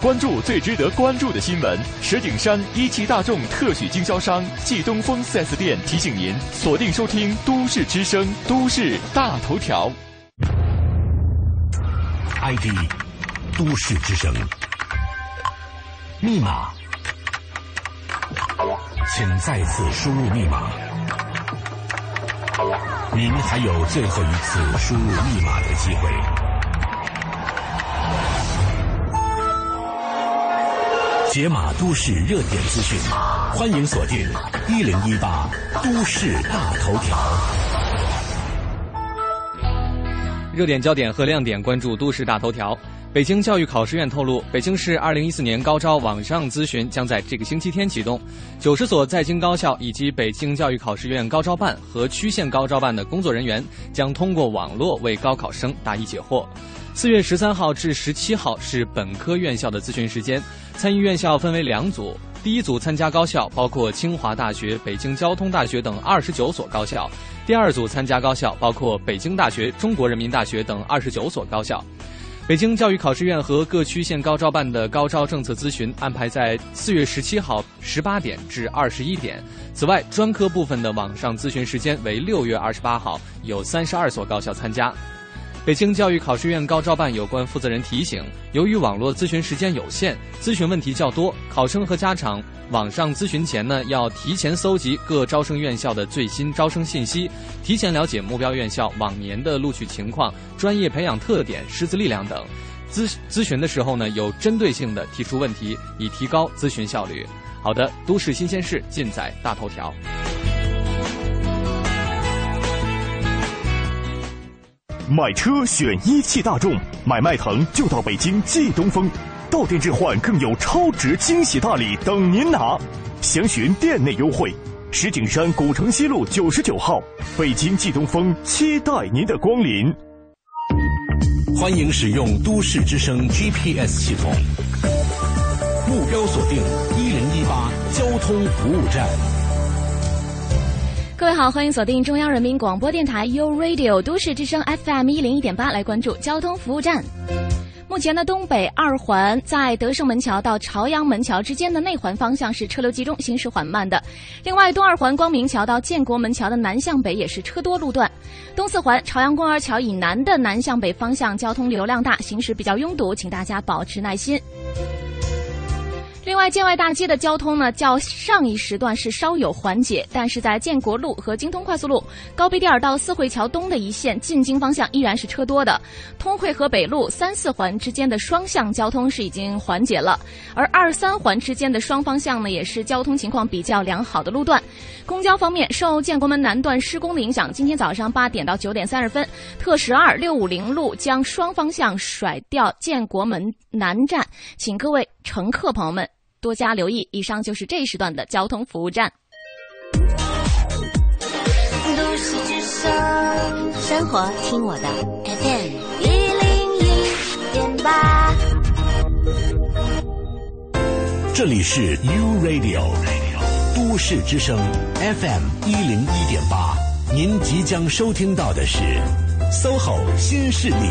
关注最值得关注的新闻。石景山一汽大众特许经销商季东风 4S 店提醒您锁定收听《都市之声》《都市大头条》。 ID：都市之声，密码，请再次输入密码。您还有最后一次输入密码的机会。解码都市热点资讯，欢迎锁定一零一八都市大头条。热点焦点和亮点关注都市大头条。北京教育考试院透露，北京市二零一四年高招网上咨询将在这个星期天启动，九十所在京高校以及北京教育考试院高招办和区县高招办的工作人员将通过网络为高考生答疑解惑。四月十三号至十七号是本科院校的咨询时间，参与院校分为两组。第一组参加高校包括清华大学、北京交通大学等二十九所高校；第二组参加高校包括北京大学、中国人民大学等二十九所高校。北京教育考试院和各区县高招办的高招政策咨询安排在四月十七号十八点至二十一点。此外，专科部分的网上咨询时间为六月二十八号，有三十二所高校参加。北京教育考试院高招办有关负责人提醒，由于网络咨询时间有限，咨询问题较多，考生和家长网上咨询前呢，要提前搜集各招生院校的最新招生信息，提前了解目标院校往年的录取情况、专业培养特点、师资力量等。咨咨询的时候呢，有针对性的提出问题，以提高咨询效率。好的，都市新鲜事尽在大头条。买车选一汽大众，买迈腾就到北京季东风，到店置换更有超值惊喜大礼等您拿，详询店内优惠。石景山古城西路九十九号，北京季东风期待您的光临。欢迎使用都市之声 GPS 系统，目标锁定一零一八交通服务站。各位好，欢迎锁定中央人民广播电台 u Radio 都市之声 FM 一零一点八来关注交通服务站。目前呢，东北二环在德胜门桥到朝阳门桥之间的内环方向是车流集中，行驶缓慢的。另外，东二环光明桥到建国门桥的南向北也是车多路段。东四环朝阳公园桥以南的南向北方向交通流量大，行驶比较拥堵，请大家保持耐心。另外，建外大街的交通呢，较上一时段是稍有缓解，但是在建国路和京通快速路、高碑店到四惠桥东的一线进京方向依然是车多的。通惠河北路三四环之间的双向交通是已经缓解了，而二三环之间的双方向呢，也是交通情况比较良好的路段。公交方面，受建国门南段施工的影响，今天早上八点到九点三十分，特十二六五零路将双方向甩掉建国门南站，请各位乘客朋友们。多加留意。以上就是这一时段的交通服务站。都市之声，生活听我的 FM 一零一点八。这里是 U Radio 都市之声 FM 一零一点八，您即将收听到的是 SOHO 新势力。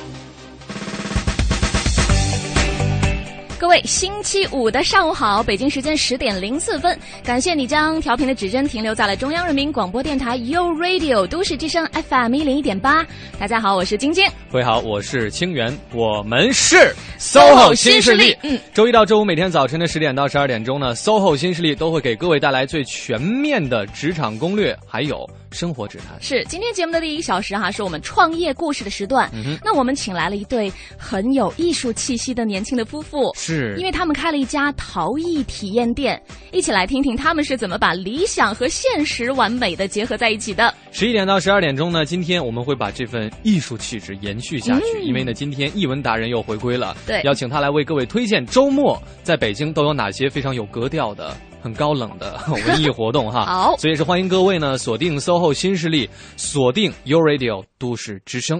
各位，星期五的上午好，北京时间十点零四分，感谢你将调频的指针停留在了中央人民广播电台 u Radio 都市之声 FM 一零一点八。大家好，我是晶晶。各位好，我是清源，我们是 SOHO 新势力。嗯，周一到周五每天早晨的十点到十二点钟呢，SOHO 新势力都会给各位带来最全面的职场攻略，还有。生活指南。是今天节目的第一小时哈、是我们创业故事的时段。嗯哼那我们请来了一对很有艺术气息的年轻的夫妇，是因为他们开了一家陶艺体验店，一起来听听他们是怎么把理想和现实完美的结合在一起的。十一点到十二点钟呢，今天我们会把这份艺术气质延续下去，嗯因为呢，今天艺文达人又回归了，对邀请他来为各位推荐周末在北京都有哪些非常有格调的。很高冷的 文艺活动哈，好所以是欢迎各位呢锁定 SOHO 新势力，锁定 U Radio 都市之声。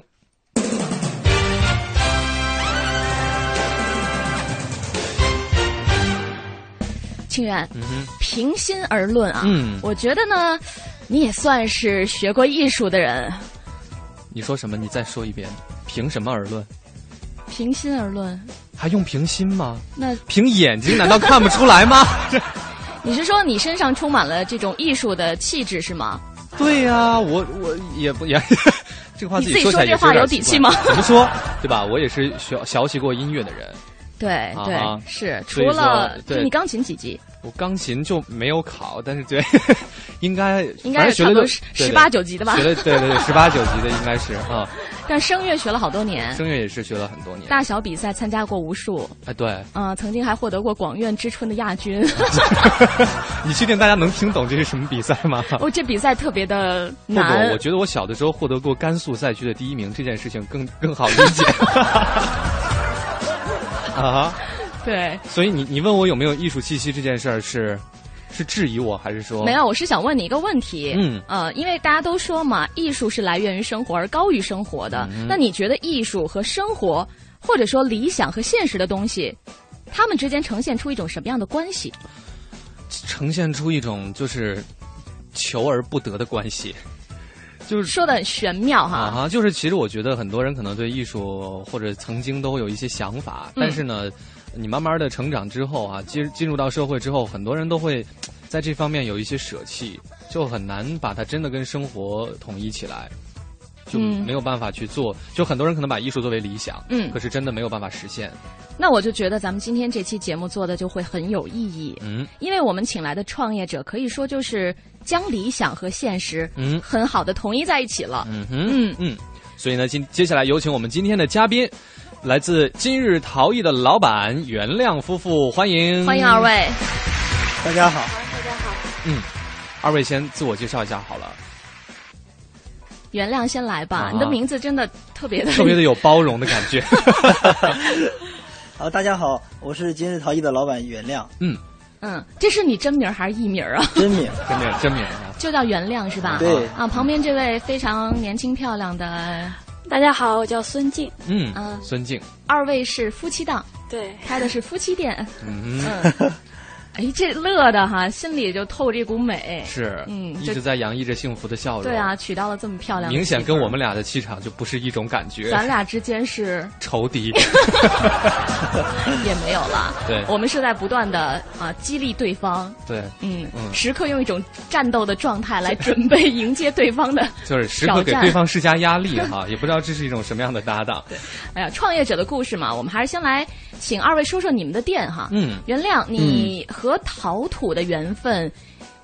清源，嗯哼，平心而论啊，嗯我觉得呢，你也算是学过艺术的人。你说什么？你再说一遍，凭什么而论？平心而论，还用凭心吗？那凭眼睛难道看不出来吗？ 你是说你身上充满了这种艺术的气质是吗？对呀、我我也不也， 这个话你自自己己说起来也说这是有话点有奇底气怪吗怎么说？对吧？我也是学学习过音乐的人，对啊对、哈是，除所以说了对你钢琴几级？我钢琴就没有考，但是觉得应该应反该正是学差不了多六十对对18九级的吧学了对对对，十八九级的应该是 啊。但声乐学了好多年，声乐也是学了很多年，大小比赛参加过无数，哎，对 嗯、曾经还获得过广院之春的亚军。你确定大家能听懂这是什么比赛吗？哦，这比赛特别的不不，难我。觉得我小的时候获得过甘肃赛区的第一名这件事情更更好理解。 啊哈，对，所以你你问我有没有艺术气息这件事儿是是质疑我还是说没有，我是想问你一个问题。嗯呃，因为大家都说嘛，艺术是来源于生活而高于生活的。嗯那你觉得艺术和生活，或者说理想和现实的东西，它们之间呈现出一种什么样的关系？呈现出一种就是求而不得的关系？就是说的很玄妙哈。啊哈，就是其实我觉得很多人可能对艺术或者曾经都会有一些想法，嗯但是呢，你慢慢的成长之后啊，进进入到社会之后，很多人都会在这方面有一些舍弃，就很难把它真的跟生活统一起来。就嗯没有办法去做，就很多人可能把艺术作为理想，嗯可是真的没有办法实现，那我就觉得咱们今天这期节目做的就会很有意义，嗯，因为我们请来的创业者可以说就是将理想和现实，嗯很好的统一在一起了。嗯哼，嗯，所以呢，今接下来有请我们今天的嘉宾，来自今日陶艺的老板袁亮夫妇，欢迎，欢迎二位，大家好，嗯，二位先自我介绍一下好了，原谅先来吧，啊你的名字真的特别的特别的有包容的感觉。好，大家好，我是今日陶艺的老板袁亮，嗯， 嗯，这是你真名儿还是艺名儿啊？真名，真名，真名。 就叫原谅是吧？对啊，旁边这位非常年轻漂亮的，大家好，我叫孙静。嗯，嗯孙静，二位是夫妻档，对，开的是夫妻店。嗯，哎，这乐的哈，心里就透这股美。是，嗯，一就直在洋溢着幸福的笑容。对啊，，娶到了这么漂亮的媳妇儿，明显跟我们俩的气场就不是一种感觉。咱俩之间是仇 敌，也没有了。 对我们是在不断的啊激励对方，对，嗯，嗯时刻用一种战斗的状态来准备迎接对方的。 就是时刻给挑战对方施加压力 哈，也不知道这是一种什么样的搭档。哎呀，创业者的故事嘛，我们还是先来请二位说说你们的店哈。嗯袁亮，你和陶土的缘分，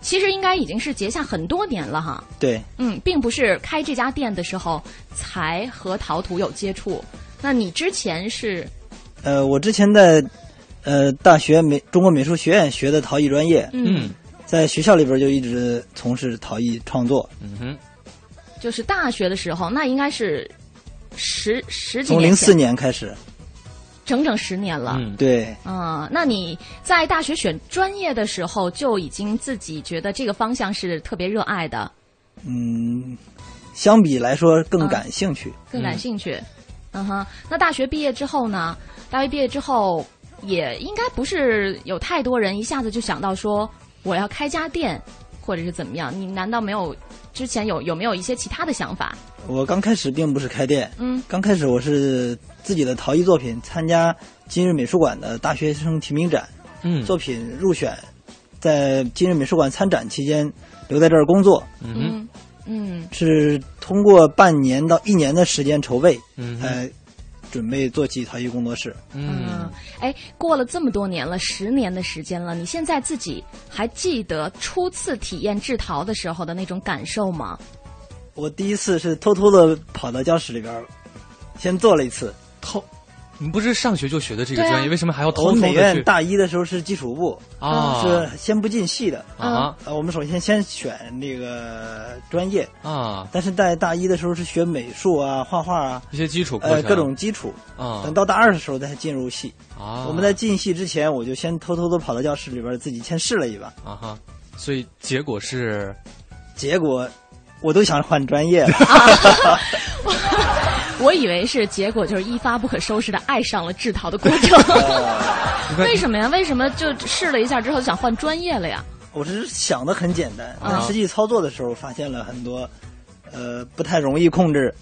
其实应该已经是结下很多年了哈。对，嗯，并不是开这家店的时候才和陶土有接触。那你之前是呃，我之前在呃大学美中国美术学院学的陶艺专业，嗯，在学校里边就一直从事陶艺创作，嗯哼，就是大学的时候，那应该是十十几从年零前，四年开始，整整十年了。嗯，对，啊，那你在大学选专业的时候就已经自己觉得这个方向是特别热爱的，嗯，相比来说更感兴趣，嗯更感兴趣。嗯哼，那大学毕业之后呢？大学毕业之后也应该不是有太多人一下子就想到说我要开家店，或者是怎么样？你难道没有之前有有没有一些其他的想法？我刚开始并不是开店，嗯，刚开始我是自己的陶艺作品参加今日美术馆的大学生提名展，嗯作品入选，在今日美术馆参展期间留在这儿工作，嗯嗯是通过半年到一年的时间筹备，嗯哼才准备做起陶艺工作室。嗯，哎，过了这么多年了，十年的时间了，你现在自己还记得初次体验制陶的时候的那种感受吗？我第一次是偷偷的跑到教室里边儿，先做了一次。偷，你不是上学就学的这个对啊专业，为什么还要偷我偷美的院去？大一的时候是基础部啊是先不进系的啊呃我们首先先选那个专业啊，但是在大一的时候是学美术啊、画画啊，一些基础课呃程各种基础。啊等到大二的时候再进入系。啊，我们在进系之前，我就先偷偷的跑到教室里边儿自己先试了一把，啊哈，所以结果是结果我都想换 专业了。我以为是结果就是一发不可收拾的爱上了制陶的过程。哦 为什么呀？为什么就试了一下之后就想换专业了呀？我只是想的很简单，啊但实际操作的时候发现了很多，呃，不太容易控制，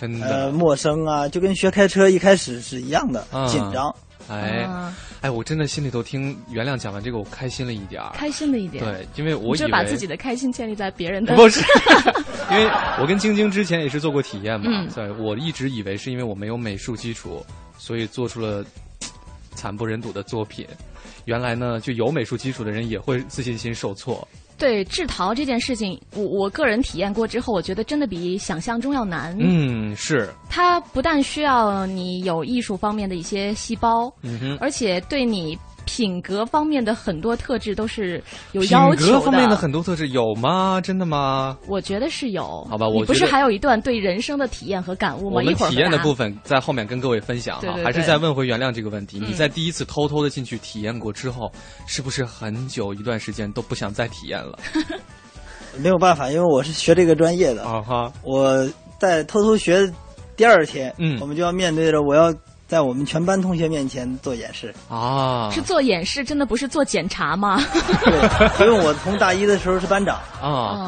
真的呃，陌生啊，就跟学开车一开始是一样的，啊紧张。哎啊哎，我真的心里头听原谅讲完这个，我开心了一点儿。开心了一点。对，因为我你以就为把自己的开心建立在别人的不是，因为我跟晶晶之前也是做过体验嘛，嗯对我一直以为是因为我没有美术基础，所以做出了惨不忍睹的作品。原来呢，就有美术基础的人也会自信心受挫。 对制陶这件事情，我我个人体验过之后，我觉得真的比想象中要难。，嗯，是，它不但需要你有艺术方面的一些细胞，嗯哼，而且对你品格方面的很多特质都是有品要求格方面的很多特质有吗？真的吗？我觉得是有。好吧我你不觉是得还有一段对人生的体验和感悟吗？我们一会儿体验的回答部分在后面跟各位分享哈，对对对还是再问回原谅这个问题。嗯你在第一次偷偷的进去体验过之后，是不是很久一段时间都不想再体验了？没有办法，因为我是学这个专业的，啊哈，我在偷偷学，第二天，嗯我们就要面对着我要在我们全班同学面前做演示。啊，是做演示，真的不是做检查吗？ 对，因为我从大一的时候是班长，啊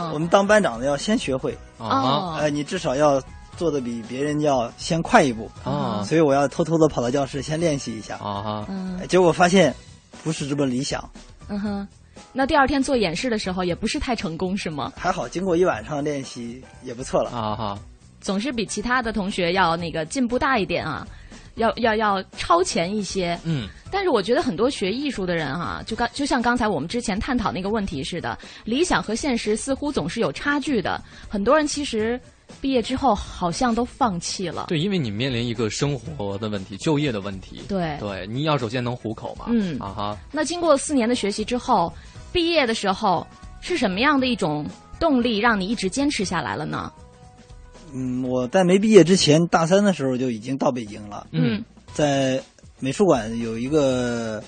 嗯我们当班长的要先学会，啊哦呃，你至少要做的比别人要先快一步啊所以我要偷偷的跑到教室先练习一下。哎啊哈，嗯结果发现不是这么理想，嗯哼。那第二天做演示的时候也不是太成功，是吗？还好经过一晚上练习也不错了。啊哈，总是比其他的同学要那个进步大一点啊，要要要超前一些。嗯，但是我觉得很多学艺术的人啊，就刚就像刚才我们之前探讨那个问题似的，理想和现实似乎总是有差距的。很多人其实毕业之后好像都放弃 了。对，因为你面临一个生活的问题、就业的问题，对对，你要首先能糊口嘛，嗯啊哈，那经过四年的学习之后，毕业的时候是什么样的一种动力让你一直坚持下来了呢？嗯，我在没毕业之前，大三的时候就已经到北京了。嗯，在美术馆有一个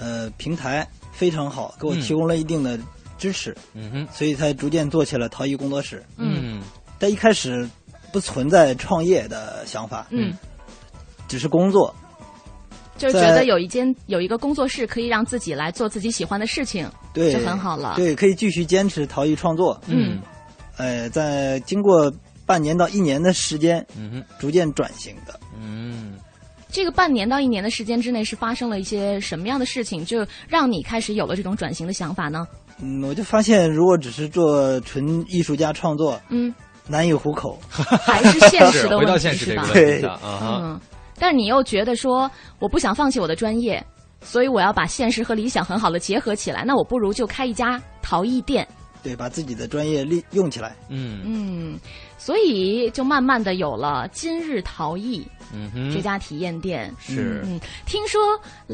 呃平台非常好，给我嗯提供了一定的支持，嗯哼，所以才逐渐做起了陶艺工作室。嗯但一开始不存在创业的想法，嗯，只是工作。就是觉在得有一间有一个工作室可以让自己来做自己喜欢的事情，对，就很好了。对，可以继续坚持陶艺创作。嗯，呃，在经过半年到一年的时间，嗯哼，逐渐转型的。嗯，这个半年到一年的时间之内是发生了一些什么样的事情，就让你开始有了这种转型的想法呢？嗯，我就发现，如果只是做纯艺术家创作，嗯，难以糊口。还 是现 实的回到问题现实这是个吧？问题上啊哈，嗯，但是你又觉得说我不想放弃我的专业，所以我要把现实和理想很好的结合起来。那我不如就开一家陶艺店。对，把自己的专业利用起来。嗯嗯，所以就慢慢的有了今日陶艺嗯哼，这家体验店。是嗯，听说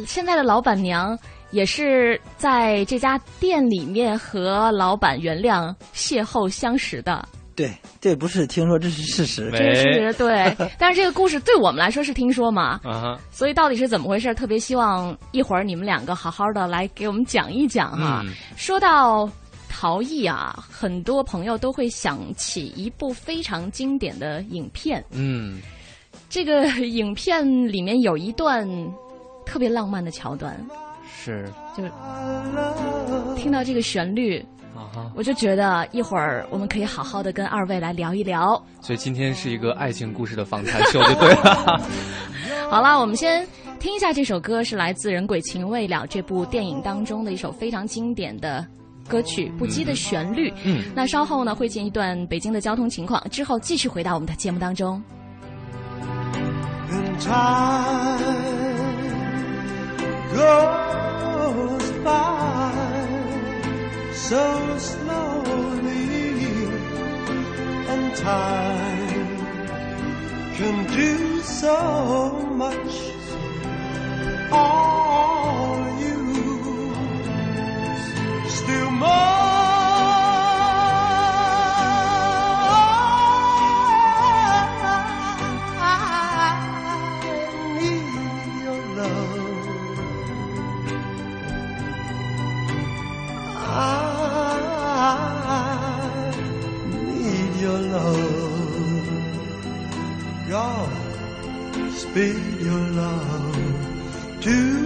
现在的老板娘也是在这家店里面和老板原谅邂逅相识的。对，这不是听说，这是事实。这是对，但是这个故事对我们来说是听说嘛，啊哈，所以到底是怎么回事？特别希望一会儿你们两个好好的来给我们讲一讲哈、嗯说到陶艺啊，很多朋友都会想起一部非常经典的影片，嗯这个影片里面有一段特别浪漫的桥段，是就是听到这个旋律，啊哈，我就觉得一会儿我们可以好好的跟二位来聊一聊。所以今天是一个爱情故事的访 谈秀就对 了，好了，我们先听一下这首歌，是来自《人鬼情未了》这部电影当中的一首非常经典的歌曲《不羁的旋律》。嗯那稍后呢会进一段北京的交通情况，之后继续回到我们的节目当中。人 time goes by so slowly, and time can do so much. All you still more. I need your love. I need your love. God, speed your love to me.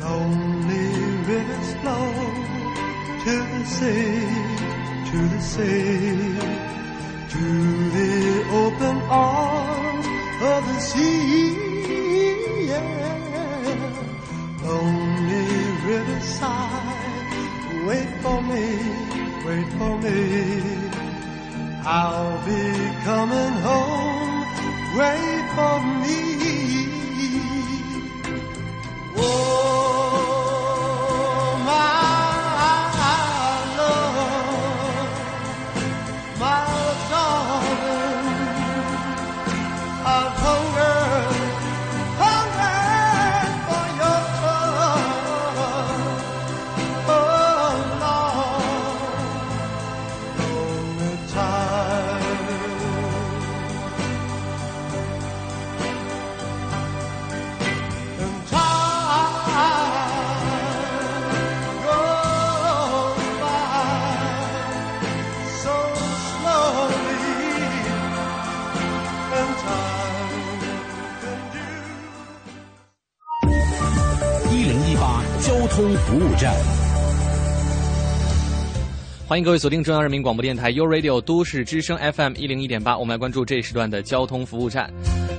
Lonely rivers flow to the sea, to the sea, to the open arms of the sea. Yeah. Lonely riverside, wait for me, wait for me. I'll be coming home, wait for me. Oh, my love, my darling, I hunger, hunger for your love. Oh, Lord, lonely time. And time goes by so slowly, and time can do 一零一八交通服务站。欢迎各位锁定中央人民广播电台 u Radio 都市之声 FM 一零一点八，我们来关注这一时段的交通服务站。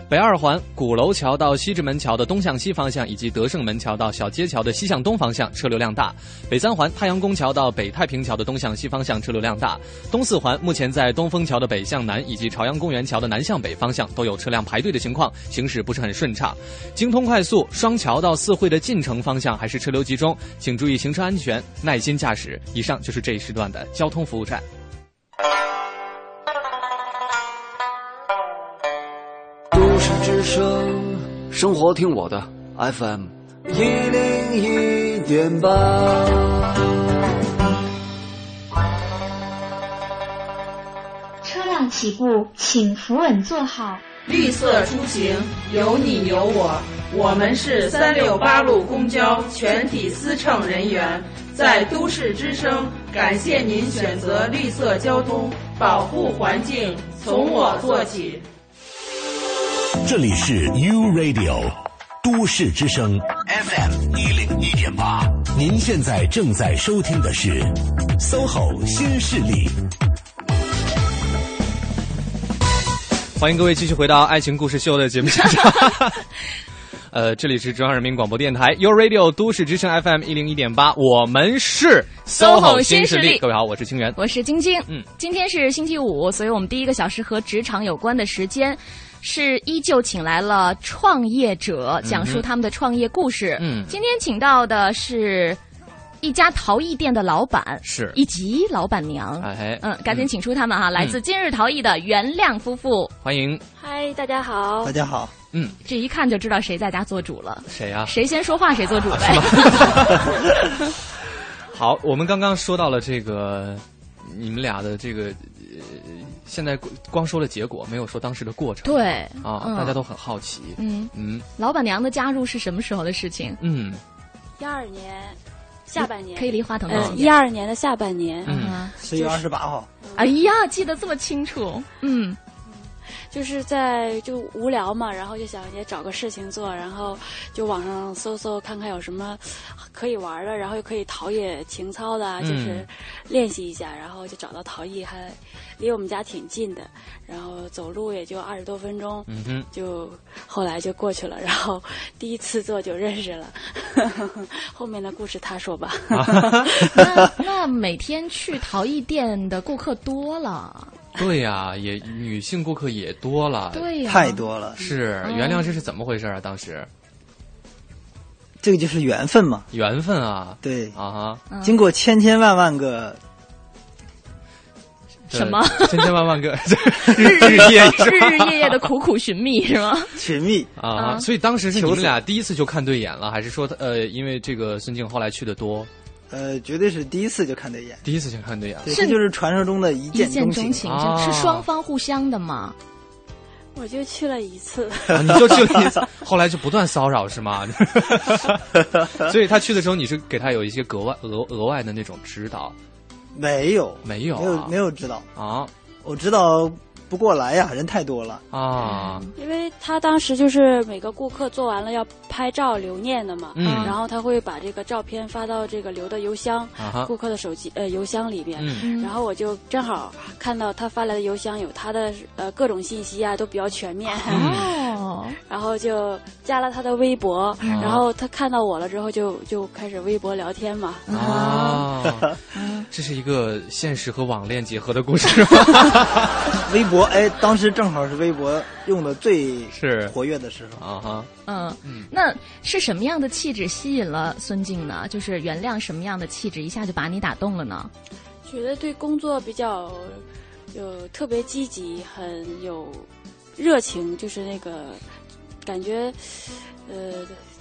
北二环鼓楼桥到西直门桥的东向西方向，以及德胜门桥到小街桥的西向东方向车流量大；北三环太阳宫桥到北太平桥的东向西方向车流量大；东四环目前在东风桥的北向南以及朝阳公园桥的南向北方向都有车辆排队的情况，行驶不是很顺畅。京通快速双桥到四惠的进城方向还是车流集中，请注意行车安全，耐心驾驶。以上就是这一时段的交通服务站。都市之声，生活听我的 FM 一零一点八。车辆起步，请扶稳坐好。绿色出行，有你有我。我们是三六八路公交全体司乘人员，在都市之声，感谢您选择绿色交通，保护环境，从我做起。这里是 U Radio 都市之声 FM 一零一点八，您现在正在收听的是 SOHO 新势力。欢迎各位继续回到《爱情故事秀》的节目现场。 呃，这里是中央人民广播电台 u Radio 都市之声 FM 一零一点八，我们是 SOHO 新新势力各位好，我是清源，我是晶晶，嗯，今天是星期五，所以我们第一个小时和职场有关的时间，是依旧请来了创业者，哼讲述他们的创业故事。嗯今天请到的是一家陶艺店的老板，是以及老板娘。哎，嗯，赶紧请出他们哈，来自今日陶艺的袁亮夫妇。欢迎嗨，大家好大家好，嗯，这一看就知道谁在家做主了，谁呀、啊谁先说话谁做主呗。 好，我们刚刚说到了这个你们俩的这个，呃，现在光说了结果，没有说当时的过程。对啊，嗯大家都很好奇。嗯嗯 老板娘的加入是什么时候的事情？嗯，一二年下半年可以离话筒呃近一点二年的下半年，嗯十月二十八号，哎呀，记得这么清楚。 嗯，就是在就无聊嘛，然后就想也找个事情做，然后就网上搜搜看看有什么可以玩的，然后又可以陶冶情操的啊，嗯就是练习一下，然后就找到陶艺，还离我们家挺近的，然后走路也就二十多分钟，嗯哼就后来就过去了，然后第一次做就认识了， 后面的故事他说吧。 啊那那每天去陶艺店的顾客多了，对呀、也女性顾客也多了，对呀太多了是嗯原谅这是怎么回事啊？当时这个就是缘分嘛。缘分啊，对啊哈，嗯经过千千万万个对什么千 千万万个 日日夜是吧日日夜夜的苦苦寻觅是吗？寻觅啊啊所以当时是你求们死俩第一次就看对眼了，还是说呃，因为这个孙静后来去的多，呃，绝对是第一次就看对眼，第一次就看对眼了？对，这就是传说中的一一见见钟情。情，啊是双方互相的嘛？我就去了一次，啊你就去了一次，后来就不断骚扰是吗？ 所以他去的时候，你是给他有一些格外额额外的那种指导没有，没有啊没有，没有指导，啊我指导不过来呀，人太多了。啊，因为他当时就是每个顾客做完了要拍照留念的嘛，嗯然后他会把这个照片发到这个留的邮箱，啊哈顾客的手机呃邮箱里边，嗯然后我就正好看到他发来的邮箱有他的呃各种信息啊，都比较全面，啊哦， 然后就加了他的微博，然后他看到我了之后就就开始微博聊天嘛，啊，这是一个现实和网恋结合的故事吗？ 微博，哎，当时正好是微博用的最是活跃的时候。啊哈，嗯，那是什么样的气质吸引了孙静呢？就是原谅什么样的气质一下就把你打动了呢？觉得对工作比较有特别积极，很有热情，就是那个感觉，呃，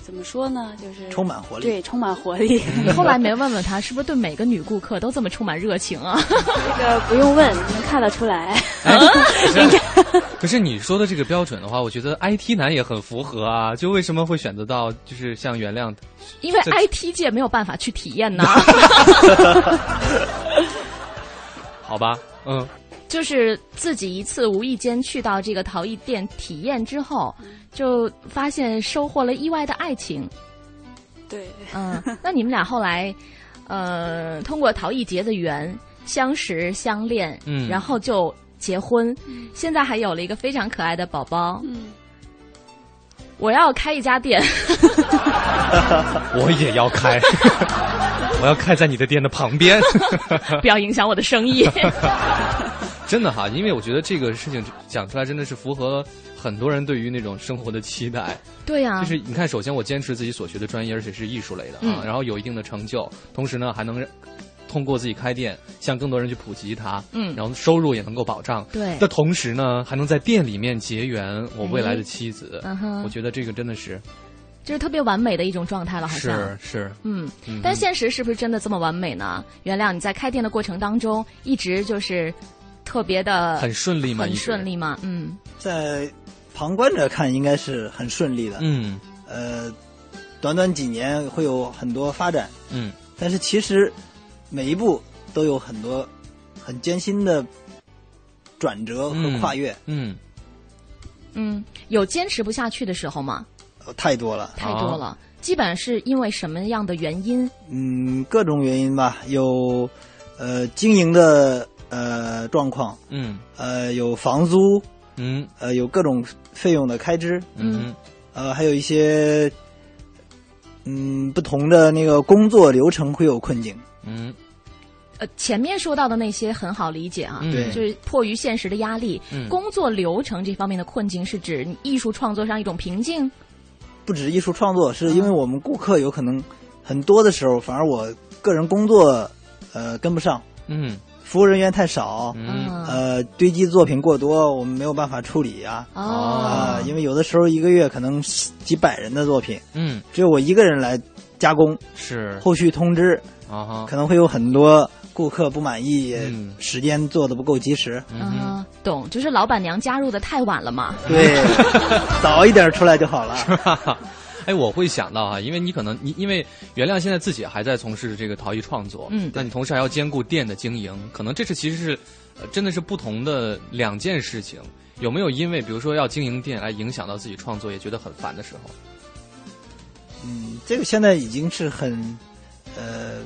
怎么说呢，就是充满活力对，充满活力。 后来没问问他是不是对每个女顾客都这么充满热情啊？这个不用问，你能看得出来。可是你说的这个标准的话，我觉得 IT 男也很符合啊。就为什么会选择到就是像原谅 因为这 IT 界没有办法去体验呢，好吧？嗯， 就是自己一次无意间去到这个陶艺店体验之后，就发现收获了意外的爱情。对，嗯，那你们俩后来，呃，通过陶艺节的缘相识相恋，嗯然后就结婚，现在还有了一个非常可爱的宝宝。嗯，我要开一家店， 我也要开， 我要开在你的店的旁边。 不要影响我的生意。真的哈，因为我觉得这个事情讲出来真的是符合很多人对于那种生活的期待。对啊呀、就是你看，首先我坚持自己所学的专业，而且是艺术类的啊，嗯然后有一定的成就，同时呢还能让通过自己开店向更多人去普及它，嗯然后收入也能够保障，对的同时呢还能在店里面结缘我未来的妻子，哎嗯哼我觉得这个真的是就是特别完美的一种状态了，好像。是是，嗯嗯，但现实是不是真的这么完美呢？原谅你在开店的过程当中，一直就是特别的很顺利吗？很一直顺，利吗？嗯，在旁观者看，应该是很顺利的。嗯呃，短短几年会有很多发展，嗯但是其实每一步都有很多很艰辛的转折和跨越，嗯，嗯，有坚持不下去的时候吗？呃太多了。太多哦了，基本是因为什么样的原因？嗯，各种原因吧，有呃经营的呃状况，嗯呃有房租，嗯呃有各种费用的开支，嗯呃还有一些嗯不同的那个工作流程会有困境。嗯呃，前面说到的那些很好理解啊，嗯对就是迫于现实的压力，嗯工作流程这方面的困境是指你艺术创作上一种瓶颈。不止艺术创作，是因为我们顾客有可能很多的时候，反而我个人工作呃跟不上，嗯服务人员太少，嗯呃堆积作品过多，我们没有办法处理啊。啊、因为有的时候一个月可能十几百人的作品，嗯，只有我一个人来加工，是后续通知啊哈，可能会有很多顾客不满意，也嗯时间做的不够及时。嗯，懂，就是老板娘加入的太晚了嘛。对，早一点出来就好了。 哎，我会想到啊，因为你可能你因为原谅现在自己还在从事这个陶艺创作，嗯那你同时还要兼顾店的经营，可能这是其实是、呃真的是不同的两件事情。有没有因为比如说要经营店来影响到自己创作，也觉得很烦的时候？嗯，这个现在已经是很，呃，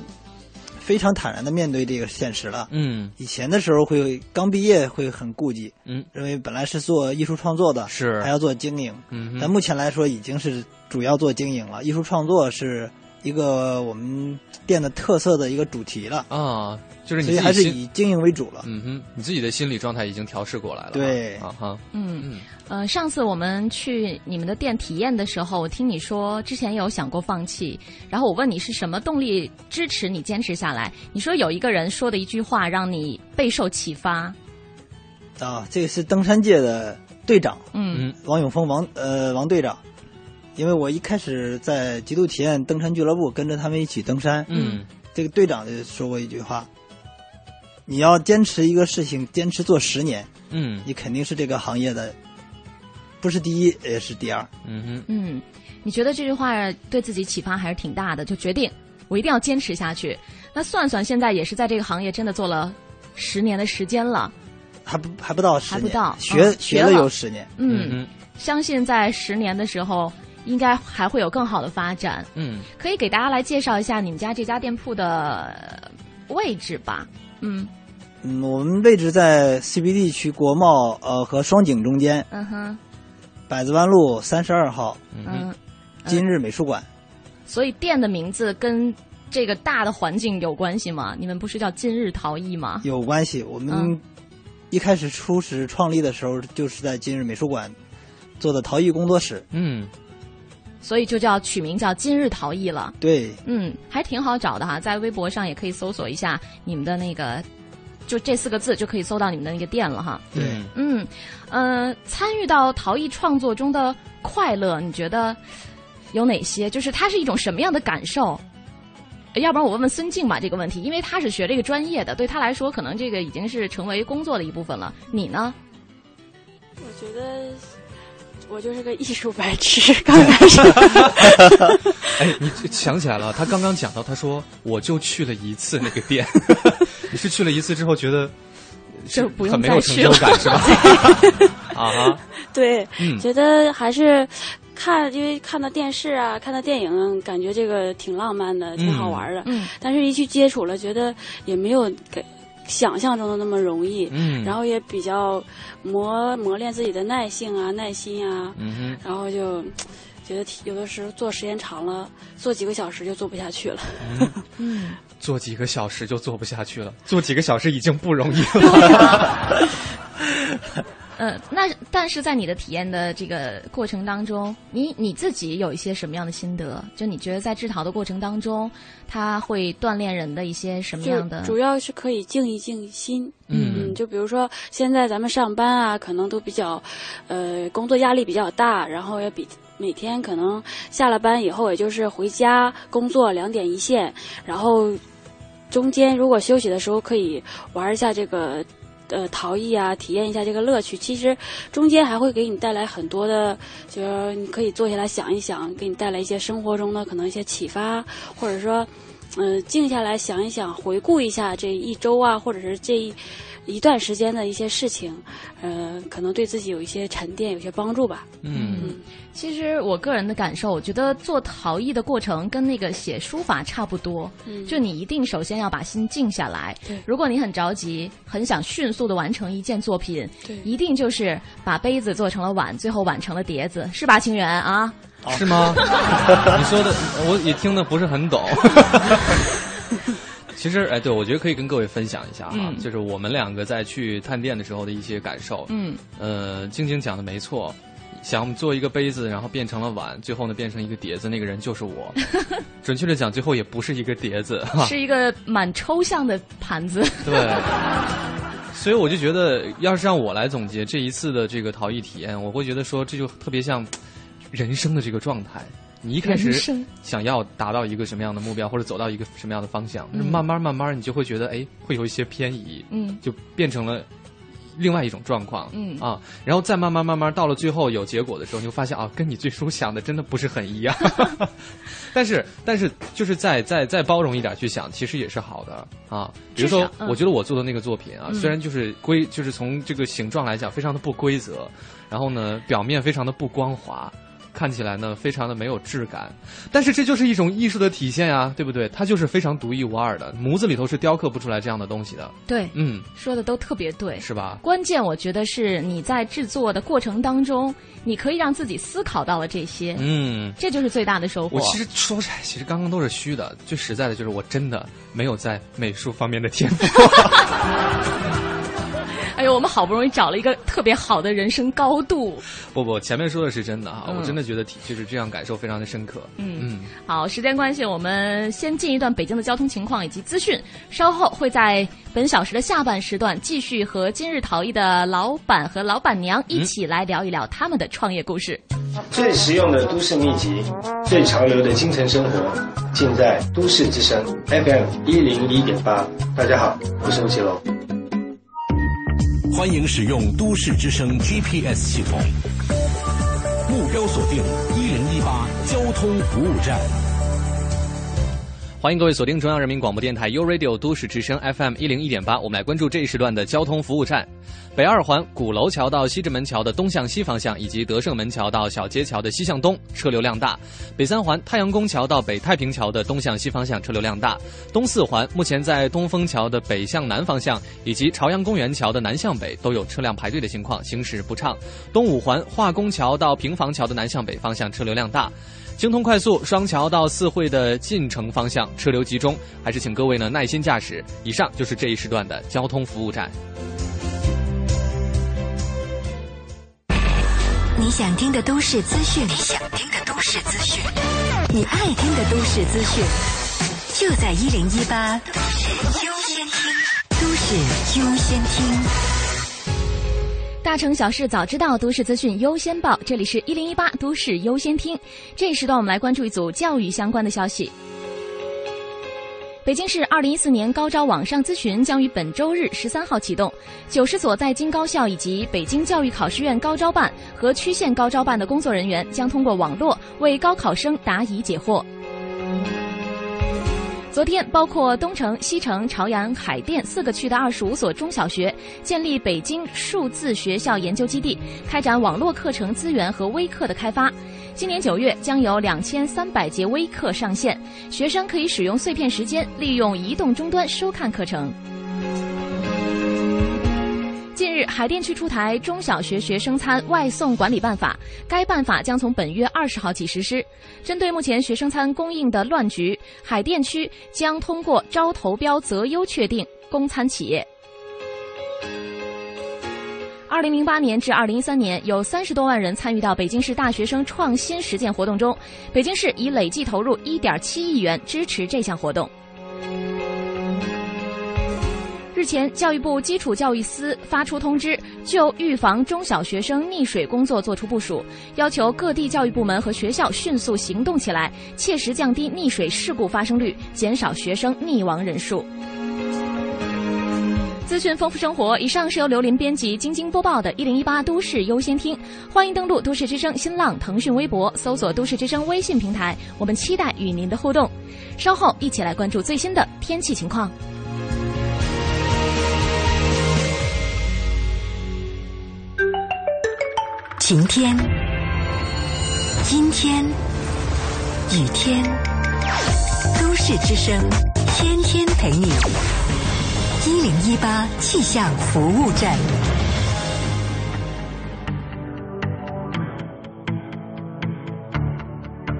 非常坦然的面对这个现实了。嗯，以前的时候会刚毕业会很顾忌，嗯，认为本来是做艺术创作的，是还要做经营，嗯，但目前来说已经是主要做经营了，艺术创作是一个我们店的特色的一个主题了啊，就是你自所以己还是心以经营为主了。嗯哼，你自己的心理状态已经调试过来了啊。对啊哈，嗯，呃，上次我们去你们的店体验的时候，我听你说之前有想过放弃，然后我问你是什么动力支持你坚持下来，你说有一个人说的一句话让你备受启发，啊，这个是登山界的队长，嗯，王永峰王呃王队长，因为我一开始在极度体验登山俱乐部跟着他们一起登山，嗯，这个队长就说过一句话：你要坚持一个事情，坚持做十年，嗯你肯定是这个行业的，不是第一也是第二。嗯哼，嗯，你觉得这句话对自己启发还是挺大的，就决定我一定要坚持下去。那算算，现在也是在这个行业真的做了十年的时间了，还不还不到十还年，不到学、嗯学了了有十年，嗯相信在十年的时候，应该还会有更好的发展。嗯可以给大家来介绍一下你们家这家店铺的呃位置吧？嗯嗯，我们位置在 CBD 区国贸呃和双井中间，嗯哼百子湾路三十二号，嗯，今日美术馆。所以店的名字跟这个大的环境有关系吗？你们不是叫今日陶艺吗？有关系。我们嗯一开始初始创立的时候，就是在今日美术馆做的陶艺工作室。嗯，所以就叫取名叫今日陶艺了。对，嗯，还挺好找的哈，在微博上也可以搜索一下你们的那个，就这四个字就可以搜到你们的那个店了哈。对，嗯，呃，参与到陶艺创作中的快乐，你觉得有哪些？就是它是一种什么样的感受？呃要不然我问问孙静吧这个问题，因为他是学这个专业的，对他来说可能这个已经是成为工作的一部分了。你呢？我觉得我就是个艺术白痴，刚开始。哎，你这想起来了，他刚刚讲到，他说我就去了一次那个 店，你是去了一次之后觉得就不很用没有再成去就了。感 是吧？啊哈， 对，嗯觉得还是看，因为看到电视啊，看到电影，感觉这个挺浪漫的，挺好玩的。嗯但是一去接触了，觉得也没有给想象中的那么容易。嗯然后也比较磨磨练自己的耐性啊、耐心啊。嗯然后就觉得挺有的时候做时间长了，做几个小时就做不下去了。哼，嗯，做几个小时就做不下去了，做几个小时已经不容易了。 呃，那但是在你的体验的这个过程当中，你你自己有一些什么样的心得？就你觉得在制陶的过程当中，它会锻炼人的一些什么就样的？主要是可以静一静心。嗯就比如说现在咱们上班啊，可能都比较，呃，工作压力比较大，然后也比每天可能下了班以后，也就是回家工作两点一线，然后中间如果休息的时候可以玩一下这个。呃，陶艺啊，体验一下这个乐趣。其实中间还会给你带来很多的，就是你可以坐下来想一想，给你带来一些生活中的可能一些启发，或者说，嗯，静下来想一想，回顾一下这一周啊，或者是这一一段时间的一些事情，呃，可能对自己有一些沉淀，有些帮助吧。嗯，其实我个人的感受，我觉得做陶艺的过程跟那个写书法差不多，嗯就你一定首先要把心静下来对。如果你很着急，很想迅速的完成一件作品，对一定就是把杯子做成了碗，最后碗成了碟子，是吧，清源啊？哦是吗？ 你说的我也听的不是很懂。 其实，哎，对，我觉得可以跟各位分享一下哈，嗯就是我们两个在去探店的时候的一些感受。嗯，呃，晶晶讲的没错，想做一个杯子，然后变成了碗，最后呢变成一个碟子，那个人就是我。准确的讲，最后也不是一个碟子，哈是一个蛮抽象的盘 子。对。所以我就觉得，要是让我来总结这一次的这个陶艺体验，我会觉得说，这就特别像人生的这个状态。你一开始人生想要达到一个什么样的目标，或者走到一个什么样的方向，嗯慢慢慢慢，你就会觉得，哎，会有一些偏移，嗯就变成了另外一种状况，嗯啊，然后再慢慢慢慢到了最后有结果的时候，你会发现啊，跟你最初想的真的不是很 一样，但是但是就是再再再包容一点去想，其实也是好的啊。比如至说少，嗯我觉得我做的那个作品啊，嗯虽然就是规，就是从这个形状来讲非常的不规则，然后呢表面非常的不光滑，看起来呢非常的没有质感，但是这就是一种艺术的体现啊，对不对？它就是非常独一无二的，模子里头是雕刻不出来这样的东西的。对，嗯，说的都特别对，是吧？关键我觉得是你在制作的过程当中，你可以让自己思考到了这些，嗯，这就是最大的收获。我其实说实在，其实刚刚都是虚的，最实在的就是我真的没有在美术方面的天赋。哎呦，我们好不容易找了一个特别好的人生高度。不不，前面说的是真的啊，嗯我真的觉得体就是这样感受非常的深刻。嗯嗯，好，时间关系，我们先进一段北京的交通情况以及资讯，稍后会在本小时的下半时段继续和今日陶艺的老板和老板嗯娘一起来聊一聊他们的创业故事。最实用的都市秘籍，最潮流的京城生活，尽在都市之声 FM 一零一点八。大家好，我是吴奇隆。欢迎使用都市之声 GPS 系统，目标锁定一零一八交通服务站。欢迎各位锁定中央人民广播电台 u Radio 都市之声 FM 一零一点八，我们来关注这一时段的交通服务站：北二环鼓楼桥到西直门桥的东向西方向，以及德胜门桥到小街桥的西向东，车流量大；北三环太阳宫桥到北太平桥的东向西方向，车流量大；东四环目前在东风桥的北向南方向，以及朝阳公园桥的南向北都有车辆排队的情况，行驶不畅；东五环化工桥到平房桥的南向北方向，车流量大。京通快速双桥到四惠的进城方向车流集中，还是请各位呢耐心驾驶。以上就是这一时段的交通服务站。你想听的都市资讯，你想听的都市资讯，你爱听的都市资讯，就在一零一八都市优先听，都市优先听。大城小事早知道，都市资讯优先报。这里是一零一八都市优先听。这一时段我们来关注一组教育相关的消息。北京市二零一四年高招网上咨询将于本周日十三号启动，九十所在京高校以及北京教育考试院高招办和区县高招办的工作人员将通过网络为高考生答疑解惑。昨天，包括东城、西城、朝阳、海淀四个区的二十五所中小学建立北京数字学校研究基地，开展网络课程资源和微课的开发。今年九月将有两千三百节微课上线，学生可以使用碎片时间，利用移动终端收看课程。近日，海淀区出台《中小学学生餐外送管理办法》，该办法将从本月二十号起实施。针对目前学生餐供应的乱局，海淀区将通过招投标择优确定供餐企业。二零零八年至二零一三年，有三十多万人参与到北京市大学生创新实践活动中，北京市已累计投入一点七亿元支持这项活动。日前，教育部基础教育司发出通知，就预防中小学生溺水工作作出部署，要求各地教育部门和学校迅速行动起来，切实降低溺水事故发生率，减少学生溺亡人数。资讯丰富生活。以上是由刘林编辑、晶晶播报的《一零一八都市优先听》，欢迎登录都市之声、新浪、腾讯微博，搜索“都市之声”微信平台，我们期待与您的互动。稍后一起来关注最新的天气情况。晴天、阴天、雨天，都市之声天天陪你。一零一八气象服务站，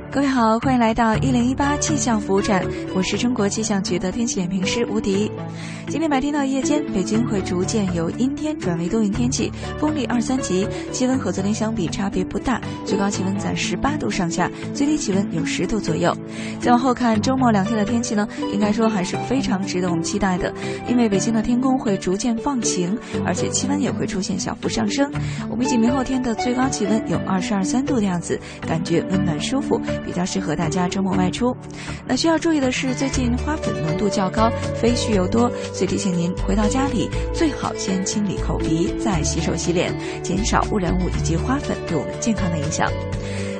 各位好，欢迎来到一零一八气象服务站，我是中国气象局的天气点评师吴迪。今天白天到夜间，北京会逐渐由阴天转为多云天气，风力二三级，气温和昨天相比差别不大，最高气温在十八度上下，最低气温有十度左右。再往后看，周末两天的天气呢，应该说还是非常值得我们期待的，因为北京的天空会逐渐放晴，而且气温也会出现小幅上升。我们预计明后天的最高气温有二十二三度的样子，感觉温暖舒服，比较适合大家周末外出。那需要注意的是，最近花粉浓度较高，非絮尤多，所以提醒您回到家里最好先清理口鼻，再洗手洗脸，减少污染物以及花粉对我们健康的影响。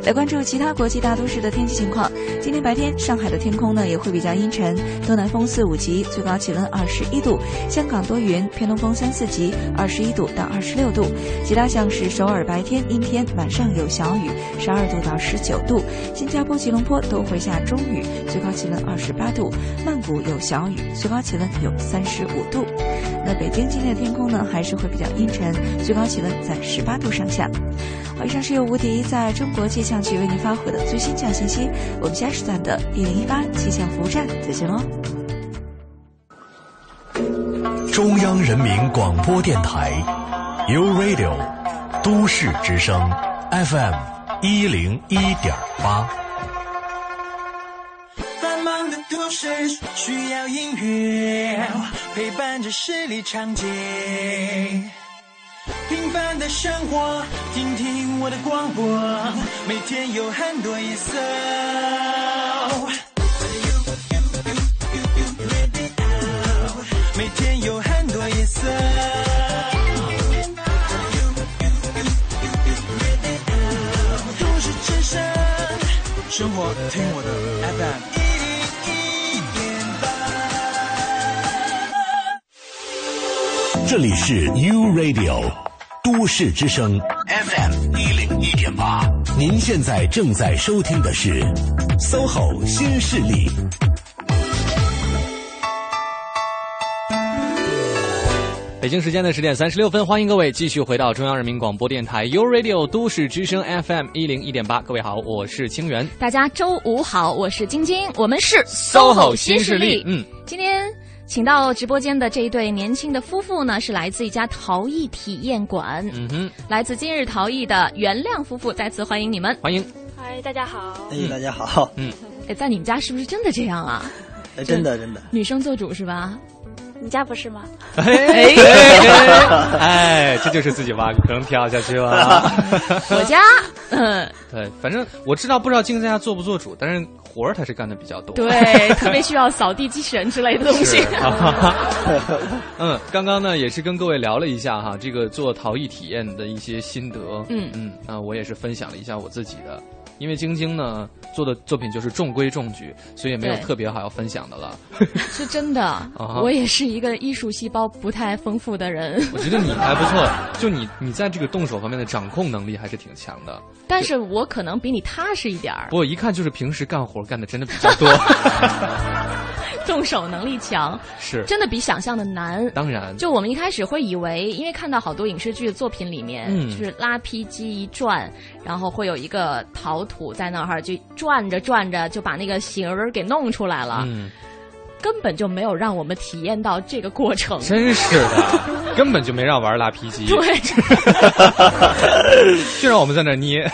来关注其他国际大都市的天气情况。今天白天，上海的天空呢也会比较阴沉，东南风四五级，最高气温二十一度；香港多云，偏东风三四级，二十一度到二十六度。其他像是首尔白天阴天，晚上有小雨，十二度到十九度；新加坡、吉隆坡都会下中雨，最高气温二十八度；曼谷有小雨，最高气温有三十五度。那北京今天的天空呢，还是会比较阴沉，最高气温在十八度上下。好，以上是由吴迪在中国气象局为您发回的最新气象信息。我们下时段的一零一八气象服务站再见哦喽！中央人民广播电台，U Radio，都市之声，FM 一零一点八。繁忙的都市需要音乐陪伴着十里长街，平凡的生活，听听我的广播，每天有很多颜色。每天有很多颜色。都市之声，生活听我的 FM 一零一点八。这里是 U Radio 都市之声 FM 一零一点八，您现在正在收听的是 SOHO 新势力。北京时间的十点三十六分，欢迎各位继续回到中央人民广播电台 u Radio 都市之声 FM 一零一点八。各位好，我是清源。大家周五好，我是晶晶，我们是 SOHO 新势力嗯，今天请到直播间的这一对年轻的夫妇呢，是来自一家陶艺体验馆，嗯哼，来自今日陶艺的袁亮夫妇，再次欢迎你们，欢迎。嗨，大家好。哎，大家好，嗯，哎，在你们家是不是真的这样啊？哎，真的真的，女生做主是吧？你家不是吗？哎哎，哎这就是自己挖坑跳下去了。我家，嗯，对，反正我知道不知道静在家做不做主，但是活儿他是干的比较多。对，特别需要扫地机器人之类的东 西是。啊嗯，刚刚呢也是跟各位聊了一下哈，这个做陶艺体验的一些心得。嗯嗯，啊，我也是分享了一下我自己的，因为晶晶呢做的作品就是中规中矩，所以也没有对特别好要分享的了。是真的，啊哈我也是一个艺术细胞不太丰富的人，我觉得你还不错，就你你在这个动手方面的掌控能力还是挺强的。但是我可能比你踏实一点儿不，过一看就是平时干活干的真的比较多，动手能力强，是真的比想象的难。当然就我们一开始会以为，因为看到好多影视剧作品里面，嗯就是拉坯机一转，然后会有一个陶土在那儿就转着转着就把那个形儿给弄出来了，嗯，根本就没有让我们体验到这个过程。真是 的，根本就没让玩拉皮机，对， 就让我们在那儿捏。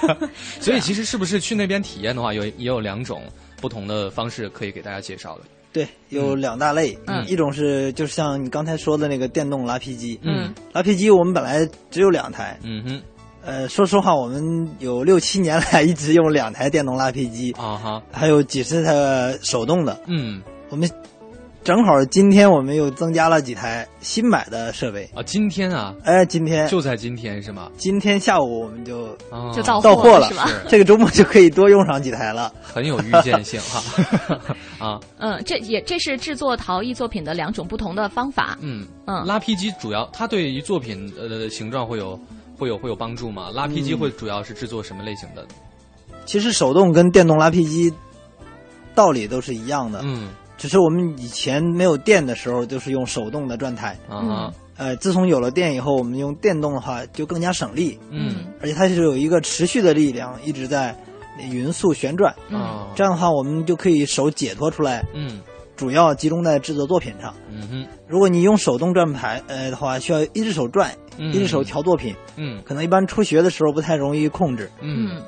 所以其实是不是去那边体验的话，有也有两种不同的方式可以给大家介绍的。对，有两大类，嗯一种是就是像你刚才说的那个电动拉皮机，嗯，拉皮机我们本来只有两台，嗯哼，呃，说实话，我们有六七年来一直用两台电动拉皮机，啊哈，还有几十台手动的，嗯，我们正好今天我们又增加了几台新买的设备，啊，今天啊，哎，今天就在今天是吗？今天下午我们就啊就到到货货了了是吧是，这个周末就可以多用上几台了。很有预见性 哈，啊，嗯，这也这是制作陶艺作品的两种不同的方法。嗯嗯拉坯机主要它对于作品呃形状会有会有会有帮助吗？拉坯机嗯会主要是制作什么类型的？其实手动跟电动拉皮机道理都是一样的，嗯只是我们以前没有电的时候，就是用手动的转台。啊嗯哈，呃，自从有了电以后，我们用电动的话就更加省力，嗯而且它是有一个持续的力量一直在匀速旋转。啊这样的话，我们就可以手解脱出来，嗯主要集中在制作作品上。嗯哼如果你用手动转盘，呃的话，需要一只手转，嗯一只手调作品，嗯可能一般初学的时候不太容易控制。嗯，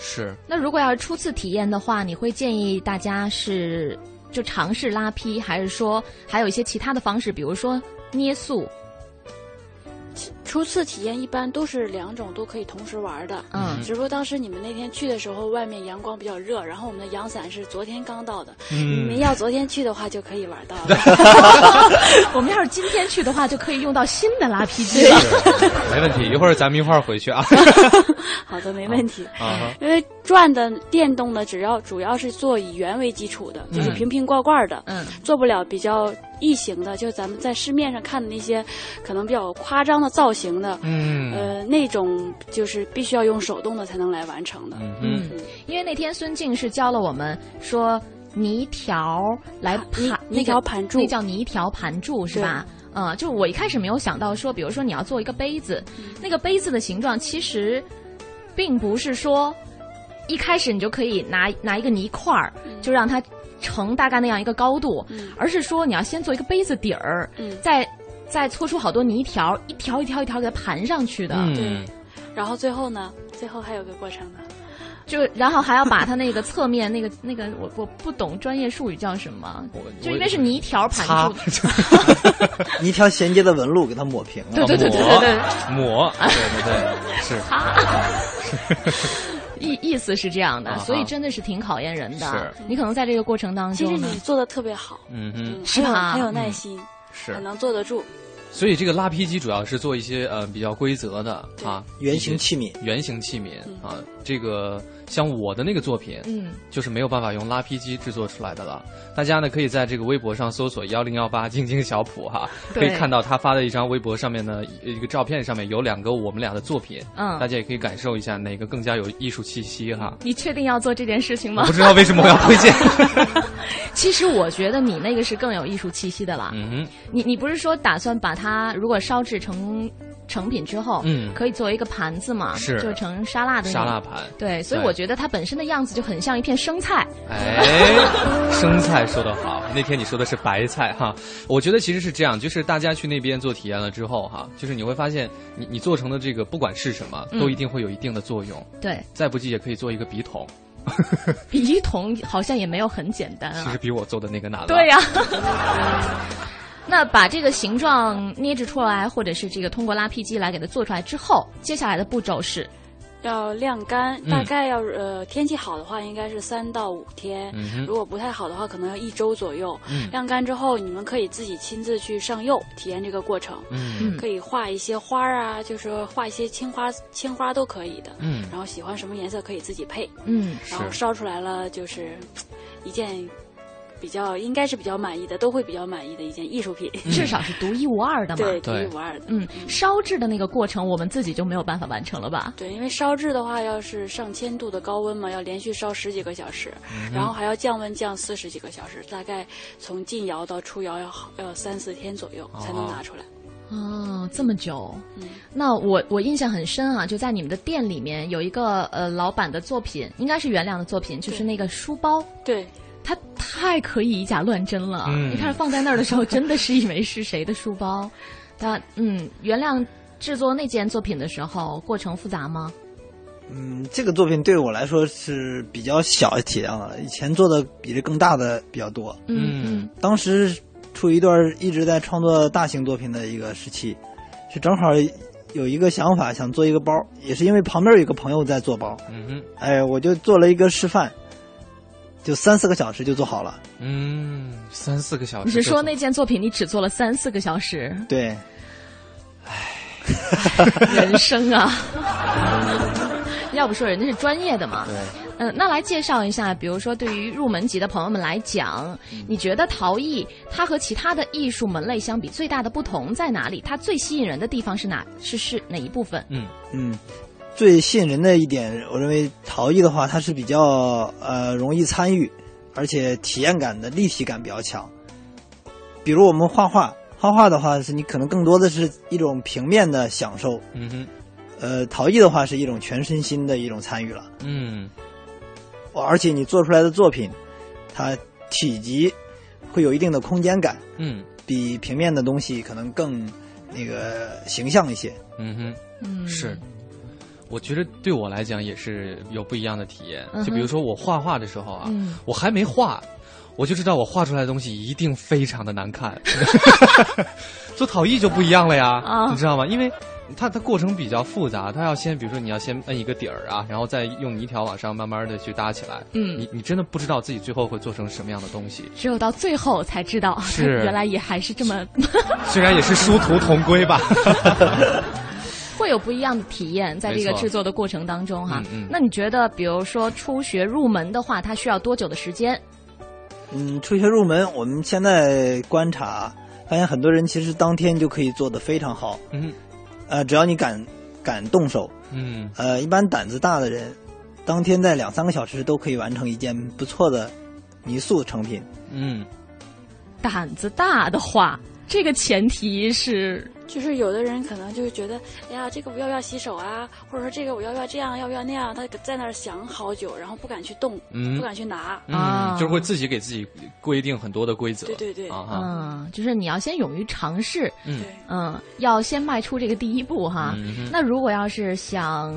是那如果要是初次体验的话，你会建议大家是就尝试拉坯，还是说还有一些其他的方式，比如说捏塑？初次体验一般都是两种都可以同时玩的，嗯，只不过当时你们那天去的时候，外面阳光比较热，然后我们的阳伞是昨天刚到的，嗯你们要昨天去的话就可以玩到了。 我们要是今天去的话，就可以用到新的拉皮机了。 没问题，一会儿咱们一块儿回去 啊。 好的，没问题。啊因为转的电动的，只要主要是做以圆为基础的，就是嗯瓶瓶罐罐的，嗯，做不了比较异形的，就咱们在市面上看的那些可能比较夸张的造型的，嗯呃，那种就是必须要用手动的才能来完成的。嗯，因为那天孙静是教了我们说泥条来盘，那个啊泥条盘柱那叫泥条盘柱是吧？嗯，就我一开始没有想到说，比如说你要做一个杯子，嗯那个杯子的形状其实并不是说一开始你就可以拿拿一个泥块儿嗯就让它成大概那样一个高度，而是说你要先做一个杯子底儿，嗯再再搓出好多泥条，一条一条一条给它盘上去的。嗯，然后最后呢，最后还有个过程呢。就然后还要把它那个侧面那个 那个我我不懂专业术语叫什么，就因为是泥条盘住， 一条衔接的纹路给它抹平了。对对对对对对抹，对哦对对，是。 意意思是这样的，啊哈所以真的是挺考验人的是。你可能在这个过程当其实中呢，你做的特别好，嗯哼，是啊嗯吧？很有耐心，是很能坐得 住。所以这个拉坯机主要是做一些呃比较规则的啊，圆形器皿，圆形器皿啊，这个像我的那个作品，嗯，就是没有办法用拉坯机制作出来的了。大家呢可以在这个微博上搜索幺零幺八晶晶小谱哈，对可以看到他发的一张微博上面呢一一个照片上面有两个我们俩的作品，嗯大家也可以感受一下哪个更加有艺术气息哈。你确定要做这件事情吗？我不知道为什么我要推荐。 其实我觉得你那个是更有艺术气息的啦。嗯你你不是说打算把它如果烧制成成品之后，嗯可以作为一个盘子嘛，是就成沙拉的那沙种拉盘对，所以对我觉得它本身的样子就很像一片 生菜。哎，生菜说得好，那天你说的是白菜哈。我觉得其实是这样，就是大家去那边做体验了之后哈，就是你会发现你，你做成的这个不管是什么，嗯都一定会有一定的作用。对，再不济也可以做一个笔筒，笔筒好像也没有很简单其啊实。比我做的那个难了。对呀、 那把这个形状捏制出来，或者是这个通过拉坯机来给它做出来之后，接下来的步骤嗯是，要晾干，嗯大概要、呃天气好的话，应该是三到五天、嗯哼如果不太好的话，可能要一周左右。嗯晾干之后，你们可以自己亲自去上釉，体验这个过程。嗯可以画一些花儿啊，就是说画一些青花，青花都可以的。嗯然后喜欢什么颜色可以自己配。嗯然后是烧出来了就是一件比较应该是比较满意的，都会比较满意的一件艺术品，至少是独一无二的嘛。 对独一无二的。嗯，烧制的那个过程，我们自己就没有办法完成了吧？对，因为烧制的话，要是上千度的高温嘛，要连续烧十几个小时，嗯哼然后还要降温降四十几个小时，大概从进窑到出窑要好要三四天左右才能拿出来。哦，这么久。嗯那我我印象很深啊，就在你们的店里面有一个呃老板的作品，应该是袁良的作品，就是那个书包。对，他太可以以假乱真了啊。嗯你看放在那儿的时候，真的是以为是谁的书包。他嗯，袁亮制作那件作品的时候，过程复杂吗？嗯，这个作品对我来说是比较小体量的，以前做的比这更大的比较多。嗯当时处于一段一直在创作大型作品的一个时期，是正好有一个想法，想做一个包，也是因为旁边有一个朋友在做包，嗯哼，哎，我就做了一个示范，就三四个小时就做好了。嗯，三四个小时。哦你是说那件作品你只做了三四个小时？对，人生 啊，要不说人家是专业的嘛。嗯、那来介绍一下，比如说对于入门级的朋友们来讲，嗯你觉得陶艺它和其他的艺术门类相比，最大的不同在哪里？它最吸引人的地方是哪？是是哪一部分？嗯嗯，最吸引人的一点，我认为陶艺的话，它是比较呃容易参与，而且体验感的立体感比较强。比如我们画画，画画的话是你可能更多的是一种平面的享受，嗯哼，呃，陶艺的话是一种全身心的一种参与了，嗯而且你做出来的作品，它体积会有一定的空间感，嗯比平面的东西可能更那个形象一些。嗯哼，嗯是。我觉得对我来讲也是有不一样的体验嗯。哼就比如说我画画的时候啊，嗯我还没画，我就知道我画出来的东西一 定非常的难看。做陶艺就不一样了呀，啊你知道吗？因为它它过程比较复杂，它要先比如说你要先摁一个底儿啊，然后再用泥条往上慢慢的去搭起来。嗯你你真的不知道自己最后会做成什么样的东西。只有到最后才知道，是 原来也还是这 么，虽然也是殊途同归 吧。会有不一样的体验，在这个没错制作的过程当中哈。嗯嗯那你觉得，比如说初学入门的话，它需要多久的时间？嗯，初学入门，我们现在观察发现，很多人其实当天就可以做得非常好。嗯，呃，只要你敢敢动手，嗯呃，一般胆子大的人，当天在两三个小时都可以完成一件不错的泥塑成品。嗯，胆子大的话，这个前提是就是有的人可能就是觉得，哎呀，这个我要不要洗手啊？或者说这个我要不要这样，要不要那样？他在那儿想好久，然后不敢去动，嗯不敢去拿。啊啊嗯，就是会自己给自己规定很多的规则。对对对啊哈，嗯，就是你要先勇于尝试，嗯嗯，要先迈出这个第一步哈。嗯哼那如果要是想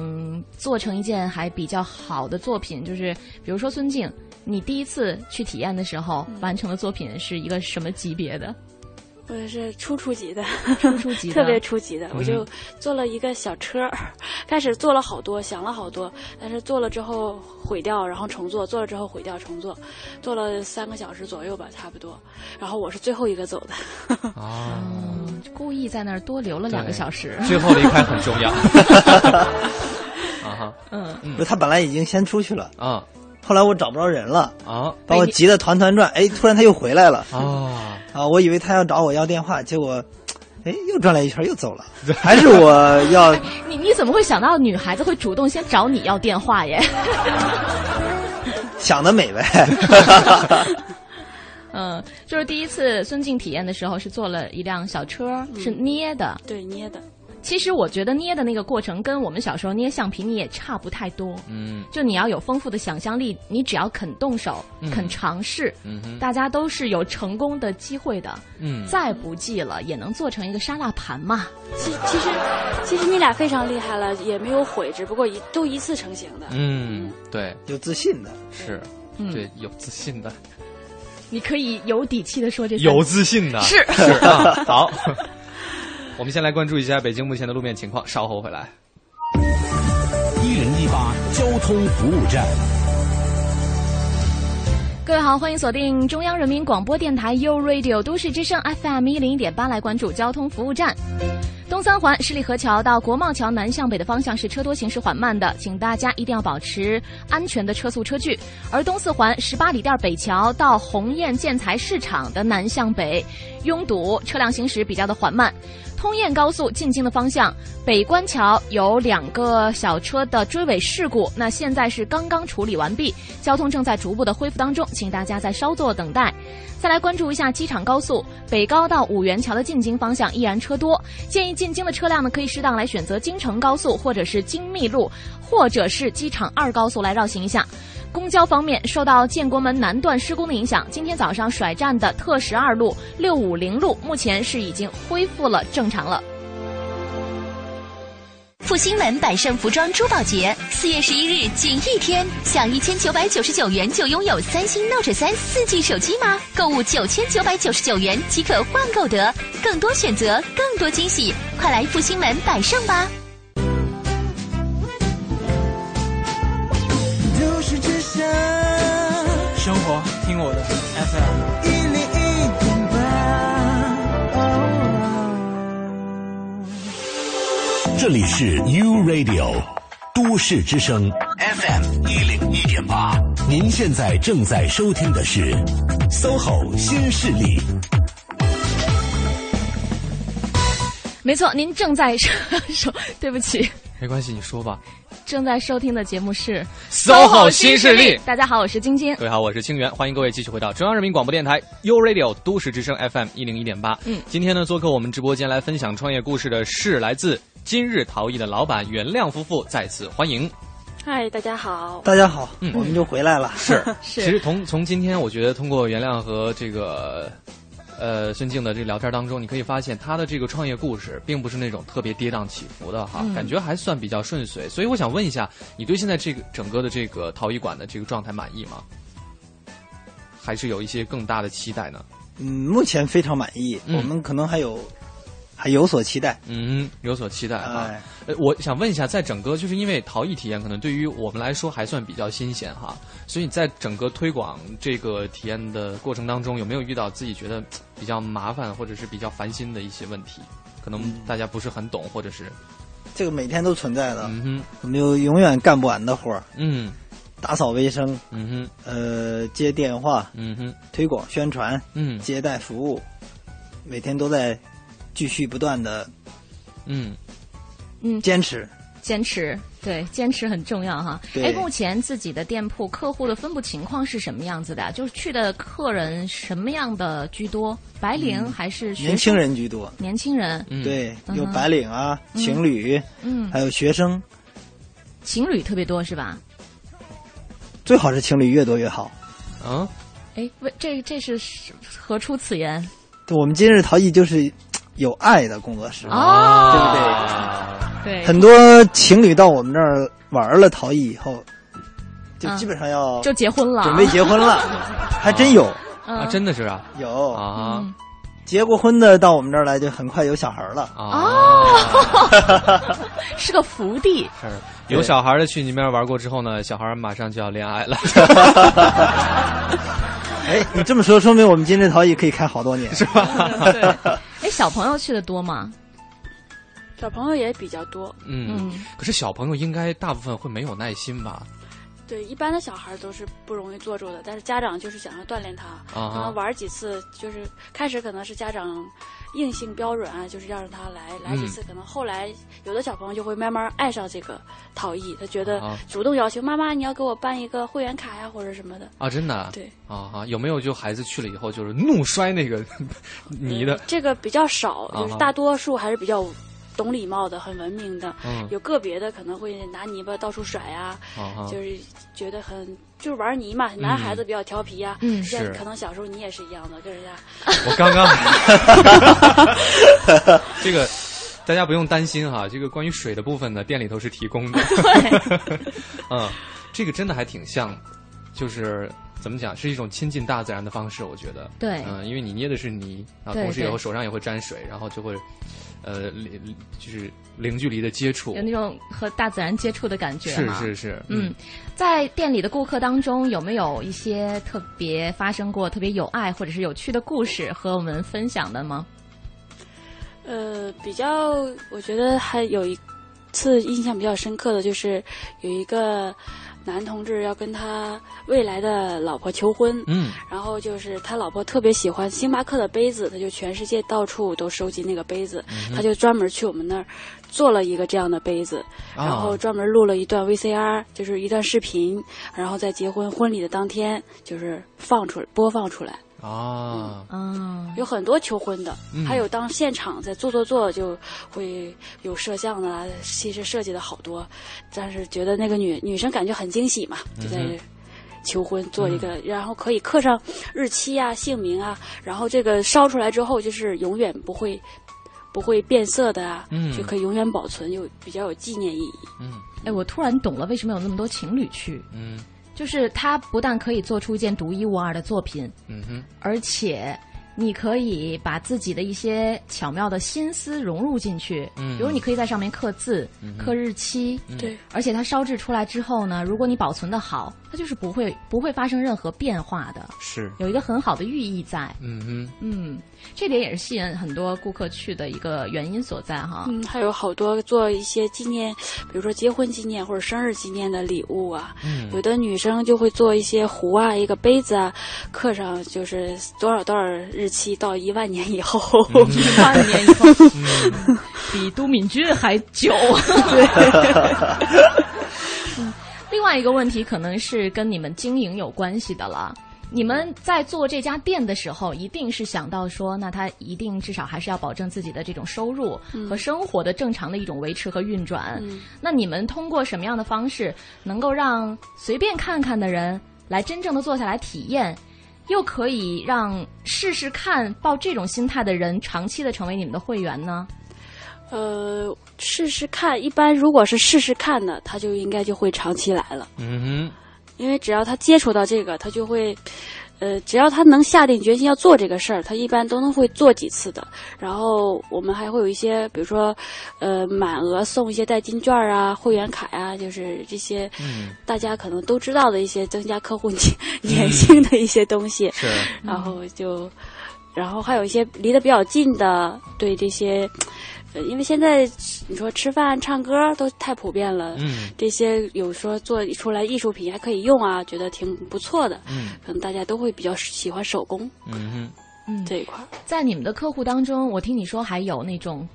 做成一件还比较好的作品，就是比如说孙静，你第一次去体验的时候、完成的作品是一个什么级别的？我是初初级的，初初级的特别初级的嗯，我就做了一个小车儿， 开始做了好多，想了好多，但是做了之后毁掉，然后重做，做了之后毁掉重做，做了三个小时左右吧，差不多。然后我是最后一个走的，啊嗯，故意在那儿多留了两个小时，最后离开很重 要。啊哈，嗯不是他本来已经先出去了啊，后来我找不着人了啊，把哎我急得团团转。哎，突然他又回来了啊啊！我以为他要找我要电话，结果，哎，又转了一圈又走了，还是我要你你怎么会想到女孩子会主动先找你要电话耶？想得美呗。 嗯，就是第一次孙静体验的时候是坐了一辆小车，是捏的。嗯对，捏的。其实我觉得捏的那个过程跟我们小时候捏橡皮泥也差不太多。嗯就你要有丰富的想象力，你只要肯动手、嗯肯尝试，嗯 哼大家都是有成功的机会的。嗯再不济了也能做成一个沙拉盘嘛。其其实其实你俩非常厉害了，也没有毁，只不过一都一次成型的。嗯，对，有自信的是，嗯对，有自信的，你可以有底气的说这三有自信的， 是 是啊，好。 我们先来关注一下北京目前的路面情况，稍后回来。一零一八交通服务站。各位好，欢迎锁定中央人民广播电台 u Radio 都市之声 FM 一零一点八，来关注交通服务站。东三环十里河桥到国贸桥南向北的方向是车多行驶缓慢的，请大家一定要保持安全的车速车距。而东四环十八里店北桥到鸿雁建材市场的南向北拥堵，车辆行驶比较的缓慢。通燕高速进京的方向，北关桥有两个小车的追尾事故，那现在是刚刚处理完毕，交通正在逐步的恢复当中，请大家再稍作等待。再来关注一下机场高速北高到五元桥的进京方向依然车多，建议进京的车辆呢可以适当来选择京承高速或者是京密路，或者是机场二高速来绕行一下。公交方面，受到建国门南段施工的影响，今天早上甩站的特十二路、六五零路目前是已经恢复了正常了。复兴门百盛服装珠宝节，四月十一日仅一天，享一千九百九十九元就拥有三星 Note 三四 G 手机吗？购物九千九百九十九元即可换购得，更多选择，更多惊喜，快来复兴门百盛吧！都市之声，生活听我的 FM 一零一点八。这里是 U Radio 都市之声 FM 一零一点八，您现在正在收听的是 SOHO 新势力。没错，您正在收 收，对不起，没关系，你说吧。正在收听的节目是 SOHO 新势力大家好，我是晶晶各。位好，我是清源，欢迎各位继续回到中央人民广播电台 u Radio 都市之声 FM 一零一点八。嗯今天呢，做客我们直播间来分享创业故事的是来自今日陶艺的老板袁亮夫妇，再次欢迎。嗨，大家好。大家好，我们就回来了。嗯是 是其实从从今天，我觉得通过袁亮和这个呃孙静的这个聊天当中，你可以发现他的这个创业故事，并不是那种特别跌宕起伏的哈，嗯感觉还算比较顺遂。所以我想问一下，你对现在这个整个的这个陶艺馆的这个状态满意吗？还是有一些更大的期待呢？嗯，目前非常满意。嗯我们可能还有还有所期待。嗯，有所期待啊。呃，我想问一下，在整个就是因为陶艺体验可能对于我们来说还算比较新鲜哈，所以你在整个推广这个体验的过程当中，有没有遇到自己觉得嗯比较麻烦或者是比较烦心的一些问题？可能大家不是很懂，或者是这个每天都存在的，我们有永远干不完的活儿。嗯，打扫卫生，嗯哼，呃，接电话，嗯哼，推广宣传，嗯，接待服务，每天都在继续不断的，嗯嗯，坚持。坚持，对，坚持很重要哈。对哎，目前自己的店铺客户的分布情况是什么样子的？啊就是去的客人什么样的居多？白领嗯还是学生年轻人？居多，年轻人，对，嗯有哼白领啊，嗯情侣，嗯还有学生，情侣特别多是吧？最好是情侣越多越好。啊，哎，为这这是是何出此言？我们今日陶艺就是有爱的工作室，哦对不对对？很多情侣到我们这儿玩了陶艺以后，就嗯基本上啊要就结婚了，准备结婚了，还真有 嗯啊，真的是啊，有啊。结过婚的到我们这儿来，就很快有小孩了啊哦， 是个福地。是有小孩的去你那边玩过之后呢，小孩马上就要恋爱了。哎，你这么说，说明我们今日陶艺可以开好 多年，是吧？哎，小朋友去的多吗？小朋友也比较多，嗯，可是小朋友应该大部分会没有耐心吧？对，一般的小孩都是不容易做住的，但是家长就是想要锻炼他，啊然后玩几次，就是开始可能是家长硬性标准啊，就是要让他来来几次，嗯可能后来有的小朋友就会慢慢爱上这个陶艺，他觉得啊主动要求妈妈你要给我办一个会员卡呀或者什么的，啊，真的啊对啊哈，有没有就孩子去了以后就是怒摔那个 泥的？这个比较少，啊就是大多数还是比较懂礼貌的，很文明的。嗯有个别的可能会拿泥巴到处甩啊，啊哈就是觉得很就是玩泥嘛，男孩子比较调皮呀、嗯像是可能小时候你也是一样的，跟人家。我刚刚 这个。大家不用担心哈，这个关于水的部分呢，店里头是提供的。 嗯，这个真的还挺像，就是怎么讲，是一种亲近大自然的方式，我觉得。对嗯，因为你捏的是泥，啊，对同时对以后手上也会沾水，然后就会，呃，零就是零距离的接触有。那种和大自然接触的感觉是吗？是是，嗯，在店里的顾客当中，有没有一些特别发生过特别有爱或者是有趣的故事和我们分享的吗？ 呃，比较，我觉得还有一次印象比较深刻的就是有一个男同志要跟他未来的老婆求婚，嗯，然后就是他老婆特别喜欢星巴克的杯子，他就全世界到处都收集那个杯子，嗯哼他就专门去我们那儿做了一个这样的杯子，啊然后专门录了一段 VCR，就是一段视频，然后在结婚婚礼的当天就是放出播放出来。啊，嗯，有很多求婚的，嗯还有当现场在做做做，就会有摄像的啊，其实设计的好多，但是觉得那个女女生感觉很惊喜嘛，就在嗯哼嗯求婚做一个，然后可以刻上日期啊、姓名啊，然后这个烧出来之后就是永远不会不会变色的啊，嗯就可以永远保存，有比较有纪念意义。嗯哎，我突然懂了为什么有那么多情侣去，嗯就是他不但可以做出一件独一无二的作品，嗯哼，而且你可以把自己的一些巧妙的心思融入进去，嗯比如你可以在上面刻字、刻日期，对，而且它烧制出来之后呢，如果你保存的好，它就是不会不会发生任何变化的，是，有一个很好的寓意在。嗯哼，嗯，这点也是吸引很多顾客去的一个原因所在哈。嗯，还有好多做一些纪念，比如说结婚纪念或者生日纪念的礼物啊。嗯有的女生就会做一些壶啊，一个杯子啊，刻上就是多少多少日期到一万年以后。一万年以后， 比都敏俊还久。对。嗯另外一个问题可能是跟你们经营有关系的了。你们在做这家店的时候，一定是想到说，那他一定至少还是要保证自己的这种收入嗯和生活的正常的一种维持和运转。嗯那你们通过什么样的方式，能够让随便看看的人来真正的坐下来体验，又可以让试试看抱这种心态的人长期的成为你们的会员呢？呃，试试看，一般如果是试试看的，他就应该就会长期来了，嗯哼，因为只要他接触到这个，他就会，呃，只要他能下定决心要做这个事儿，他一般都能会做几次的。然后我们还会有一些，比如说，呃，满额送一些代金券啊、会员卡呀、就是这些、嗯大家可能都知道的一些增加客户粘 嗯粘性的一些东西。是然后就，然后还有一些离得比较近的，对这些。呃，因为现在你说吃饭、唱歌都太普遍了，嗯这些有说做出来艺术品还可以用啊，觉得挺不错的，嗯可能大家都会比较喜欢手工嗯嗯，这一块儿。在你们的客户当中，我听你说还有那种，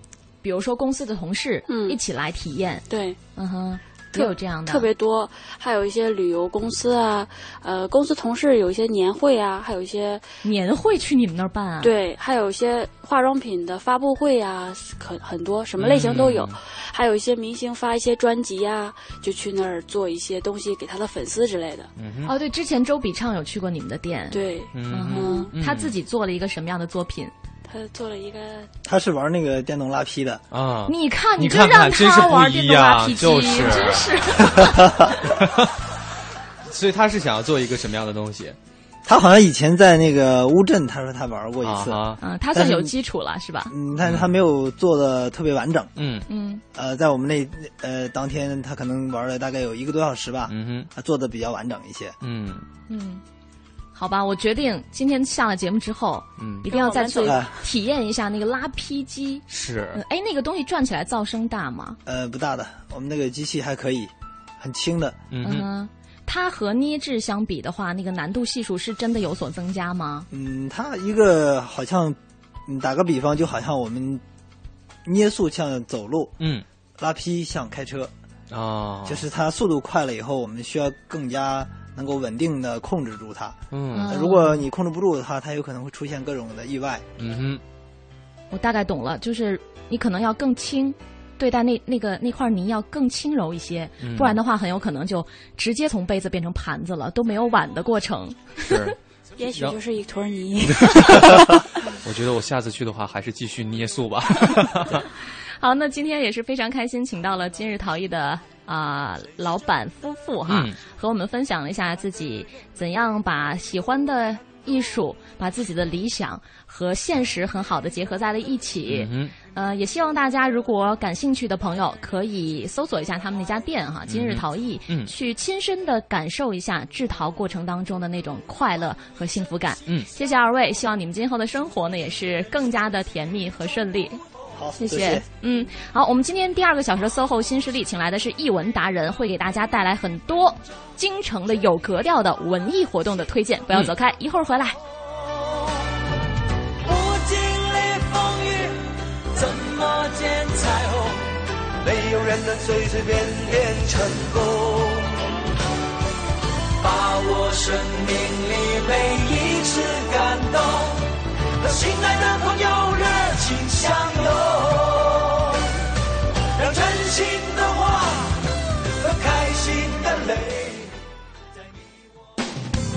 比如说公司的同事，嗯，一起来体验，对，嗯哼，也有这样的，特别多，还有一些旅游公司啊，呃，公司同事有一些年会啊，还有一些年会去你们那儿办啊？，对，还有一些化妆品的发布会啊，可很多什么类型都有，嗯还有一些明星发一些专辑啊，就去那儿做一些东西给他的粉丝之类的。嗯哦，对，之前周笔畅有去过你们的店，对，嗯嗯哼，他自己做了一个什么样的作品？他做了一个他是玩那个电动拉坯的啊你看你你看真看让真是他不玩电一动拉样皮，机，就是真是。所以他是想要做一个什么样的东西？ 他好像以前在那个乌镇，他说他玩过一次，啊嗯，他算有基础了，是吧？嗯，但是他没有做的特别完整。嗯嗯，呃，在我们那呃当天，他可能玩了大概有一个多小时吧。嗯哼，他做的比较完整一些。嗯嗯，好吧，我决定今天下了节目之后，嗯一定要再去跟我们做体验一下那个拉坯机。是嗯哎，那个东西转起来噪声大吗？呃，不大的，我们那个机器还可以，很轻的。嗯嗯哼，它和捏制相比的话，那个难度系数是真的有所增加吗？嗯，它一个好像，嗯，打个比方，就好像我们捏塑像走路，嗯，拉坯像开车，啊，就是它速度快了以后，我们需要更加能够稳定的控制住它。嗯如果你控制不住它，它有可能会出现各种的意外。嗯我大概懂了，就是你可能要更轻。对待那那个那块泥要更轻柔一些，嗯不然的话很有可能就直接从杯子变成盘子了，都没有碗的过程。哼，是。 也许然后就是一 坨 泥。我觉得我下次去的话，还是继续捏塑吧。好，那今天也是非常开心，请到了今日陶艺的啊、老板夫妇哈，嗯和我们分享了一下自己怎样把喜欢的艺术、把自己的理想和现实很好的结合在了一起。嗯呃，也希望大家如果感兴趣的朋友，可以搜索一下他们那家店哈，今日陶艺，嗯去亲身的感受一下制陶过程当中的那种快乐和幸福感。嗯谢谢二位，希望你们今后的生活呢也是更加的甜蜜和顺利。好，谢多谢嗯，好，我们今天第二个小时的 SOHO 新势力，请来的是艺文达人，会给大家带来很多京城的有格调的文艺活动的推荐，嗯不要走开，一会儿回来。不经历风雨，怎么见彩虹？没有人能随随便便成功。把握生命里每一次感动，和心爱的朋友热情相拥，让真心的话和开心的泪。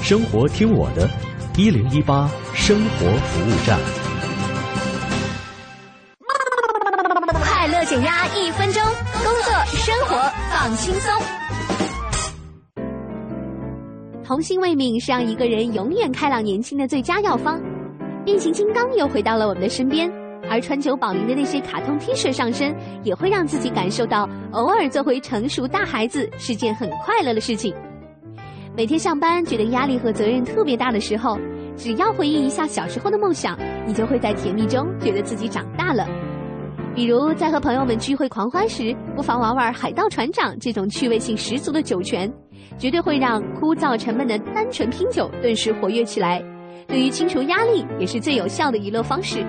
生活听我的，一零一八生活服务站。快乐减压一分钟，工作生活放轻松。童心未泯是让一个人永远开朗年轻的最佳药方。变形金刚又回到了我们的身边，而川久保玲的那些卡通 T 恤上身，也会让自己感受到偶尔做回成熟大孩子是件很快乐的事情。每天上班觉得压力和责任特别大的时候，只要回忆一下小时候的梦想，你就会在甜蜜中觉得自己长大了。比如在和朋友们聚会狂欢时，不妨玩玩海盗船长这种趣味性十足的酒泉，绝对会让枯燥沉闷的单纯拼酒顿时活跃起来。对于清除压力，也是最有效的娱乐方式。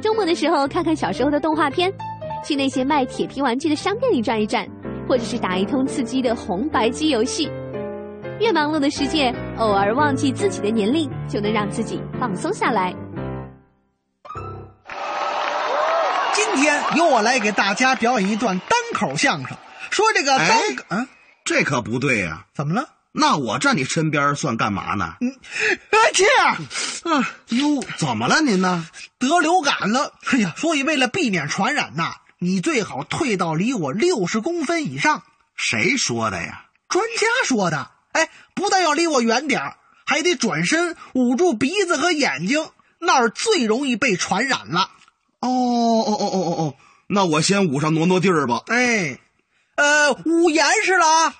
周末的时候，看看小时候的动画片，去那些卖铁皮玩具的商店里转一转，或者是打一通刺激的红白机游戏。越忙碌的世界，偶尔忘记自己的年龄，就能让自己放松下来。今天由我来给大家表演一段单口相声，说这个单口、哎嗯，啊这可不对呀、怎么了？那我站你身边算干嘛呢？ 啊，这样，啊，哟，怎么了您呢？得流感了。哎呀，所以为了避免传染呐，你最好退到离我六十公分以上。谁说的呀？专家说的，哎，不但要离我远点儿还得转身捂住鼻子和眼睛，那儿最容易被传染了。哦哦哦哦哦哦，那我先捂上挪挪地儿吧。哎，呃，捂严实了啊，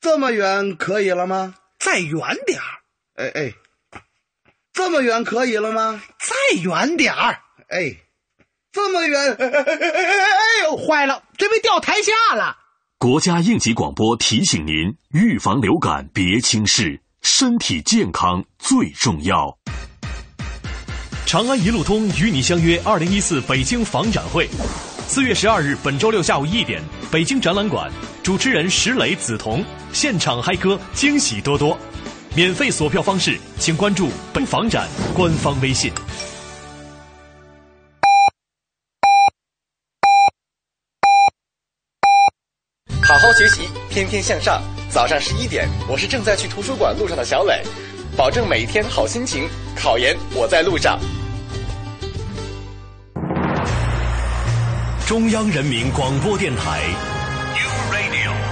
这么远可以了吗？再远点儿。哎哎，这么远可以了吗？再远点儿。哎，这么远， 哎哎哎哎哎呦，坏了，这被掉台下了。国家应急广播提醒您：预防流感，别轻视，身体健康最重要。长安一路通与你相约二零一四北京房展会，四月十二日本周六下午一点，北京展览馆，主持人石磊、梓潼，现场嗨歌，惊喜多多。免费索票方式，请关注北房展官方微信。好好学习，天天向上。早上十一点，我是正在去图书馆路上的小磊，保证每天好心情。考研我在路上。中央人民广播电台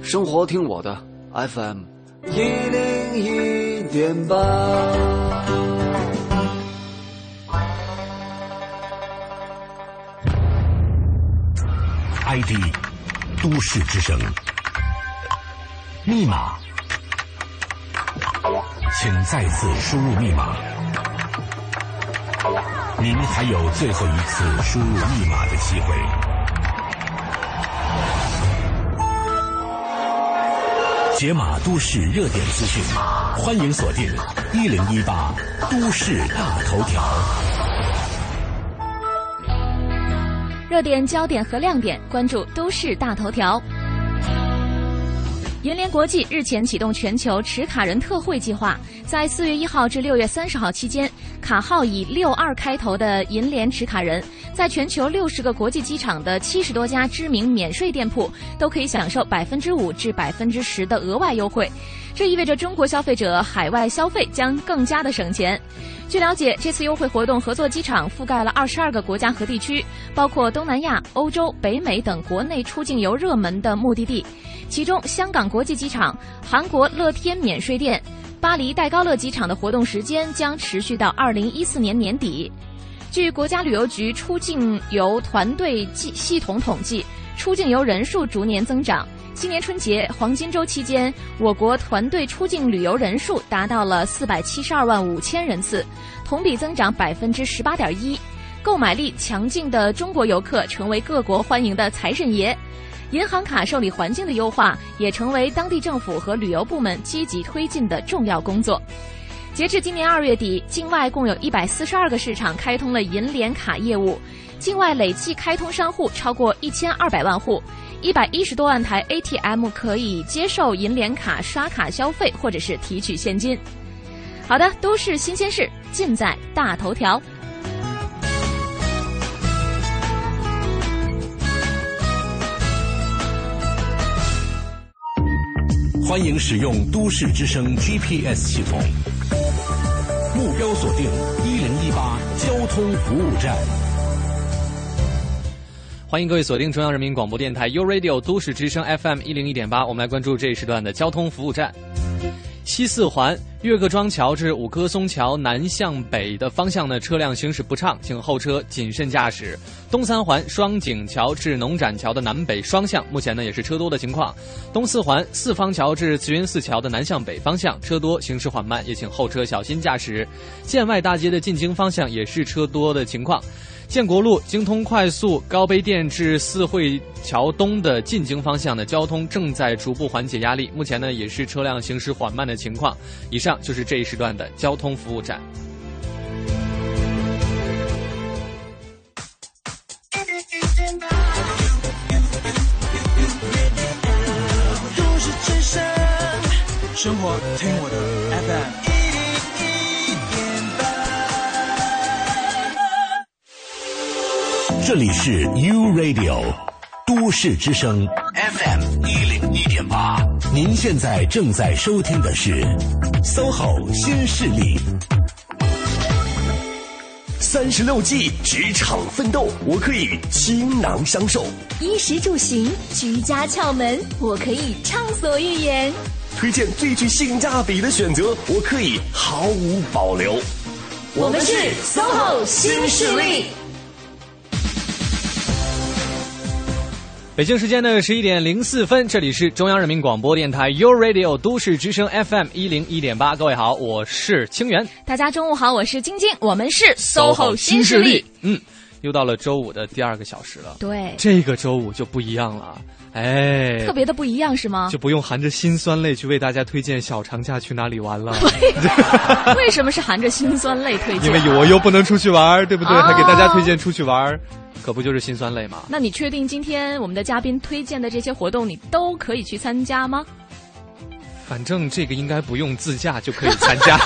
生活听我的 FM 一零一点八。 ID 都市之声，密码，请再次输入密码。您还有最后一次输入密码的机会。解码都市热点资讯，欢迎锁定一零一八都市大头条。热点、焦点和亮点，关注都市大头条。银联国际日前启动全球持卡人特惠计划，在四月一号至六月三十号期间，卡号以六二开头的银联持卡人，在全球六十个国际机场的七十多家知名免税店铺都可以享受百分之五至百分之十的额外优惠。这意味着中国消费者海外消费将更加的省钱。据了解，这次优惠活动合作机场覆盖了二十二个国家和地区，包括东南亚、欧洲、北美等国内出境游热门的目的地。其中，香港国际机场、韩国乐天免税店、巴黎戴高乐机场的活动时间将持续到二零一四年年底。据国家旅游局出境游团队系系统统计，出境游人数逐年增长。今年春节黄金周期间，我国团队出境旅游人数达到了四百七十二万五千人次，同比增长百分之十八点一。购买力强劲的中国游客成为各国欢迎的财神爷。银行卡受理环境的优化也成为当地政府和旅游部门积极推进的重要工作。截至今年二月底，境外共有一百四十二个市场开通了银联卡业务，境外累计开通商户超过一千二百万户，一百一十多万台 ATM 可以接受银联卡刷卡消费或者是提取现金。好的，都市新鲜事尽在大头条。欢迎使用都市之声 GPS 系统，目标锁定一零一八交通服务站。欢迎各位锁定中央人民广播电台 u Radio 都市之声 FM 一零一点八，我们来关注这一时段的交通服务站。西四环岳各庄桥至五棵松桥南向北的方向呢，车辆行驶不畅，请后车谨慎驾驶。东三环双井桥至农展桥的南北双向，目前呢也是车多的情况。东四环四方桥至慈云寺桥的南向北方向车多，行驶缓慢，也请后车小心驾驶。建外大街的进京方向也是车多的情况。建国路京通快速高碑店至四惠桥东的进京方向的交通正在逐步缓解压力，目前呢也是车辆行驶缓慢的情况。以上就是这一时段的交通服务站。都市之声，生活听我的 FM 一零一。这里是 U Radio 都市之声 FM 一零一点八，您现在正在收听的是 SOHO 新势力。三十六计，职场奋斗，我可以倾囊相授；衣食住行，居家窍门，我可以畅所欲言；推荐最具性价比的选择，我可以毫无保留。我们是 SOHO 新势力。北京时间的十一点零四分，这里是中央人民广播电台 u Radio 都市之声 FM 一零一点八。各位好，我是清源。大家中午好，我是晶晶，我们是 SOHO 新势力。，嗯，又到了周五的第二个小时了。对这个周五就不一样了，哎，特别的不一样是吗就？不用含着辛酸泪去为大家推荐小长假去哪里玩 了，为什么是含着辛酸泪推荐？因为我又不能出去玩，对不对？哦还给大家推荐出去玩，可不就是辛酸泪吗？那你确定今天我们的嘉宾推荐的这些活动你都可以去参加吗？反正这个应该不用自驾就可以参加，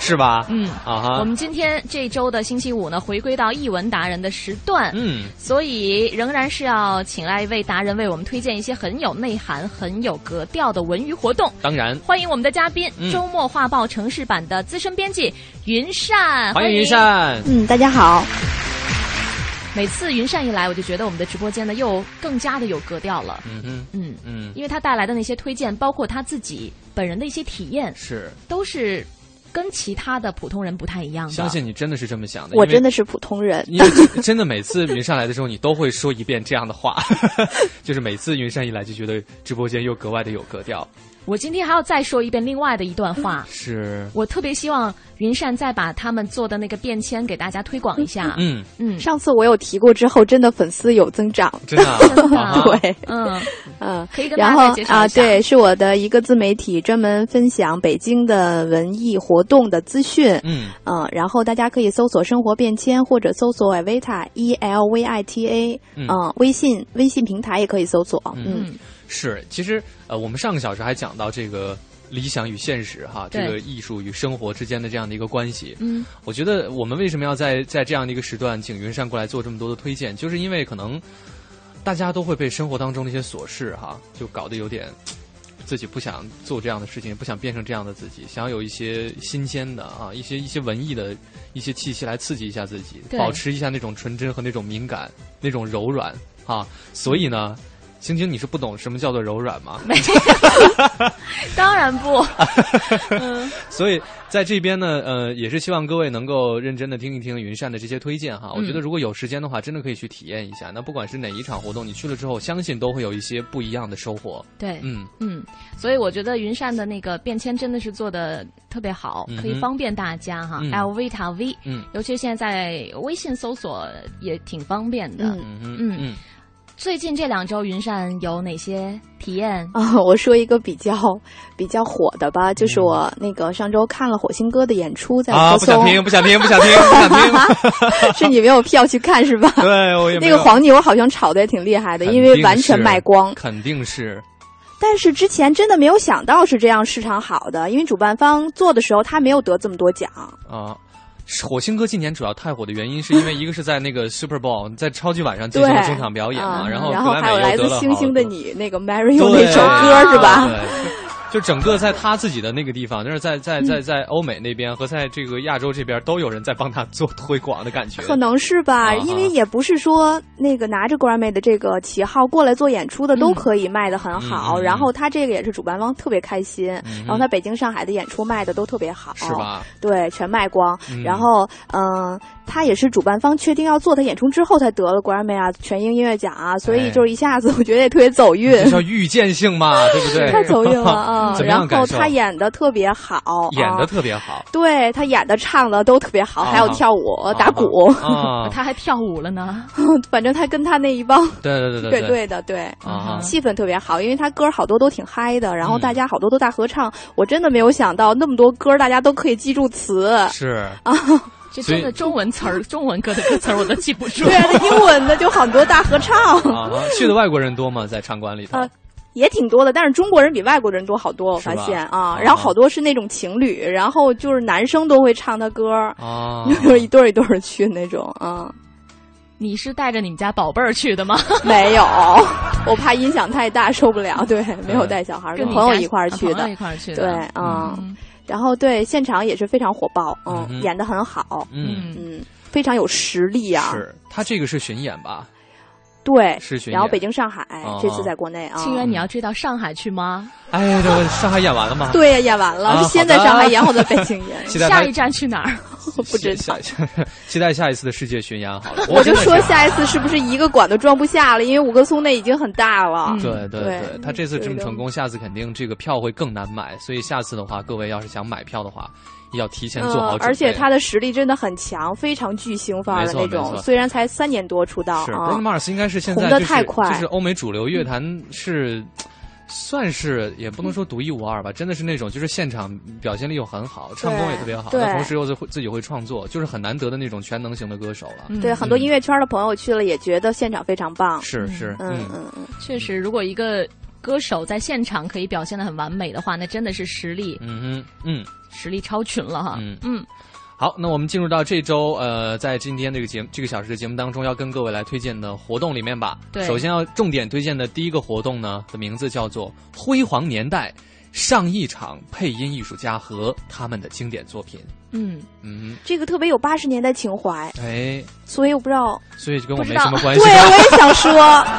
是吧？嗯啊哈，我们今天这周的星期五呢，回归到译文达人的时段，嗯所以仍然是要请来一位达人为我们推荐一些很有内涵、很有格调的文娱活动。当然欢迎我们的嘉宾，嗯周末画报城市版的资深编辑云善，欢迎云善。善。嗯，大家好。每次云善一来，我就觉得我们的直播间呢又更加的有格调了，嗯哼，嗯嗯，因为他带来的那些推荐，包括他自己本人的一些体验，是都是跟其他的普通人不太一样的。相信你真的是这么想的，我因为真的是普通人。因为真的每次云上来的时候，你都会说一遍这样的话， 就是每次云上一来就觉得直播间又格外的有格调。 我今天还要再说一遍另外的一段话。嗯是，我特别希望云善再把他们做的那个便签给大家推广一下。嗯嗯，上次我有提过之后，真的粉丝有增长，真的啊啊哈 对，嗯嗯，可以跟大然后家再介绍啊、一下。对，是我的一个自媒体，专门分享北京的文艺活动的资讯。嗯嗯，然后大家可以搜索“生活变迁”或者搜索 “Evita E L V I T A”，嗯微信微信平台也可以搜索。嗯嗯是，其实呃，我们上个小时还讲到这个理想与现实哈，这对个艺术与生活之间的这样的一个关系。嗯，我觉得我们为什么要在在这样的一个时段请云山过来做这么多的推荐，就是因为可能大家都会被生活当中的一些琐事哈，就搞得有点。自己不想做这样的事情，不想变成这样的自己，想要有一些新鲜的啊，一些一些文艺的一些气息来刺激一下自己，对保持一下那种纯真和那种敏感、那种柔软啊。所以呢，晶晶，你是不懂什么叫做柔软吗？ 当然不，所以在这边呢，呃，也是希望各位能够认真的听一听云善的这些推荐哈。我嗯觉得如果有时间的话，真的可以去体验一下。那不管是哪一场活动，你去了之后，相信都会有一些不一样的收获。对， 嗯，嗯，所以我觉得云善的那个便签真的是做的特别好，嗯哼可以方便大家哈。嗯 L V 塔 V，嗯尤其是现在在微信搜索也挺方便的。嗯嗯最近这两周云善有 哪些体验？啊、 我说一个比较比较火的吧，就是我那个上周看了火星哥的演出，在啊，合不想松，听，不想听，不 想听，不想听。是你没有票去看是吧？对，我也没那有个黄牛好像炒的也挺厉害的，肯因为定完全是啊卖光。肯定是。但是之前真的没有想到是这样市场好的，因为主办方做的时候他没有得这么多奖。啊。是火星哥今年主要太火的原因，是因为一个是在那个 Super Bowl，在超级晚上进对行了中场表演嘛，嗯后然后格莱还有美来又自得了星好星的你那个 Mario 对那首歌是吧？对，就整个在他自己的那个地方，就是在在在嗯在欧美那边和在这个亚洲这边都有人在帮他做推广的感觉。可能是吧，啊因为也不是说那个拿着 Grammy 的这个旗号过来做演出的都可以嗯卖的很好，然后他这个也是主办方特别开心，嗯然后他北京、上海的演出卖的都特别好，是吧？对，全卖光。嗯然后，嗯、他也是主办方确定要做他演出之后，才得了 Grammy 啊，全英音乐奖啊，所哎以就是一下子我觉得也特别走运。这叫预见性嘛，对 不对？太走运 了啊！怎么然样后感受？他演的特别好，演的啊特别好，对他演的、唱的都特别好，啊还有跳舞、打鼓， 啊他还跳舞了呢。反正他跟他那一帮对对对乐对队的，对，啊气氛特别好，因为他歌好多都挺嗨的，然后嗯大家好多都大合唱，我真的没有想到那么多歌大家都可以记住词是啊。这真的中文词儿、中文歌的歌词儿我都记不住。对啊，那英文的就很多大合唱，啊，去的外国人多吗？在场馆里头呃，也挺多的，但是中国人比外国人多好多，我发是吧现啊啊。然后好多是那种情侣，然后 就是男生都会唱他歌，啊，就是一对儿一对儿去那种啊。你是带着你们家宝贝儿去的吗？ 没有，我怕音响太大受不了。对，没有带小孩，跟你朋友家一块儿啊去朋的友一块儿去的对，嗯，然后对现场也是非常火爆，嗯，嗯哼演的很好，嗯嗯，非常有实力啊。是他这个是巡演吧？对，是巡演然后北京、上海、哦这次在国内啊，清源，你要追到上海去吗？哎呀，我上海演完了吗？对呀，演完了，啊是先在好的上海演，后在北京 演。期待他站去哪 儿？不知道，期待下一次的 世界巡演 好了。我真就的说是下一次是不是一个馆都装不下了？因为五棵松那已经很大了。对嗯对对，他这次这么对成功，下次肯定这个票会更难买，所以下次的话，各位要是想买票的话，要提前做好准嗯，备。而且他的实力真的很强，非常巨星范儿的没错那没种。错虽然才三年多出道是啊 Bruno，Mars 应该是现在红就的是太快，嗯就是欧美主流乐坛是。算是也不能说独一无二吧，真的是那种就是现场表现力又很好，唱功也特别好，对那同时又是会自己会创作，就是很难得的那种全能型的歌手了。嗯对很多音乐圈的朋友去了也觉得现场非常棒。是是，嗯嗯嗯，确实，如果一个歌手在现场可以表现的很完美的话，那真的是实力，嗯哼嗯。实力超群了哈。嗯嗯，好，那我们进入到这周，呃，在今天这个节目这个小时的节目当中，要跟各位来推荐的活动里面吧。对首先要重点推荐的第一个活动呢，的名字叫做《辉煌年代》，上一场配音艺术家和他们的经典作品。嗯，嗯，这个特别有八十年代情怀，哎，所以我不知道，所以就跟我不没知道什么，关系。对，我也想说。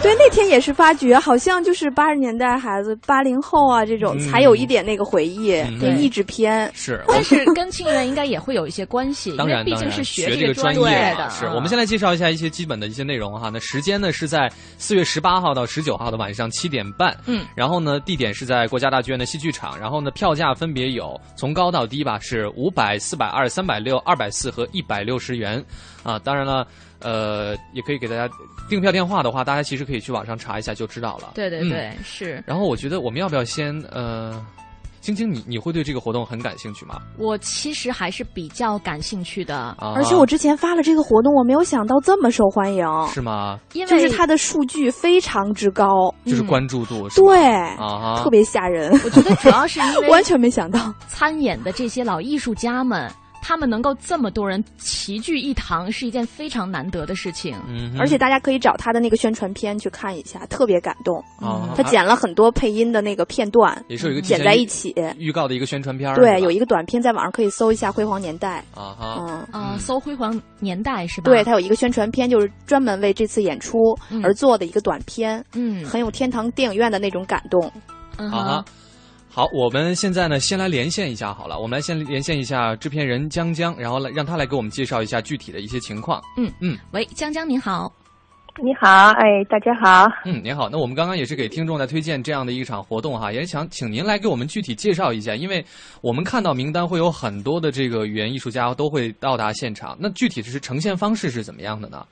对，那天也是发觉，好像就是八十年代孩子、八零后啊这种，嗯才有一点那个回忆，嗯对对意志片。是，但是跟清源应该也会有一些关系，当然，因为毕当竟然是学这个专业的嘛啊。是我们先来介绍一下一些基本的一些内容哈。那时间呢是在四月十八号到十九号的晚上七点半，嗯然后呢地点是在国家大剧院的戏剧场，然后呢票价分别有从高到低吧，是五百、四百二、三百六、二百四和一百六十元，啊，当然了。呃，也可以给大家订票电话的话，大家其实可以去网上查一下就知道了。对对嗯对，是然后我觉得我们要不要先呃，晶晶你你会对这个活动很感兴趣吗？我其实还是比较感兴趣的，啊而且我之前发了这个活动，我没有想到这么受欢迎，是吗？因为就是它的数据非常之高，就是关注度是吧？嗯对，啊哈特别吓人。我觉得主要是因为完全没想到，参演的这些老艺术家们，他们能够这么多人齐聚一堂，是一件非常难得的事情。嗯而且大家可以找他的那个宣传片去看一下，特别感动。哦他剪了很多配音的那个片段，也是有一个提前剪在一起。预告的一个宣传片儿，对，有一一个短片在网上可以搜一下《辉煌年代啊哈，嗯啊、呃搜辉煌年代是》，吧？对，它有一个宣传片，就是专门为这次演出嗯而做的一个短片，嗯很有天堂电影院的那种感动。嗯啊哈哈。好，我们现在呢，先来连线一下好了。我们来先连线一下制片人江江，然后来让他来给我们介绍一下具体的一些情况。嗯嗯喂，江江您好，你好，哎，大家好。嗯，您好。那我们刚刚也是给听众在推荐这样的一场活动哈，也是想请您来给我们具体介绍一下，因为我们看到名单会有很多的这个语言艺术家都会到达现场，那具体是呈现方式是怎么样的呢？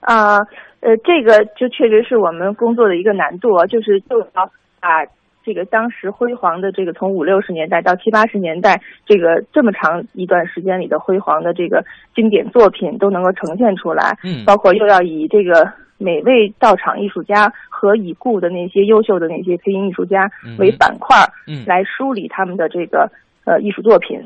呃呃，这个就确实是我们工作的一个难度，啊就是就要把这个当时辉煌的这个从五六十年代到七八十年代这个这么长一段时间里的辉煌的这个经典作品都能够呈现出来，嗯包括又要以这个每位到场艺术家和已故的那些优秀的那些配音艺术家为嗯板块儿嗯来梳理他们的这个呃艺术作品，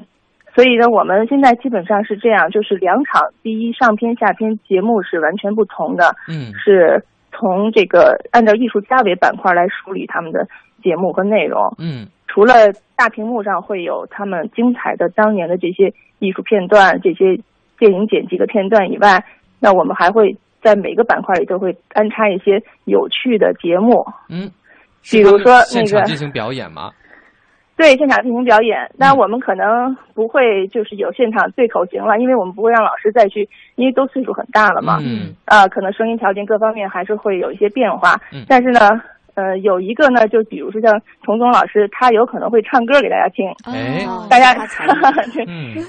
所以呢，我们现在基本上是这样，就是两场，第一上篇下篇节目是完全不同的，嗯是从这个按照艺术家为板块来梳理他们的节目和内容。嗯除了大屏幕上会有他们精彩的当年的这些艺术片段、这些电影剪辑的片段以外，那我们还会在每个板块里都会安插一些有趣的节目，嗯，比如说是他那们现场个进行表演吗？对，现场进行表演。嗯那我们可能不会就是有现场对口型了，因为我们不会让老师再去，因为都岁数很大了嘛。嗯。啊，可能声音条件各方面还是会有一些变化。嗯但是呢，呃，有一个呢，就比如说像童总老师，他有可能会唱歌给大家听。哎嗯大家才 对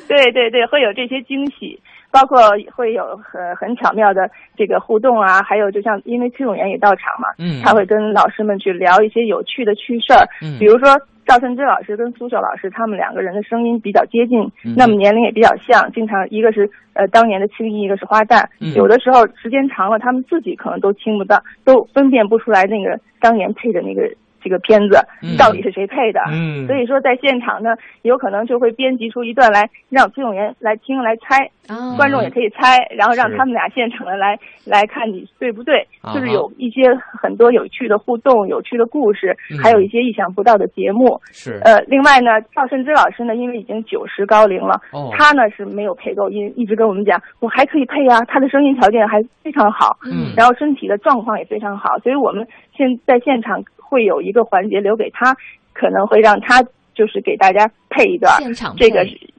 对对对，会有这些惊喜。包括会有很很巧妙的这个互动啊，还有就像因为崔永元也到场嘛，嗯他会跟老师们去聊一些有趣的趣事儿，嗯比如说赵晨之老师跟苏秀老师他们两个人的声音比较接近，嗯那么年龄也比较像，经常一个是呃当年的青衣，一个是花旦，嗯有的时候时间长了，他们自己可能都听不到，都分辨不出来那个当年配的那个这个片子嗯到底是谁配的。嗯所以说在现场呢，有可能就会编辑出一段来让听众员来听来猜，哦观众也可以猜，然后让是他们俩现场的来来看你对不对，啊哈就是有一些很多有趣的互动、有趣的故事，嗯还有一些意想不到的节目。是呃，另外呢，赵慎之老师呢，因为已经九十高龄了，哦他呢是没有配够音，一直跟我们讲，我还可以配啊，他的声音条件还非常好，嗯然后身体的状况也非常好，所以我们现在现场会有一个环节留给他，可能会让他就是给大家配一段儿，现场这个配是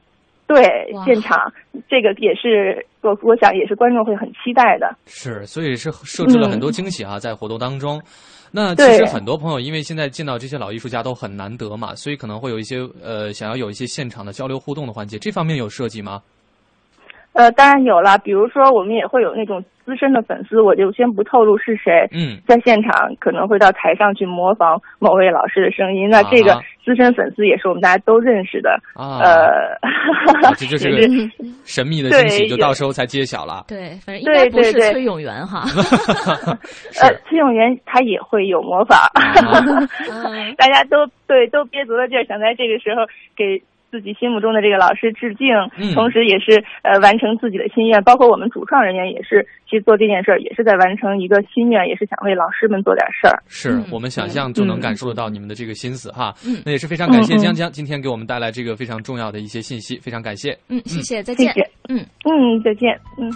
对哇现场这个也是我我想也是观众会很期待的，是，所以是设置了很多惊喜啊，在活动当中。那其实嗯对很多朋友因为现在见到这些老艺术家都很难得嘛，所以可能会有一些呃想要有一些现场的交流互动的环节，这方面有设计吗？呃，当然有了，比如说我们也会有那种资深的粉丝，我就先不透露是谁，嗯，在现场可能会到台上去模仿某位老师的声音。那这啊个资深粉丝也是我们大家都认识的，啊呃， 啊这就是也个 是神秘的惊喜，对就到时候才揭晓了。对，哎反正应对该不是对对崔永元哈。 呃，崔永元他也会有模仿，哦嗯大家都对都憋足了劲儿，想在这个时候给自己心目中的这个老师致敬，嗯同时也是呃完成自己的心愿。包括我们主创人员也是，其实做这件事儿也是在完成一个心愿，也是想为老师们做点事儿。是我们想象就能感受得到你们的这个心思哈。嗯那也是非常感谢嗯嗯嗯江江今天给我们带来这个非常重要的一些信息，非常感谢。嗯，谢谢，再谢见。谢，嗯嗯，再见，嗯。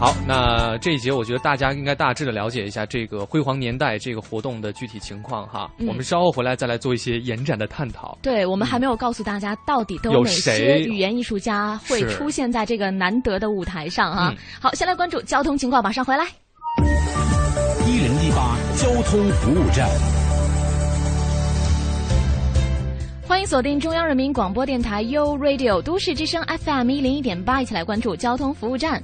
好，那这一节我觉得大家应该大致的了解一下这个辉煌年代这个活动的具体情况哈。嗯我们稍后回来再来做一些延展的探讨。对，我们还没有告诉大家到底嗯都有哪些谁语言艺术家会是出现在这个难得的舞台上啊嗯！好，先来关注交通情况，马上回来。一零一八交通服务站。欢迎锁定中央人民广播电台 u Radio 都市之声 FM 一零一点八，一起来关注交通服务站。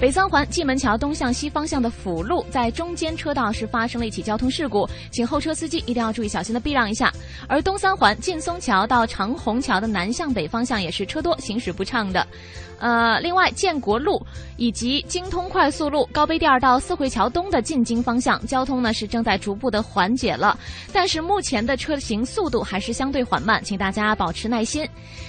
北三环蓟门桥东向西方向的辅路，在中间车道是发生了一起交通事故，请后车司机一定要注意小心的避让一下。而东三环劲松桥到长虹桥的南向北方向也是车多，行驶不畅的。呃，另外建国路以及京通快速路高碑店到四惠桥东的进京方向，交通呢是正在逐步的缓解了，但是目前的车行速度还是相对缓慢，请大家保持耐心。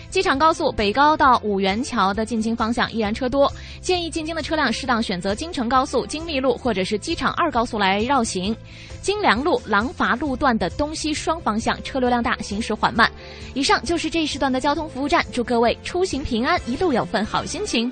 机场高速北高到五元桥的进京方向依然车多，建议进京的车辆适当选择京承高速、京密路或者是机场二高速来绕行。京良路、廊坊路段的东西双方向车流量大，行驶缓慢。以上就是这一时段的交通服务站，祝各位出行平安，一路有份好心情。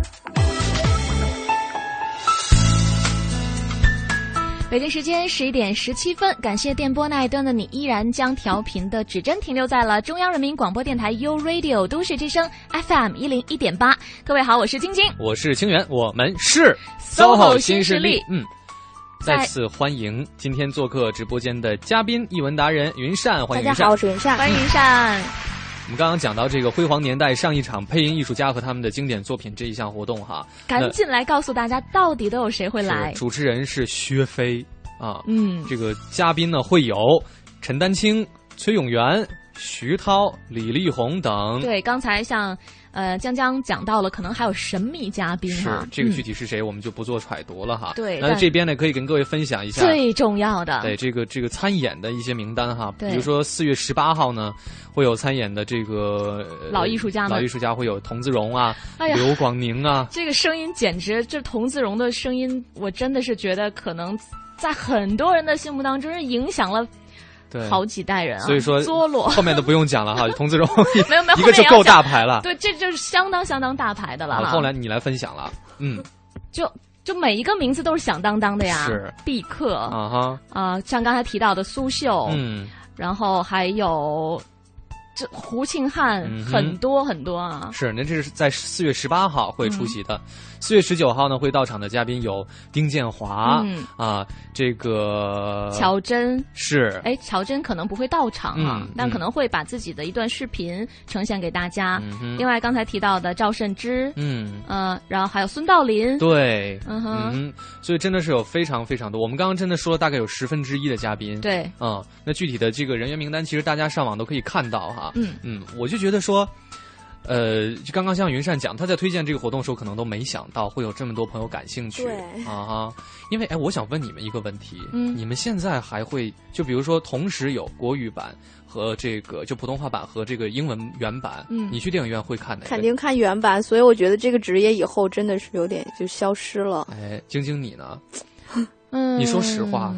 北京时间十一点十七分，感谢电波那一端的你，依然将调频的指针停留在了中央人民广播电台 u Radio 都市之声 FM 一零一点八。各位好，我是晶晶。我是清源，我们是 SOHO 新势新势力嗯，在再次欢迎今天做客直播间的嘉宾艺文达人云善，欢迎大家云善。好，我是云善，欢迎云善。我们刚刚讲到这个辉煌年代上一场配音艺术家和他们的经典作品这一项活动哈，赶那紧来告诉大家，到底都有谁会是来？主持人是薛飞啊，嗯这个嘉宾呢会有陈丹青、崔永元、徐涛、李丽红等。对，刚才像呃江江讲到了，可能还有神秘嘉宾是哈，这个具嗯体是谁，我们就不做揣度了哈。对那但这边呢可以跟各位分享一下。最重要的对这个这个参演的一些名单哈，比对如说四月十八号呢，会有参演的这个呃老艺术家们老艺术家会有童自荣啊、哎呀刘广宁啊，这个声音简直，这童自荣的声音，我真的是觉得可能在很多人的心目当中是影响了对，好几代人啊。所以说佐罗后面都不用讲了哈，童自荣 没有没有，一后个面就也要够大讲牌了。对，这就是相当相当大牌的了好啊。后来你来分享了，嗯就就每一个名字都是响当当的呀，是毕克啊、啊哈，哦像刚才提到的苏秀，嗯然后还有这胡庆汉很多很多啊。是，您这是在四月十八号会嗯出席的，四、月十九号呢会到场的嘉宾有丁建华、嗯啊，这个乔真是哎，乔真可能不会到场啊，嗯但嗯可能会把自己的一段视频呈现给大家。嗯哼另外，刚才提到的赵慎之，嗯呃，然后还有孙道临，对，嗯哼哼，所以真的是有非常非常多。我们刚刚真的说了大概有十分之一的嘉宾，对嗯，那具体的这个人员名单，其实大家上网都可以看到哈。嗯嗯，我就觉得说，呃，就刚刚像云善讲，他在推荐这个活动的时候，可能都没想到会有这么多朋友感兴趣对啊哈。因为哎，我想问你们一个问题，嗯你们现在还会就比如说同时有国语版和这个就普通话版和这个英文原版，嗯你去电影院会看哪个？肯定看原版，所以我觉得这个职业以后真的是有点就消失了。哎，晶晶你呢？嗯，你说实话，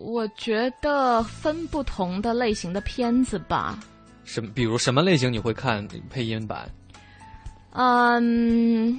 我觉得分不同的类型的片子吧。什么？比如什么类型你会看配音版？嗯，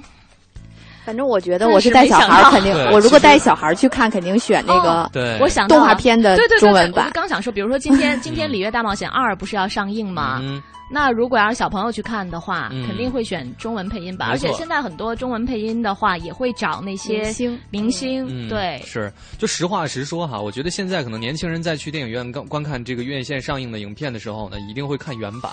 反正我觉得但我是是带没小想孩到哦儿，肯定对我如其果实带小孩儿去看，肯定选那个对我想到动画了片的对对对中对文版我。刚想说，比如说今天今天《里约大冒险二》不是要上映吗？嗯那如果要是小朋友去看的话，嗯肯定会选中文配音版，没而且错现在很多中文配音的话，也会找那些明星嗯明星对，嗯是，就实话实说哈，我觉得现在可能年轻人在去电影院观观看这个院线上映的影片的时候呢，一定会看原版，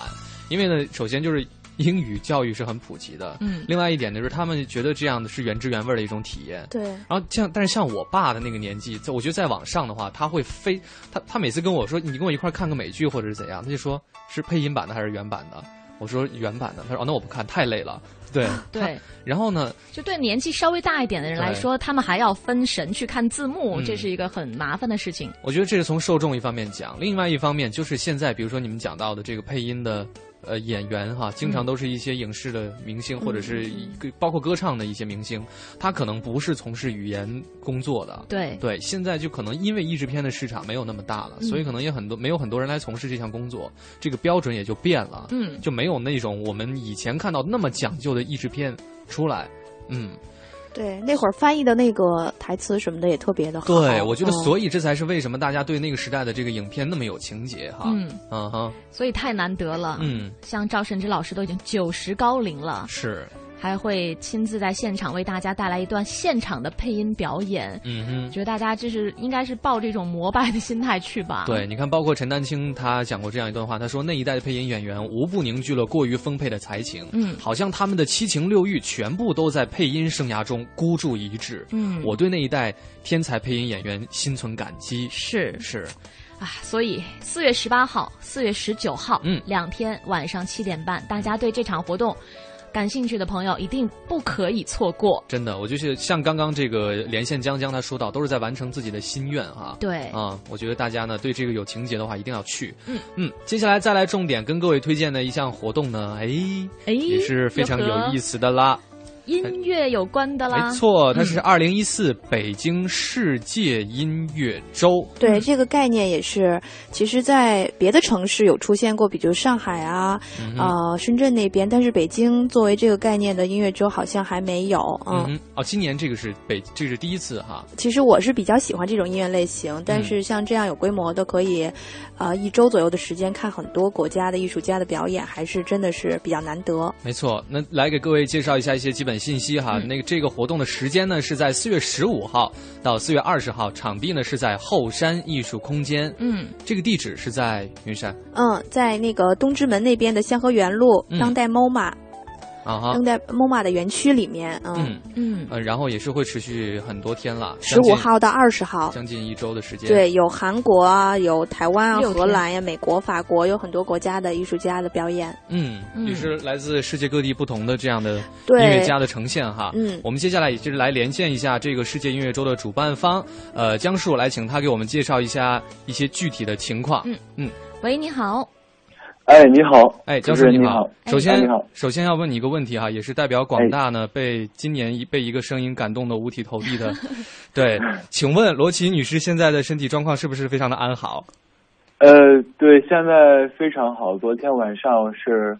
因为呢，首先就是英语教育是很普及的，嗯另外一点呢，就是他们觉得这样的是原汁原味的一种体验，对，然后像，但是像我爸的那个年纪，在我觉得再往上的话，他会非他他每次跟我说，你跟我一块儿看个美剧或者是怎样，他就说是配音版的还是原版的？我说原版的，他说哦，那我不看，太累了。对对，他 然后呢，就对年纪稍微大一点的人来说，他们还要分神去看字幕，嗯这是一个很麻烦的事情。我觉得这是从受众一方面讲，另外一方面就是现在，比如说你们讲到的这个配音的呃演员哈，经嗯常都是一些影视的明星，或者是一个包括歌唱的一些明星，他可能不是从事语言工作的。对对，现在就可能因为译制片的市场没有那么大了，嗯所以可能也很多没有很多人来从事这项工作，这个标准也就变了，嗯就没有那种我们以前看到那么讲究的译制片出来，嗯。对，那会儿翻译的那个台词什么的也特别的好。对，我嗯觉得所以、以这才是为什么大家对那个时代的这个影片那么有情节哈。嗯嗯哼，所以太难得了。嗯，像赵慎之老师都已经九十高龄了，是，还会亲自在现场为大家带来一段现场的配音表演。嗯我哼。觉得大家这是应该是抱这种膜拜的心态去吧。对，，你看，包括陈丹青，他讲过这样一段话，他说那一代的配音演员无不凝聚了过于丰沛的才情，嗯好像他们的七情六欲全部都在配音生涯中孤注一掷，嗯我对那一代天才配音演员心存感激，是是，啊，所以四月十八号、四月十九号，嗯两天晚上七点半，大家对这场活动感兴趣的朋友一定不可以错过。真的，我就是像刚刚这个连线江江他说到，都是在完成自己的心愿哈。对啊、我觉得大家呢对这个有情节的话，一定要去。嗯嗯，接下来再来重点跟各位推荐的一项活动呢，哎哎也是非常有意思的啦。音乐有关哎的啦，没错，它嗯是二零一四北京世界音乐周。对这个概念也是，其实，在别的城市有出现过，比如上海啊、嗯哼呃深圳那边，但是北京作为这个概念的音乐周好像还没有。嗯哼，哦，今年这个是北，这是第一次哈。其实我是比较喜欢这种音乐类型，但嗯是像这样有规模的，可以，呃，一周左右的时间看很多国家的艺术家的表演，还是真的是比较难得。没错，那来给各位介绍一下一些基本信息嗯哈。那个这个活动的时间呢是在四月十五号到四月二十号，场地呢是在后山艺术空间。嗯，这个地址是在云山嗯，在那个东直门那边的香河园路、嗯当代 MOMA、啊哈当。代 MOMA 的园区里面，嗯嗯，嗯呃，然后也是会持续很多天了，十五、号到二十号。将近一周的时间。对，有韩国啊，有台湾啊、六荷天兰呀、美国、法国，有很多国家的艺术家的表演。嗯，嗯也是来自世界各地不同的这样的音对乐家的呈现哈。嗯我们接下来也就是来连线一下这个世界音乐周的主办方，呃，江树来请他给我们介绍一下一些具体的情况。嗯嗯，喂，你好，哎，你好，哎，主教持授人你你好，首哎先、你好，首先要问你一个问题哈，也是代表广大呢、被今年一被一个声音感动的五体投地 的，对，请问罗琦女士现在的身体状况是不是非常的安好？呃，对，现在非常好。昨天晚上是，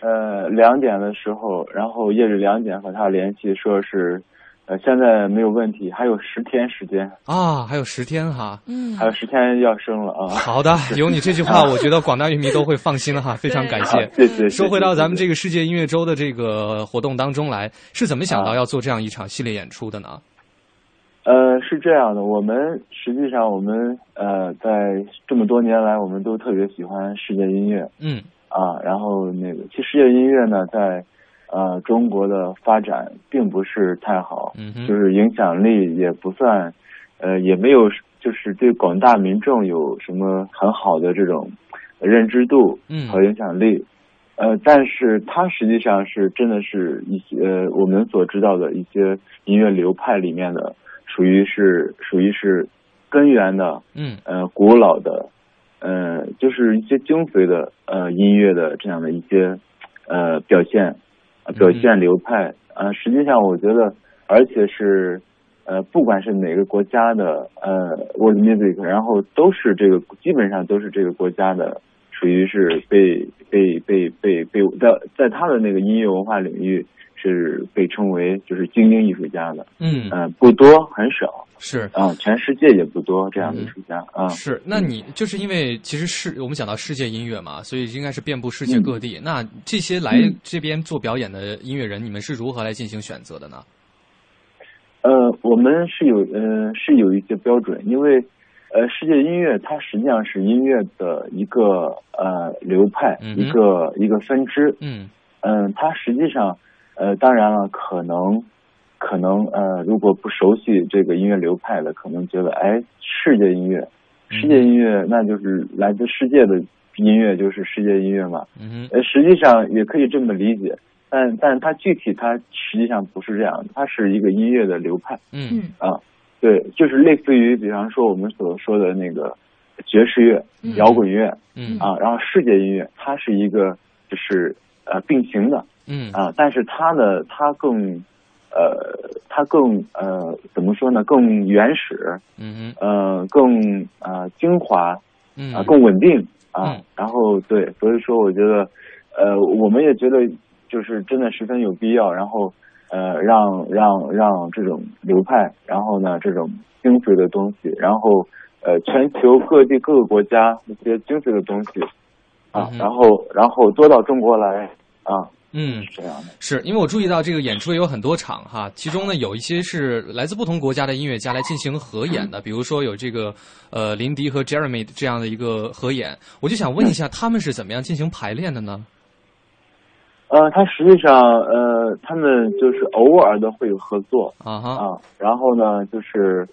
呃，两点的时候，然后夜里两点和他联系，说是呃，现在没有问题，还有十天时间啊，还有十天哈，嗯，还有十天要生了啊。好的，有你这句话，我觉得广大乐迷都会放心了哈，非常感谢。谢谢。说回到咱们这个世界音乐周的这个活动当中来，是怎么想啊到要做这样一场系列演出的呢？呃，是这样的，我们实际上我们呃，在这么多年来，我们都特别喜欢世界音乐，嗯，啊，然后那个，其实世界音乐呢，在。呃，中国的发展并不是太好，嗯、就是影响力也不算，呃，也没有，就是对广大民众有什么很好的这种认知度嗯和影响力。嗯、呃，但是它实际上是真的是一些、呃、我们所知道的一些音乐流派里面的，属于是属于是根源的，嗯，呃，古老的，呃，就是一些精髓的呃音乐的这样的一些呃表现。呃表现流派，呃，实际上我觉得，而且是，呃，不管是哪个国家的，呃，world music，然后都是这个，基本上都是这个国家的，属于是被被被被被在在他的那个音乐文化领域是被称为就是精英艺术家的，嗯，呃，不多很少。是嗯啊，全世界也不多这样的艺术家啊。是，那你就是因为其实是我们讲到世界音乐嘛，所以应该是遍布世界各地。嗯、那这些来这边做表演的音乐人，嗯、你们是如何来进行选择的呢？呃，我们是有呃是有一些标准，因为呃世界音乐它实际上是音乐的一个呃流派，嗯一个一个分支。嗯嗯、呃，它实际上呃当然了，可能。可能呃，如果不熟悉这个音乐流派的，可能觉得哎，世界音乐，世界音乐那就是来自世界的音乐，就是世界音乐嘛。嗯，呃，实际上也可以这么理解，但但它具体它实际上不是这样，它是一个音乐的流派。嗯啊，对，就是类似于比方说我们所说的那个爵士乐、嗯、摇滚乐，嗯啊，然后世界音乐它是一个就是呃并行的，嗯啊，但是它的它更。呃，它更呃怎么说呢？更原始，嗯呃，更呃精华，嗯啊、更稳定啊。嗯、然后对，所以说我觉得，呃，我们也觉得就是真的十分有必要。然后呃，让让让这种流派，然后呢这种精髓的东西，然后呃全球各地各个国家一些精髓的东西啊，嗯然后然后多到中国来啊。嗯，是这样的，是因为我注意到这个演出也有很多场哈，其中呢有一些是来自不同国家的音乐家来进行合演的，比如说有这个呃林迪和 Jeremy 这样的一个合演，我就想问嗯一下他们是怎么样进行排练的呢？呃，他实际上，呃，他们就是偶尔的会有合作啊哈啊，然后呢，就是，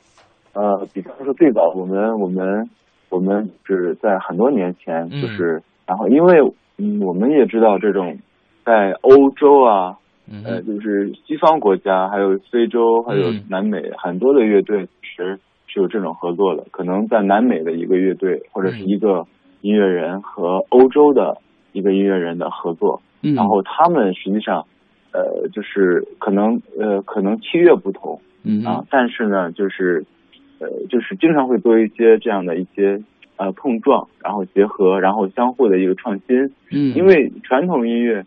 呃，比方说最早我们我们我们是在很多年前，嗯就是，然后因为嗯，我们也知道这种在欧洲啊，嗯呃，就是西方国家，还有非洲，还有嗯南美，很多的乐队其实是有这种合作的，可能在南美的一个乐队或嗯者是一个音乐人和欧洲的一个音乐人的合作。嗯然后他们实际上，呃，就是可能呃可能契约不同嗯啊，但是呢，就是呃就是经常会做一些这样的一些呃碰撞，然后结合，然后相互的一个创新。嗯因为传统音乐，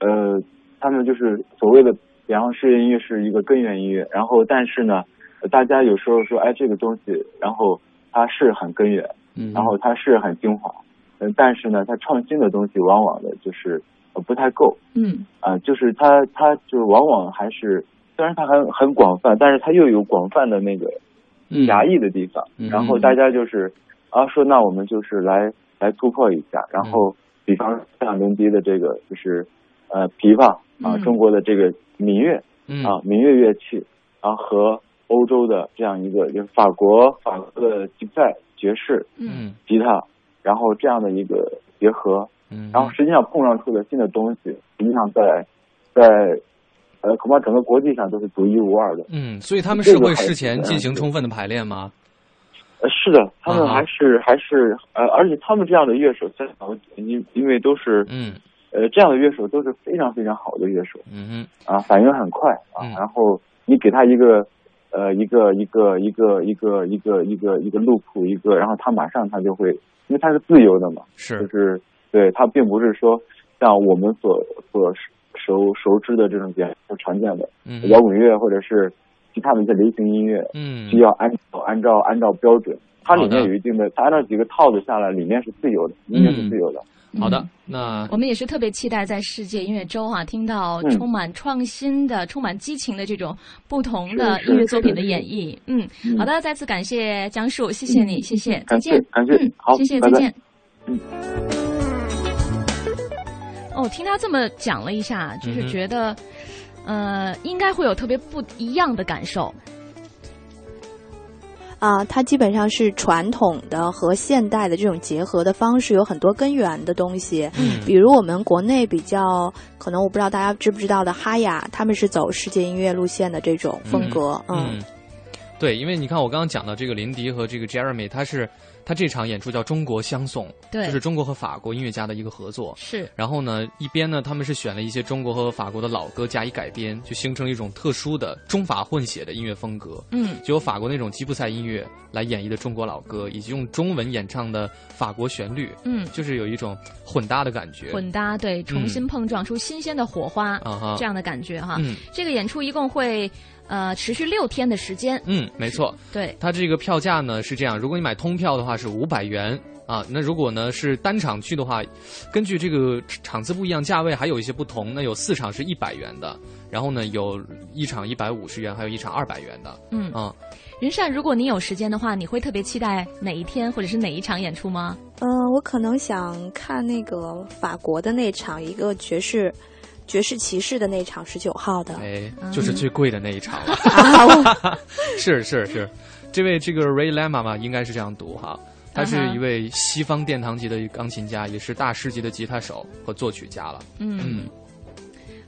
呃，他们就是所谓的，比方说世界音乐是一个根源音乐，然后但是呢，呃大家有时候说，哎，这个东西，然后它是很根源，嗯然后它是很精华，嗯，但是呢，它创新的东西往往的就是呃不太够，嗯啊、就是它它就是往往还是虽然它很很广泛，但是它又有广泛的那个嗯狭义的地方，嗯然后大家就是啊说那我们就是来来突破一下，嗯然后比方像林迪的这个就是呃琵琶啊、嗯中国的这个民乐嗯啊民乐乐器，然、后和欧洲的这样一个就是法国法国的吉赛爵士嗯吉他，然后这样的一个结合，嗯，然后实际上碰撞出的新的东西，实际上在在呃，恐怕整个国际上都是独一无二的。嗯，所以他们这是个会还事前进行嗯充分的排练吗？呃，是的，他们啊哈还是、还是呃，而且他们这样的乐手，在因因为都是嗯呃这样的乐手都是非常非常好的乐手嗯啊，反应很快啊，然后你给他一个呃一个一个一个一个一个一个一个路谱一个，然后他马上他就会，因为他是自由的嘛，是就是对他并不是说像我们所所熟熟知的这种比较常见的嗯摇滚乐或者是其他的一些流行音乐，嗯，需要按照按照按照标准，它里面有一定的，它按照几个套子下来，里面是自由的，音乐嗯是自由的。好的，那我们也是特别期待在世界音乐周啊，听到啊嗯充满创新的、充满激情的这种不同的是是音乐作品的是演绎。嗯，嗯好的，再次感谢江树，谢谢你，谢谢，再感谢见，感谢嗯好谢谢，再拜拜嗯见。哦，听他这么讲了一下，就嗯是哼觉得，呃，应该会有特别不一样的感受。啊、它基本上是传统的和现代的这种结合的方式，有很多根源的东西。嗯比如我们国内比较可能我不知道大家知不知道的哈雅，他们是走世界音乐路线的这种风格。嗯，对，因为你看我刚刚讲到这个林迪和这个 Jeremy，他是他这场演出叫《中国相送》，对就是中国和法国音乐家的一个合作。是然后呢，一边呢，他们是选了一些中国和法国的老歌加以改编，就形成一种特殊的中法混血的音乐风格。嗯就有法国那种吉普赛音乐来演绎的中国老歌，以及用中文演唱的法国旋律，嗯就是有一种混搭的感觉。混搭，对，重新碰撞出新鲜的火花，啊哈这样的感觉哈。嗯这个演出一共会呃持续六天的时间。嗯，没错。对，它这个票价呢是这样，如果你买通票的话是五百元啊，那如果呢是单场去的话，根据这个场次不一样，价位还有一些不同。那有四场是一百元的，然后呢有一场一百五十元，还有一场二百元的。嗯啊，仁善，如果你有时间的话，你会特别期待哪一天或者是哪一场演出吗？嗯，我可能想看那个法国的那场一个爵士。爵士骑士的那场十九号嗯的，哎，就是最贵的那一场了。 是是是，这位这个 Ray Lama 嘛，应该是这样读哈。他是嗯哼一位西方殿堂级的钢琴家，也是大师级的吉他手和作曲家了。嗯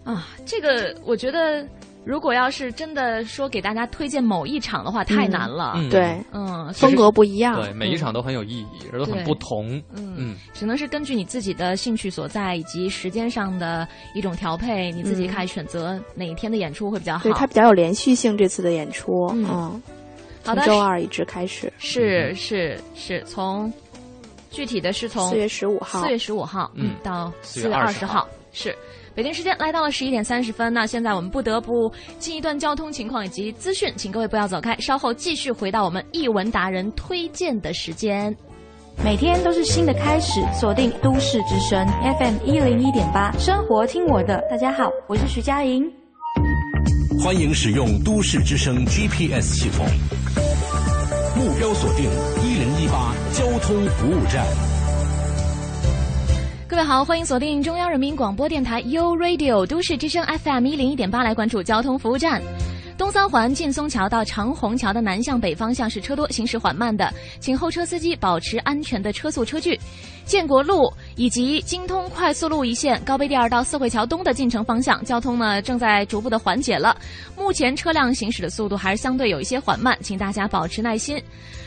啊，这个我觉得，如果要是真的说给大家推荐某一场的话，太难了。嗯对嗯，风格不一样对，每一场都很有意义，而都很对不同。嗯只能是根据你自己的兴趣所在以及时间上的一种调配，你自己看选择哪一天的演出会比啊较好。嗯对它比较有连续性。这次的演出，嗯嗯，好从的周二一直开始，嗯是是是从具体的是从4月15号四月十五号，嗯嗯，到4四月二20十号是。北京时间来到了十一点三十分，那现在我们不得不进一段交通情况以及资讯，请各位不要走开，稍后继续回到我们译文达人推荐的时间。每天都是新的开始，锁定都市之声 FM 一零一点八，生活听我的。大家好，我是徐佳莹。欢迎使用都市之声 GPS 系统，目标锁定一零一八交通服务站。各位好，欢迎锁定中央人民广播电台 u Radio 都市之声 FM 一零一点八来关注交通服务站。东三环劲松桥到长虹桥的南向北方向是车多，行驶缓慢的，请后车司机保持安全的车速车距。建国路以及京通快速路一线高碑店到四惠桥东的进城方向，交通呢正在逐步的缓解了。目前车辆行驶的速度还是相对有一些缓慢，请大家保持耐心。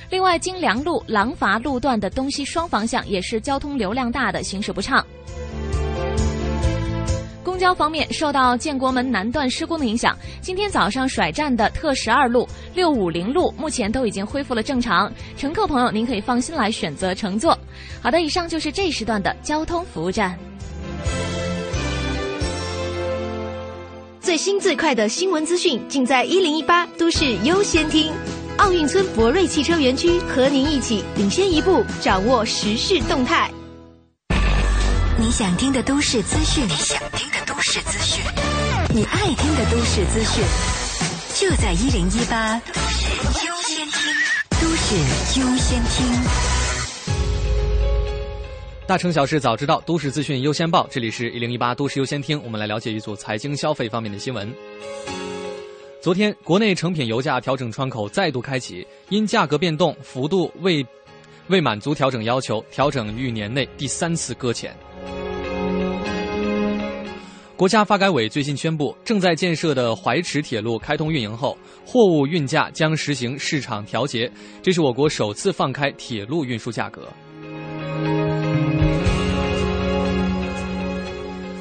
另外，京良路廊坊路段的东西双方向也是交通流量大的，行驶不畅。公交方面，受到建国门南段施工的影响，今天早上甩站的特十二路、六五零路目前都已经恢复了正常，乘客朋友您可以放心来选择乘坐。好的，以上就是这一时段的交通服务站。最新最快的新闻资讯尽在一零一八都市优先听。奥运村博瑞汽车园区和您一起领先一步，掌握时事动态。你想听的都市资讯，你想听的都市资讯，你爱听的都市资讯，就在一零一八都市优先听，都市优先听。大城小事早知道，都市资讯优先报。这里是一零一八都市优先听，我们来了解一组财经消费方面的新闻。昨天，国内成品油价调整窗口再度开启，因价格变动幅度未未满足调整要求，调整逾年内第三次搁浅。国家发改委最近宣布，正在建设的怀驰铁路开通运营后，货物运价将实行市场调节，这是我国首次放开铁路运输价格。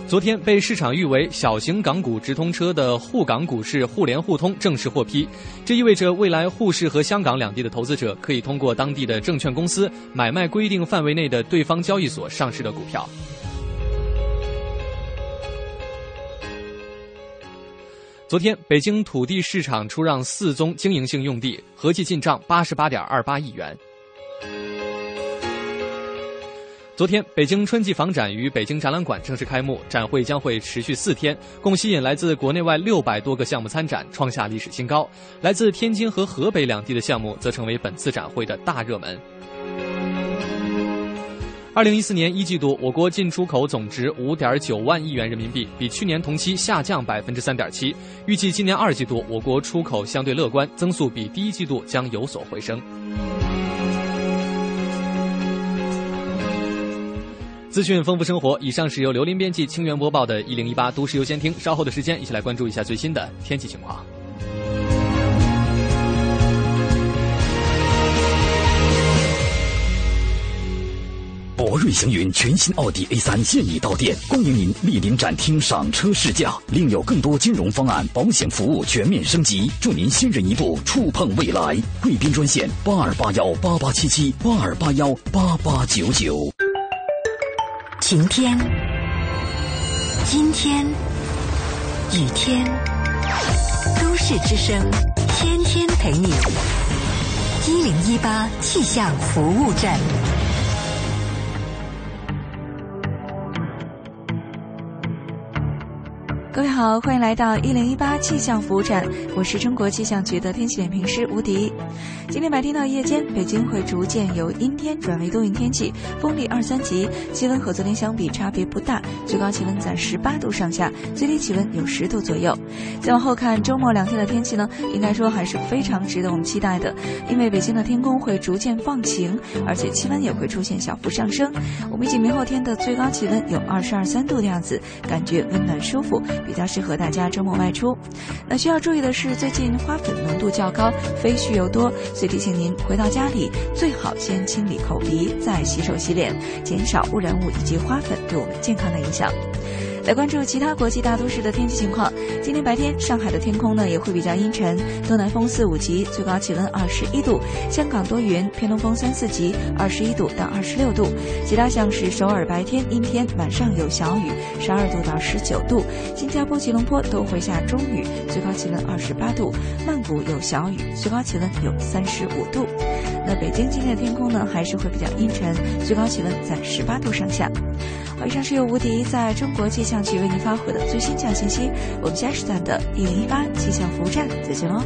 昨天被市场誉为小型港股直通车的沪港股市互联互通正式获批，这意味着未来沪市和香港两地的投资者可以通过当地的证券公司买卖规定范围内的对方交易所上市的股票。昨天，北京土地市场出让四宗经营性用地，合计进账八十八点二八亿元。昨天，北京春季房展于北京展览馆正式开幕，展会将会持续四天，共吸引来自国内外六百多个项目参展，创下历史新高。来自天津和河北两地的项目则成为本次展会的大热门。二零一四年一季度，我国进出口总值五点九万亿元人民币，比去年同期下降百分之三点七。预计今年二季度，我国出口相对乐观，增速比第一季度将有所回升。资讯丰富生活。以上是由刘林编辑、清源播报的《一零一八都市优先听》。稍后的时间，一起来关注一下最新的天气情况。博瑞行云全新奥迪 A3 现已到店，恭迎您莅临展厅赏车试驾，另有更多金融方案、保险服务全面升级，助您新人一步触碰未来。贵宾专线八二八幺八八七七八二八幺八八九九。晴天、阴天、雨天，都市之声天天陪你。一零一八气象服务站。各位好，欢迎来到一零一八气象服务站，我是中国气象局的天气点评师吴迪。今天白天到夜间，北京会逐渐由阴天转为多云天气，风力二三级，气温和昨天相比差别不大，最高气温在十八度上下，最低气温有十度左右。再往后看，周末两天的天气呢，应该说还是非常值得我们期待的，因为北京的天空会逐渐放晴，而且气温也会出现小幅上升。我们预计明后天的最高气温有二十二三度的样子，感觉温暖舒服。比较适合大家周末外出。那需要注意的是，最近花粉浓度较高，非絮又多，所以提醒您回到家里最好先清理口鼻，再洗手洗脸，减少污染物以及花粉对我们健康的影响。来关注其他国际大都市的天气情况。今天白天，上海的天空呢也会比较阴沉，东南风四五级，最高气温二十一度；香港多云，偏东风三四级，二十一度到二十六度。其他像是首尔白天阴天，晚上有小雨，十二度到十九度；新加坡、吉隆坡都会下中雨，最高气温二十八度；曼谷有小雨，最高气温有三十五度。那北京今天的天空呢还是会比较阴沉，最高气温在十八度上下。好，以上是由吴迪在中国气象局为您发回的最新气象信息。我们下时段的一零一八气象服务站再见哦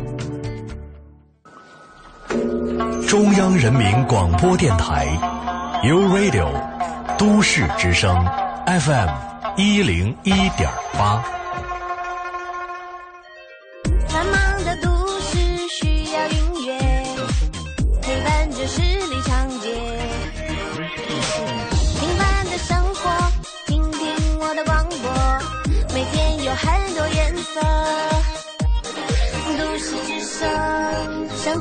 喽！中央人民广播电台，U Radio 都市之声 FM 一零一点八。繁忙的都市需要音乐陪伴着十里长街，平凡的生活，听听我的广播，每天有很多颜色。都市之声，生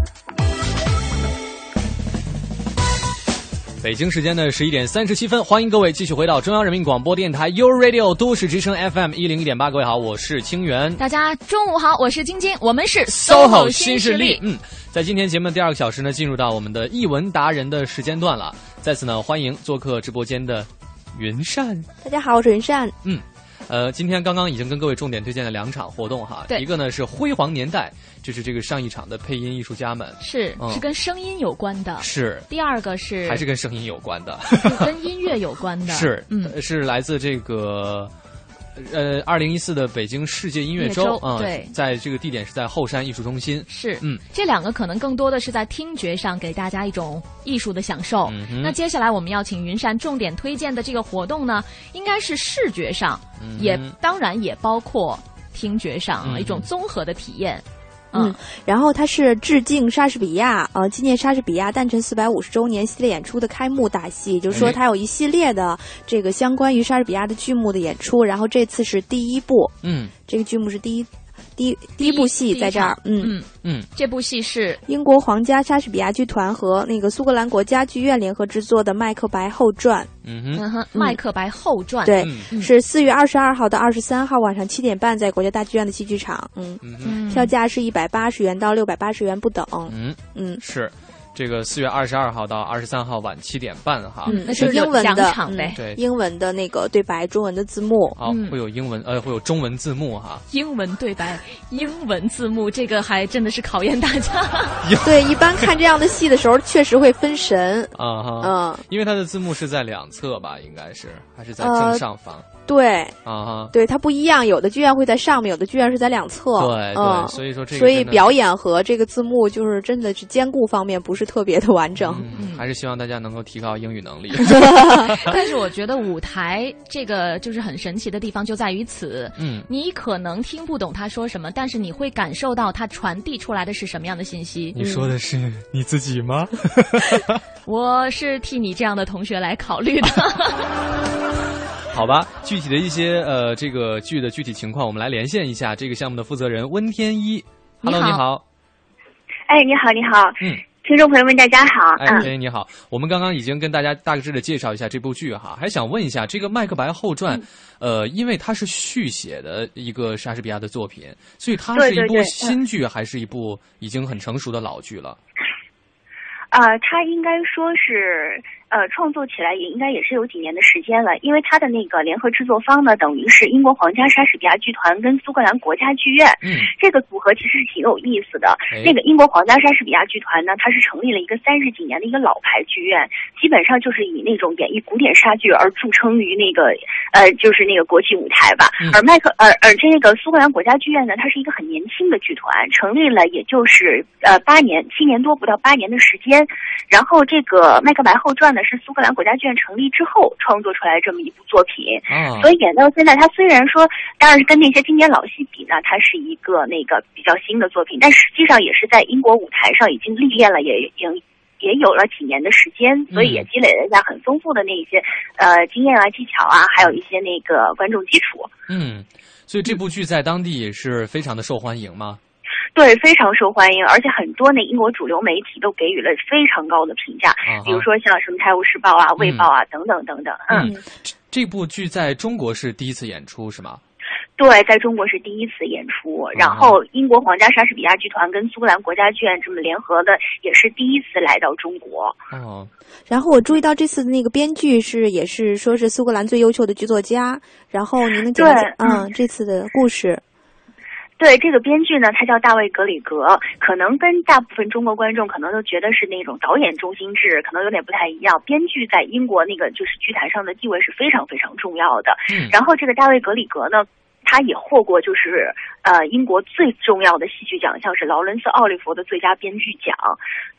北京时间的十一点三十七分，欢迎各位继续回到中央人民广播电台 u Radio 都市之声 FM 一零一点八。各位好，我是清源。大家中午好，我是晶晶，我们是 SOHO 新新势势力力。。嗯，在今天节目的第二个小时呢，进入到我们的译文达人的时间段了。在此呢，欢迎做客直播间的云善。大家好，我是云善。嗯，呃，今天刚刚已经跟各位重点推荐了两场活动哈，对一个呢是辉煌年代，就是这个上一场的配音艺术家们，是、嗯是跟声音有关的，是第二个是嗯还是跟声音有关的，跟音乐有关的， 是，嗯，呃是来自这个。呃，二零一四的北京世界音乐音周乐周啊、对在这个地点是在后山艺术中心。是，嗯，这两个可能更多的是在听觉上给大家一种艺术的享受。嗯哼那接下来我们要请云山重点推荐的这个活动呢，应该是视觉上，嗯哼也当然也包括听觉上啊、嗯一种综合的体验。嗯，然后它是致敬莎士比亚，呃，纪念莎士比亚诞辰四百五十周年系列演出的开幕大戏，就是说哎它有一系列的这个相关于莎士比亚的剧目的演出，然后这次是第一部，嗯，这个剧目是第一。第一第一部戏在这儿，嗯嗯嗯，这部戏是英国皇家莎士比亚剧团和那个苏格兰国家剧院联合制作的《麦克白后传》。嗯哼，《麦克白后传》嗯嗯对，是四月二十二号到二十三号晚上七点半在国家大剧院的戏剧场。嗯，票价是一百八十元到六百八十元不等。嗯嗯，是。这个四月二十二号到二十三号晚七点半哈，嗯，那是英文的，嗯对，英文的那个对白，中文的字幕啊，会有英文呃，会有中文字幕哈。嗯英文对白，英文字幕，这个还真的是考验大家。对，一般看这样的戏的时候，确实会分神啊哈，嗯，因为它的字幕是在两侧吧，应该是还是在正上方。呃对啊哈，对它不一样，有的剧院会在上面，有的剧院是在两侧。对嗯对，所以说这个，所以表演和这个字幕就是真的是兼顾方面不是。是特别的完整、嗯，还是希望大家能够提高英语 能力。 但是我觉得舞台这个就是很神奇的地方就在于此，嗯，你可能听不懂他说什么，但是你会感受到他传递出来的是什么样的信息。嗯你说的是你自己吗？我是替你这样的同学来考虑的。 好吧，具体的一些呃这个剧的具体情况，我们来连线一下这个项目的负责人温天一。Hello，你好。哎，你好，你好。嗯。听众朋友们，大家好。哎，陈、嗯、你好，我们刚刚已经跟大家大致的介绍一下这部剧哈，还想问一下，这个《麦克白后传》嗯，呃，因为它是续写的一个莎士比亚的作品，所以它是一部新剧，对对对还是一部已经很成熟的老剧了？呃，它应该说是呃，创作起来也应该也是有几年的时间了，因为它的那个联合制作方呢，等于是英国皇家莎士比亚剧团跟苏格兰国家剧院，嗯，这个组合其实挺有意思的。哎、那个英国皇家莎士比亚剧团呢，它是成立了一个三十几年的一个老牌剧院，基本上就是以那种演绎古典莎剧而著称于那个呃，就是那个国际舞台吧。嗯、而麦克而而这个苏格兰国家剧院呢，它是一个很年轻的剧团，成立了也就是呃八年七年多不到八年的时间。然后，这个《麦克白后传》呢，是苏格兰国家剧院成立之后创作出来这么一部作品。啊、所以演到现在，它虽然说，当然是跟那些经典老戏比呢，它是一个那个比较新的作品，但实际上也是在英国舞台上已经历练了，也已经也有了几年的时间，所嗯以也积累了一下很丰富的那一些呃经验啊、技巧啊，还有一些那个观众基础。嗯，所以这部剧在当地也是非常的受欢迎吗？对，非常受欢迎，而且很多那英国主流媒体都给予了非常高的评价，啊、比如说像什么《泰晤士报》啊、《卫报啊》啊、嗯、等等等等。嗯，嗯这部剧在中国是第一次演出是吗？对，在中国是第一次演出，然后英国皇家莎士比亚剧团跟苏格兰国家剧院这么联合的，也是第一次来到中国。哦，然后我注意到这次的那个编剧是也是说是苏格兰最优秀的剧作家，然后您能讲讲嗯、嗯、这次的故事？，对这个编剧呢，他叫大卫·格里格，可能跟大部分中国观众可能都觉得是那种导演中心制，可能有点不太一样。编剧在英国那个就是剧坛上的地位是非常非常重要的。嗯、然后这个大卫·格里格呢，他也获过就是呃英国最重要的戏剧奖项是劳伦斯·奥利弗的最佳编剧奖，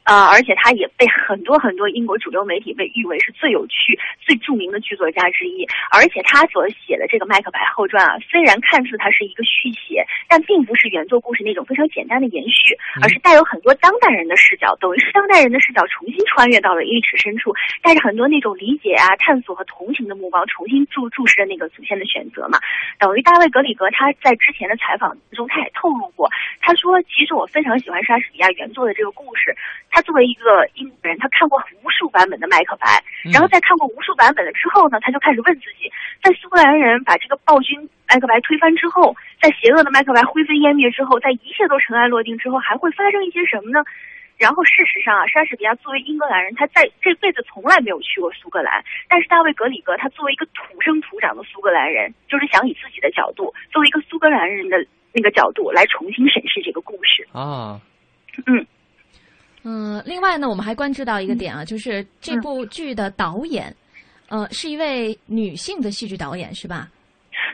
呃，而且他也被很多很多英国主流媒体被誉为是最有趣、最著名的剧作家之一。而且他所写的这个《麦克白后传》啊，虽然看似它是一个续写。但并不是原作故事那种非常简单的延续，而是带有很多当代人的视角，等于是当代人的视角重新穿越到了历史深处，带着很多那种理解啊、探索和同情的目光，重新注注视着那个祖先的选择嘛。等于大卫·格里格他在之前的采访中，他也透露过，他说：“其实我非常喜欢莎士比亚原作的这个故事。他作为一个英国人，他看过无数版本的《麦克白》，然后在看过无数版本了之后呢，他就开始问自己，在苏格兰人把这个暴君。”麦克白推翻之后，在邪恶的麦克白灰飞烟灭之后，在一切都尘埃落定之后，还会发生一些什么呢？然后事实上啊，莎士比亚作为英格兰人，他在这辈子从来没有去过苏格兰。但是大卫·格里格他作为一个土生土长的苏格兰人，就是想以自己的角度，作为一个苏格兰人的那个角度来重新审视这个故事啊，嗯。嗯，另外呢，我们还关注到一个点啊，嗯、就是这部剧的导演，嗯、呃，是一位女性的戏剧导演，是吧？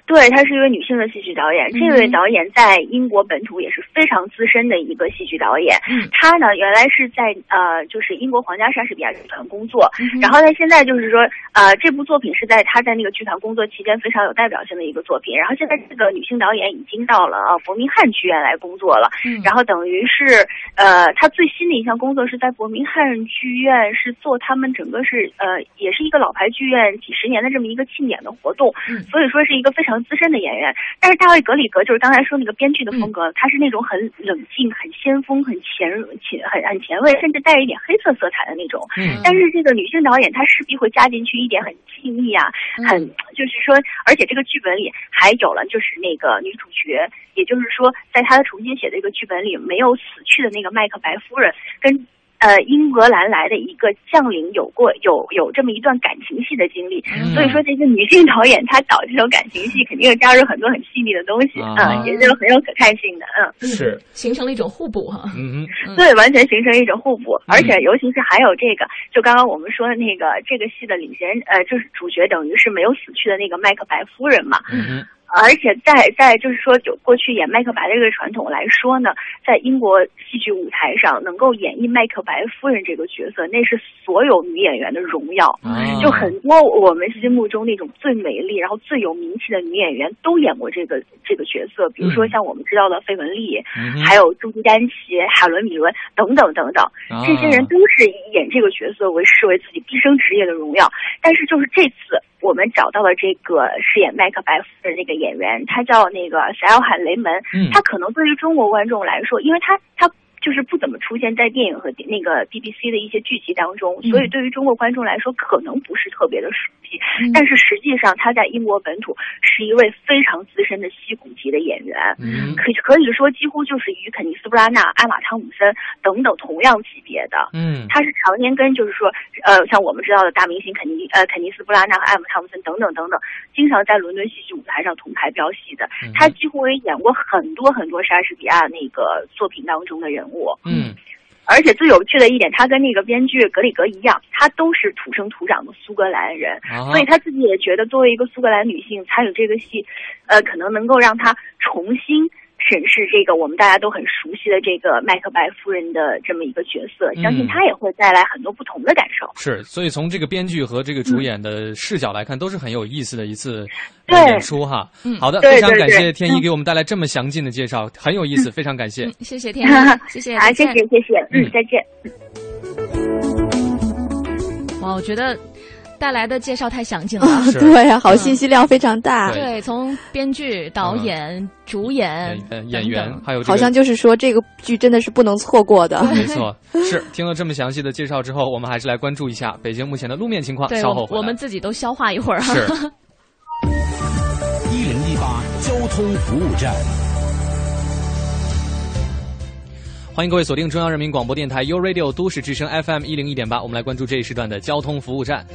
对，她是一位女性的戏剧导演。这位导演在英国本土也是非常资深的一个戏剧导演。嗯、她呢，原来是在呃，就是英国皇家莎士比亚剧团工作。嗯、然后她现在就是说，呃，这部作品是在她在那个剧团工作期间非常有代表性的一个作品。然后现在这个女性导演已经到了呃伯明翰剧院来工作了。嗯、然后等于是呃，她最新的一项工作是在伯明翰剧院是做他们整个是呃，也是一个老牌剧院几十年的这么一个庆典的活动。嗯，所以说是一个非常。常资深的演员。但是大卫·格里格就是刚才说那个编剧的风格，他是那种很冷静、很先锋、很前前很很前卫，甚至带一点黑色色彩的那种。嗯但是这个女性导演她势必会加进去一点很细腻啊，嗯很就是说，而且这个剧本里还有了就是那个女主角，也就是说，在她的重新写的一个剧本里，没有死去的那个麦克白夫人跟呃英格兰来的一个将领有过有有这么一段感情戏的经历，嗯所以说这个女性导演她导这种感情戏，肯定是加入很多很细腻的东西，啊嗯，也是很有可看性的，嗯，是形成了一种互补哈、嗯对，完全形成一种互补，而且尤其是还有这个，就刚刚我们说的那个这个戏的领衔，呃，就是主角等于是没有死去的那个麦克白夫人嘛，嗯而且在在就是说，就过去演麦克白的这个传统来说呢，在英国戏剧舞台上能够演绎麦克白夫人这个角色，那是所有女演员的荣耀。啊就很多我们心目中那种最美丽，然后最有名气的女演员都演过这个这个角色，比如说像我们知道的费雯丽，嗯哼还有朱迪丹奇、海伦米伦等等等等，这些人啊都是以演这个角色为视为自己毕生职业的荣耀。但是就是这次我们找到了这个饰演麦克白夫的那个演员，他叫那个塞尔罕雷门，嗯他可能对于中国观众来说，因为他他。就是不怎么出现在电影和那个 BBC 的一些剧集当中，嗯所以对于中国观众来说可能不是特别的熟悉，嗯但是实际上他在英国本土是一位非常资深的戏骨级的演员，嗯可可以说几乎就是与肯尼斯·布拉纳、艾玛·汤姆森等等同样级别的。嗯他是常年跟就是说，呃，像我们知道的大明星肯尼呃肯尼斯·布拉纳和艾玛·汤姆森等等等等，经常在伦敦戏剧舞台上同台飙戏的。嗯他几乎也演过很多很多莎士比亚那个作品当中的人物。嗯而且最有趣的一点，他跟那个编剧格里格一样，他都是土生土长的苏格兰人，啊所以他自己也觉得作为一个苏格兰女性参与这个戏，呃，可能能够让她重新审视这个我们大家都很熟悉的这个麦克白夫人的这么一个角色，嗯相信她也会带来很多不同的感受。是，所以从这个编剧和这个嗯主演的视角来看，都是很有意思的一次呃对演出哈。嗯好的，对非常对感对嗯谢天一给我们带来这么详尽的介绍，很有意思，非常感谢。谢谢天 一，谢谢，啊，再谢见谢谢谢，嗯嗯，再见。哇，我觉得带来的介绍太详尽了 嗯对呀，好信息量非常大。对，从编剧、导嗯演、主演、呃，演员还有这个好像就是说这个剧真的是不能错过的。没 错，是听了这么详细的介绍之后，我们还是来关注一下北京目前的路面情况。对，稍后我回来我们自己都消化一会儿啊。是一零一八交通服务站。欢迎各位锁定中央人民广播电台 u Radio 都市之声 FM 一零一点八，我们来关注这一时段的交通服务站。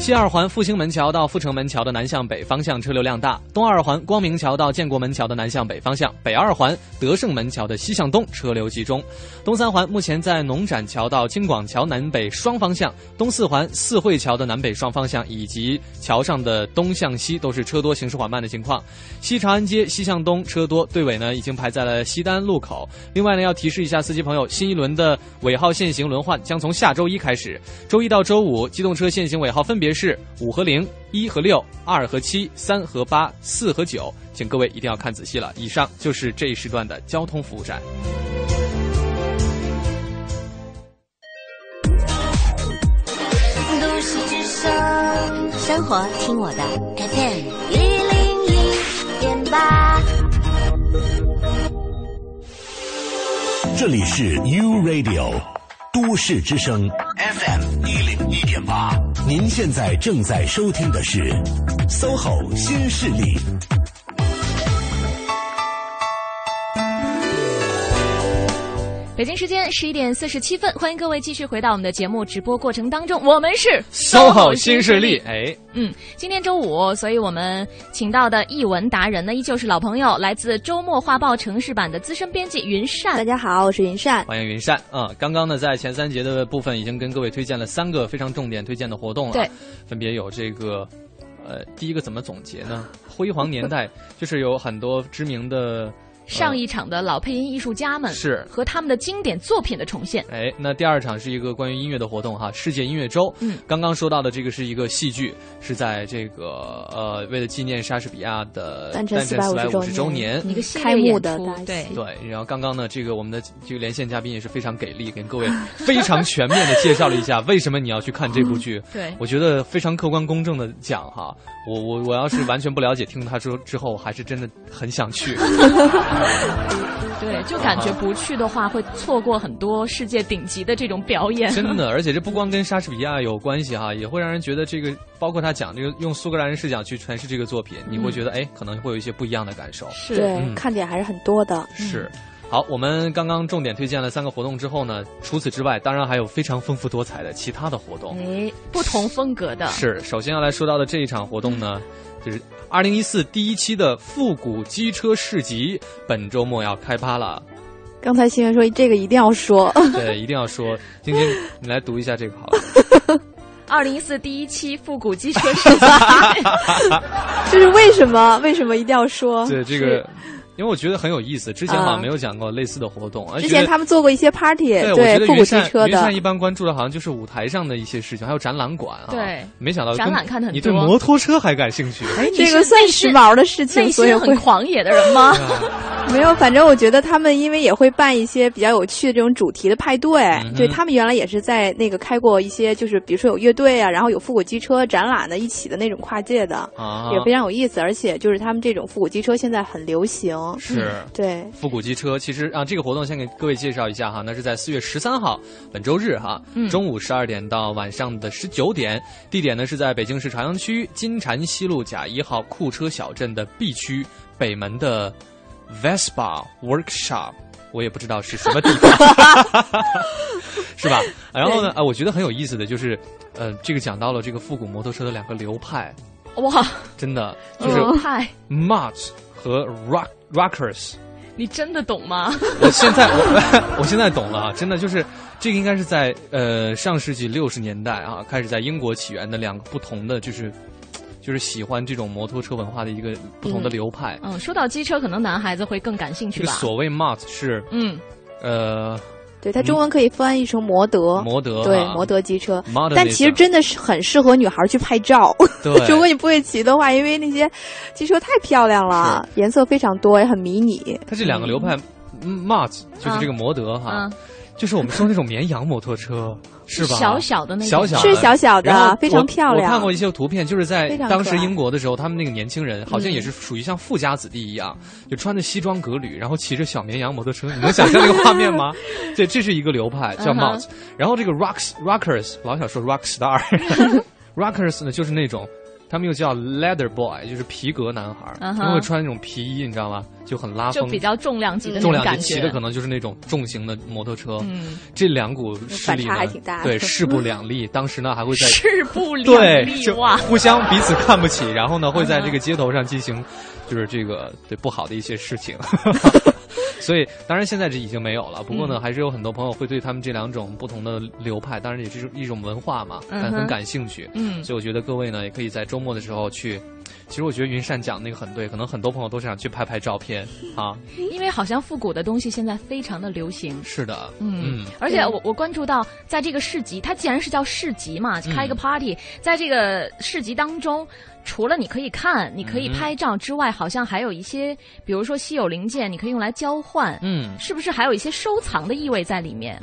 西二环复兴门桥到阜成门桥的南向北方向车流量大，东二环光明桥到建国门桥的南向北方向，北二环德胜门桥的西向东车流集中。东三环目前在农展桥到京广桥南北双方向，东四环四惠桥的南北双方向以及桥上的东向西都是车多行驶缓慢的情况。西长安街西向东车多，队尾呢已经排在了西单路口。另外呢，要提示一下司机朋友，新一轮的尾号限行轮换将从下周一开始，周一到周五，机动车限行尾号分别是五和零、一和六、二和七、三和八、四和九，请各位一定要看仔细了。以上就是这一时段的交通服务站。都市之声，生活听我的 FM 一零一点八。这里是 U Radio 都市之声 FM 一零一点八，您现在正在收听的是 SOHO 新势力。 北京时间十一点四十七分，欢迎各位继续回到我们的节目直播过程当中，我们是 SOHO 新势力，哎，嗯，今天周五，所以我们请到的译文达人呢，依旧是老朋友，来自周末画报城市版的资深编辑云善。大家好，我是云善。欢迎云善啊、刚刚呢，在前三节的部分已经跟各位推荐了三个非常重点推荐的活动了，对，分别有这个，呃，第一个怎么总结呢？辉煌年代就是有很多知名的上一场的老配音艺术家们是和他们的经典作品的 重现。哎，那第二场是一个关于音乐的活动哈，世界音乐周。嗯，刚刚说到的这个是一个戏剧，是在这个呃，为了纪念莎士比亚的诞辰辰四450十周年年一个系列开幕的演出对对，然后刚刚呢，这个我们的这个连线嘉宾也是非常给力，跟各位非常全面的介绍了一下为什么你要去看这部剧。对我觉得非常客观公正的讲哈，我我我要是完全不了解，听他说之后，我还是真的很想去。对，就感觉不去的话会错过很多世界顶级的这种表演。真的，而且这不光跟莎士比亚有关系哈，也会让人觉得这个，包括他讲这个用苏格兰人视角去诠释这个作品，你会觉得哎，可能会有一些不一样的感受。对、嗯看点还是很多的。是。好，我们刚刚重点推荐了三个活动之后呢，除此之外，当然还有非常丰富多彩的其他的活动。哎，不同风格嗯的是，首先要来说到的这一场活动呢，就是二零一四第一期的复古机车市集，本周末要开趴 了。刚才新闻说这个一定要说，对，一定要说，晶晶，你来读一下这个好了。 二零一四第一期复古机车世界， 这是为什么？为什么一定要说？对这哦是个，因为我觉得很有意思，之前好像啊没有讲过类似的活动。而之觉前得他们做过一些 party，对，我觉得复云古机善车云善的一。般关注的好像就是舞台上的一些事情，还有展览馆啊。对没想到展跟览看得很你对多摩托车还感兴趣。哎这个算时髦的事情，内所以心很会狂野的 人吗？没有。反正我觉得他们因为也会办一些比较有趣的这种主题的派对，哼对他们原来也是在那个开过一些，就是比如说有乐队啊，然后有复古机车展览的一起的那种跨界的，啊也非常有意思。而且就是他们这种复古机车现在很流行，是嗯对。复古机车，其实啊，这个活动先给各位介绍一下哈，那是在四月十三号，本周日哈，嗯中午十二点到晚上的十九点，地点呢是在北京市朝阳区金禅西路甲一号库车小镇的 B 区北门的 Vespa Workshop，我也不知道是什么地方， 是吧？然后呢，啊，我觉得很有意思的就是，呃，这个讲到了这个复古摩托车的两个流派，哇，真的就是流派， Mart 和 Rock Rockers。你真的懂吗？我呃现在我 我现在懂了啊，真的就是这个应该是在呃上世纪六十年代啊，开始在英国起源的两个不同的就是就是喜欢这种摩托车文化的一个不同的流派。 嗯，说到机车，可能男孩子会更感兴这趣个吧。所谓 mart 是嗯，呃对，它中文可以翻译成摩德，摩德啊对哈摩德机车 Modernism，但其实真的是很适合女孩去拍照。对 如果你不会骑的话，因为那些机车太漂亮了，颜色非常多，也很迷你。它这两个流派、嗯 mart 就是这个摩德哈。嗯就是我们说那种绵羊摩托车，是吧？小小的那种小小是小小的啊然后非常我漂亮我看过一些图片，就是在非常可爱当时英国的时候，他们那个年轻人好像嗯也是属于像富家子弟一样，就穿着西装革履，然后骑着小绵羊摩托车，你能想象那个画面 吗？对，这是一个流派叫嗯哼 Mars，、然后这个 Rocks Rockers 老想说 Rock Star ，Rockers 呢就是那种。他们又叫 leather boy，就是皮革男孩儿，嗯哼他们会穿那种皮衣，你知道吗？就很拉风，就比较重量级的那重种量感级觉。骑的可能就是那种重型的摩托车。嗯这两股势力呢反差还挺大的对，势不两立。当时呢还会在势 不两对立就哇！嗯互相彼此看不起，然后呢会在这个街头上进行，就是这个对不好的一些事情。 所以，当然现在这已经没有了。不过呢，嗯还是有很多朋友会对他们这两种不同的流派，当然也是一种文化嘛，嗯感哼很感兴趣。嗯所以我觉得各位呢，也可以在周末的时候去。其实我觉得云善讲那个很对，可能很多朋友都是想去拍拍照 片啊。因为好像复古的东西现在非常的流行。是的，嗯，而且我我关注到，在这个市集，它既然是叫市集嘛，嗯开一个 party，、在这个市集当中，除了你可以看、你可以嗯哼拍照之外，好像还有一些，比如说稀有零件，你可以用来交换，嗯是不是还有一些收藏的意味在里面？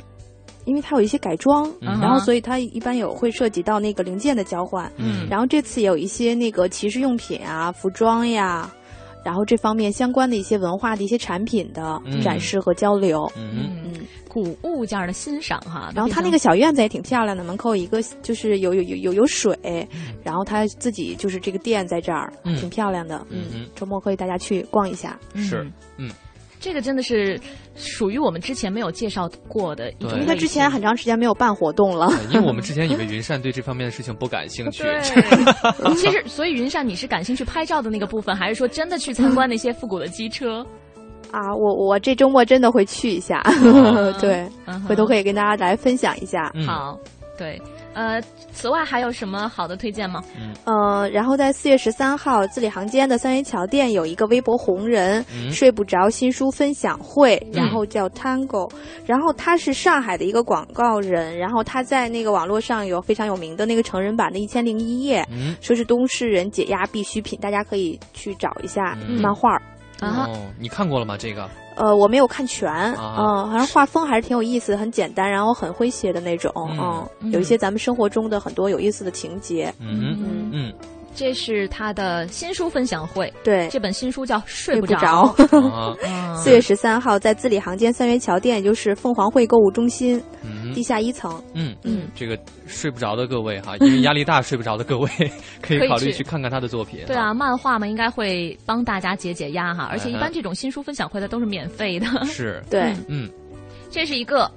因为它有一些改装，嗯然后所以它一般有会涉及到那个零件的交换，嗯然后这次也有一些那个骑士用品啊、服装呀，然后这方面相关的一些文化的一些产品的嗯展示和交流，嗯嗯，古物件儿的欣赏哈。然后它那个小院子也挺漂亮的，门口有一个就是有有有有有水，嗯然后它自己就是这个店在这儿，嗯挺漂亮的。嗯哼周末可以大家去逛一下。是，嗯，这个真的是属于我们之前没有介绍过的一种类因型，为它之前很长时间没有办活动了，哎因为 我们之前以为云善对这方面的事情不感兴趣，对， 其实所以云善，你是感兴趣拍照的那个部分，还是说真的去参观那些复古的机车？啊，我我这周末真的会 嗯嗯去一下，对，回头可以跟大家来分享一下。好，对。呃，此外还有什么好的推荐吗？嗯，呃、然后在四月十三号，字里行间的三元桥店有一个微博红人、嗯、睡不着新书分享会，然后叫 Tango，、嗯、然后他是上海的一个广告人，然后他在那个网络上有非常有名的那个成人版的《一千零一夜》，说是都市人解压必需品，大家可以去找一下漫画 啊。哦，你看过了吗？这个？呃，我没有看全，嗯、啊，好像、呃、画风还是挺有意思，很简单，然后很诙谐的那种，嗯，嗯有一些咱们生活中的很多有意思的情节，嗯嗯，嗯这是他的新书分享会，对，这本新书叫《睡不着》， 嗯啊四月十三号在字里行间三元桥店，也就是凤凰汇购物中心、嗯、地下一层，嗯嗯，这个睡不着的各位哈，因 为压力大睡不着的各位， 可以考虑去看看他的作品，对啊，漫画嘛应该会帮大家解解压哈，而且一般这种新书分享会的都是免。费的嗯是对，嗯，这是一个。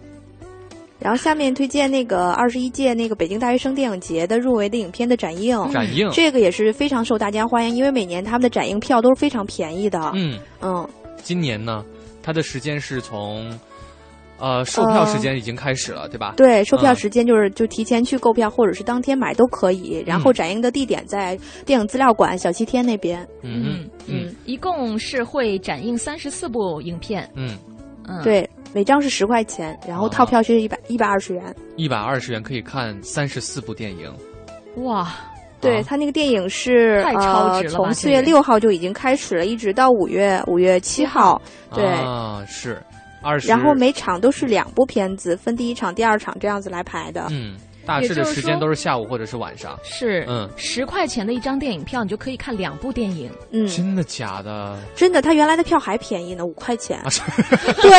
然后下面推荐那个二十一届那个北京大学生电影节的入围的影片的展映，展映这个也是非常受大家欢迎，因为每年他们的展映票都是非常便宜的。嗯嗯，嗯今年呢，它的时间是从。呃，售票时间已经开始了，对吧？嗯对，售嗯票时间就是就提前去购票，或者是当天买都可以。然嗯后展映的地点在电影资料馆小西天那边。嗯嗯，一共是会展映三十四部影片。嗯嗯，哦对，每张是十块钱，然后套票是一百一百二十元。嗯一百二十元可以看三十四部电影。哇！啊对他那个电影是呃太超值了，从四月六号就已经开始了，一直到五月五月七号。对啊，是。20, 然后每场都是两部片子，分第一场、第二场这样子来排的。嗯，大致的时间都是下午或者是晚上。是，嗯，十块钱的一张电影票，你就可以看两部电影。嗯，真的假的？真的，它原来的票还便宜呢，五块钱。啊、是对，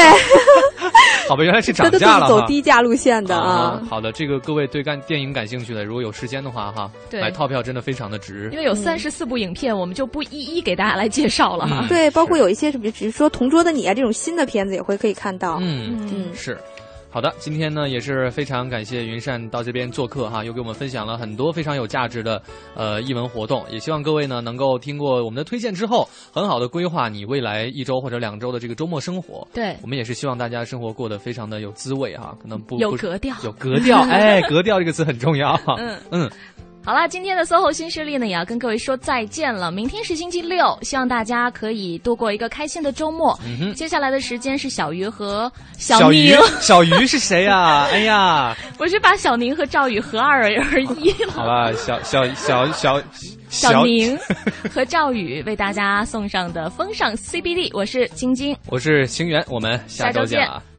好吧，原来是涨价了。走低价路线的啊、嗯。好的，这个各位对干电影感兴趣的，如果有时间的话哈，买套票真的非常的值。因为有三十四部影片，我们就不一一给大家来介绍了哈。嗯、对，包括有一些什么，比如说《同桌的你》啊这种新的片子也会可以。可以看到，嗯嗯是，好的，今天呢也是非常感谢云善到这边做客哈，又给我们分享了很多非常有价值的呃译文活动，也希望各位呢能够听过我们的推荐之后，很好的规划你未来一周或者两周的这个周末生活。对，我们也是希望大家生活过得非常的有滋味哈，可能不 有格调，有格调，哎，格调这个词很重要。嗯 嗯。嗯好啦，今天的 SOHO 新势力呢，也要跟各位说再见了。明天是星期六，希望大家可以度过一个开心的周末。嗯、接下来的时间是小鱼和小宁。小鱼是谁呀、啊？哎呀， 我是把小宁和赵宇合二而一了。好吧，小小小小 小宁和赵宇为大家送上的风尚 CBD，我是晶晶，我是星源，我们下周见啊。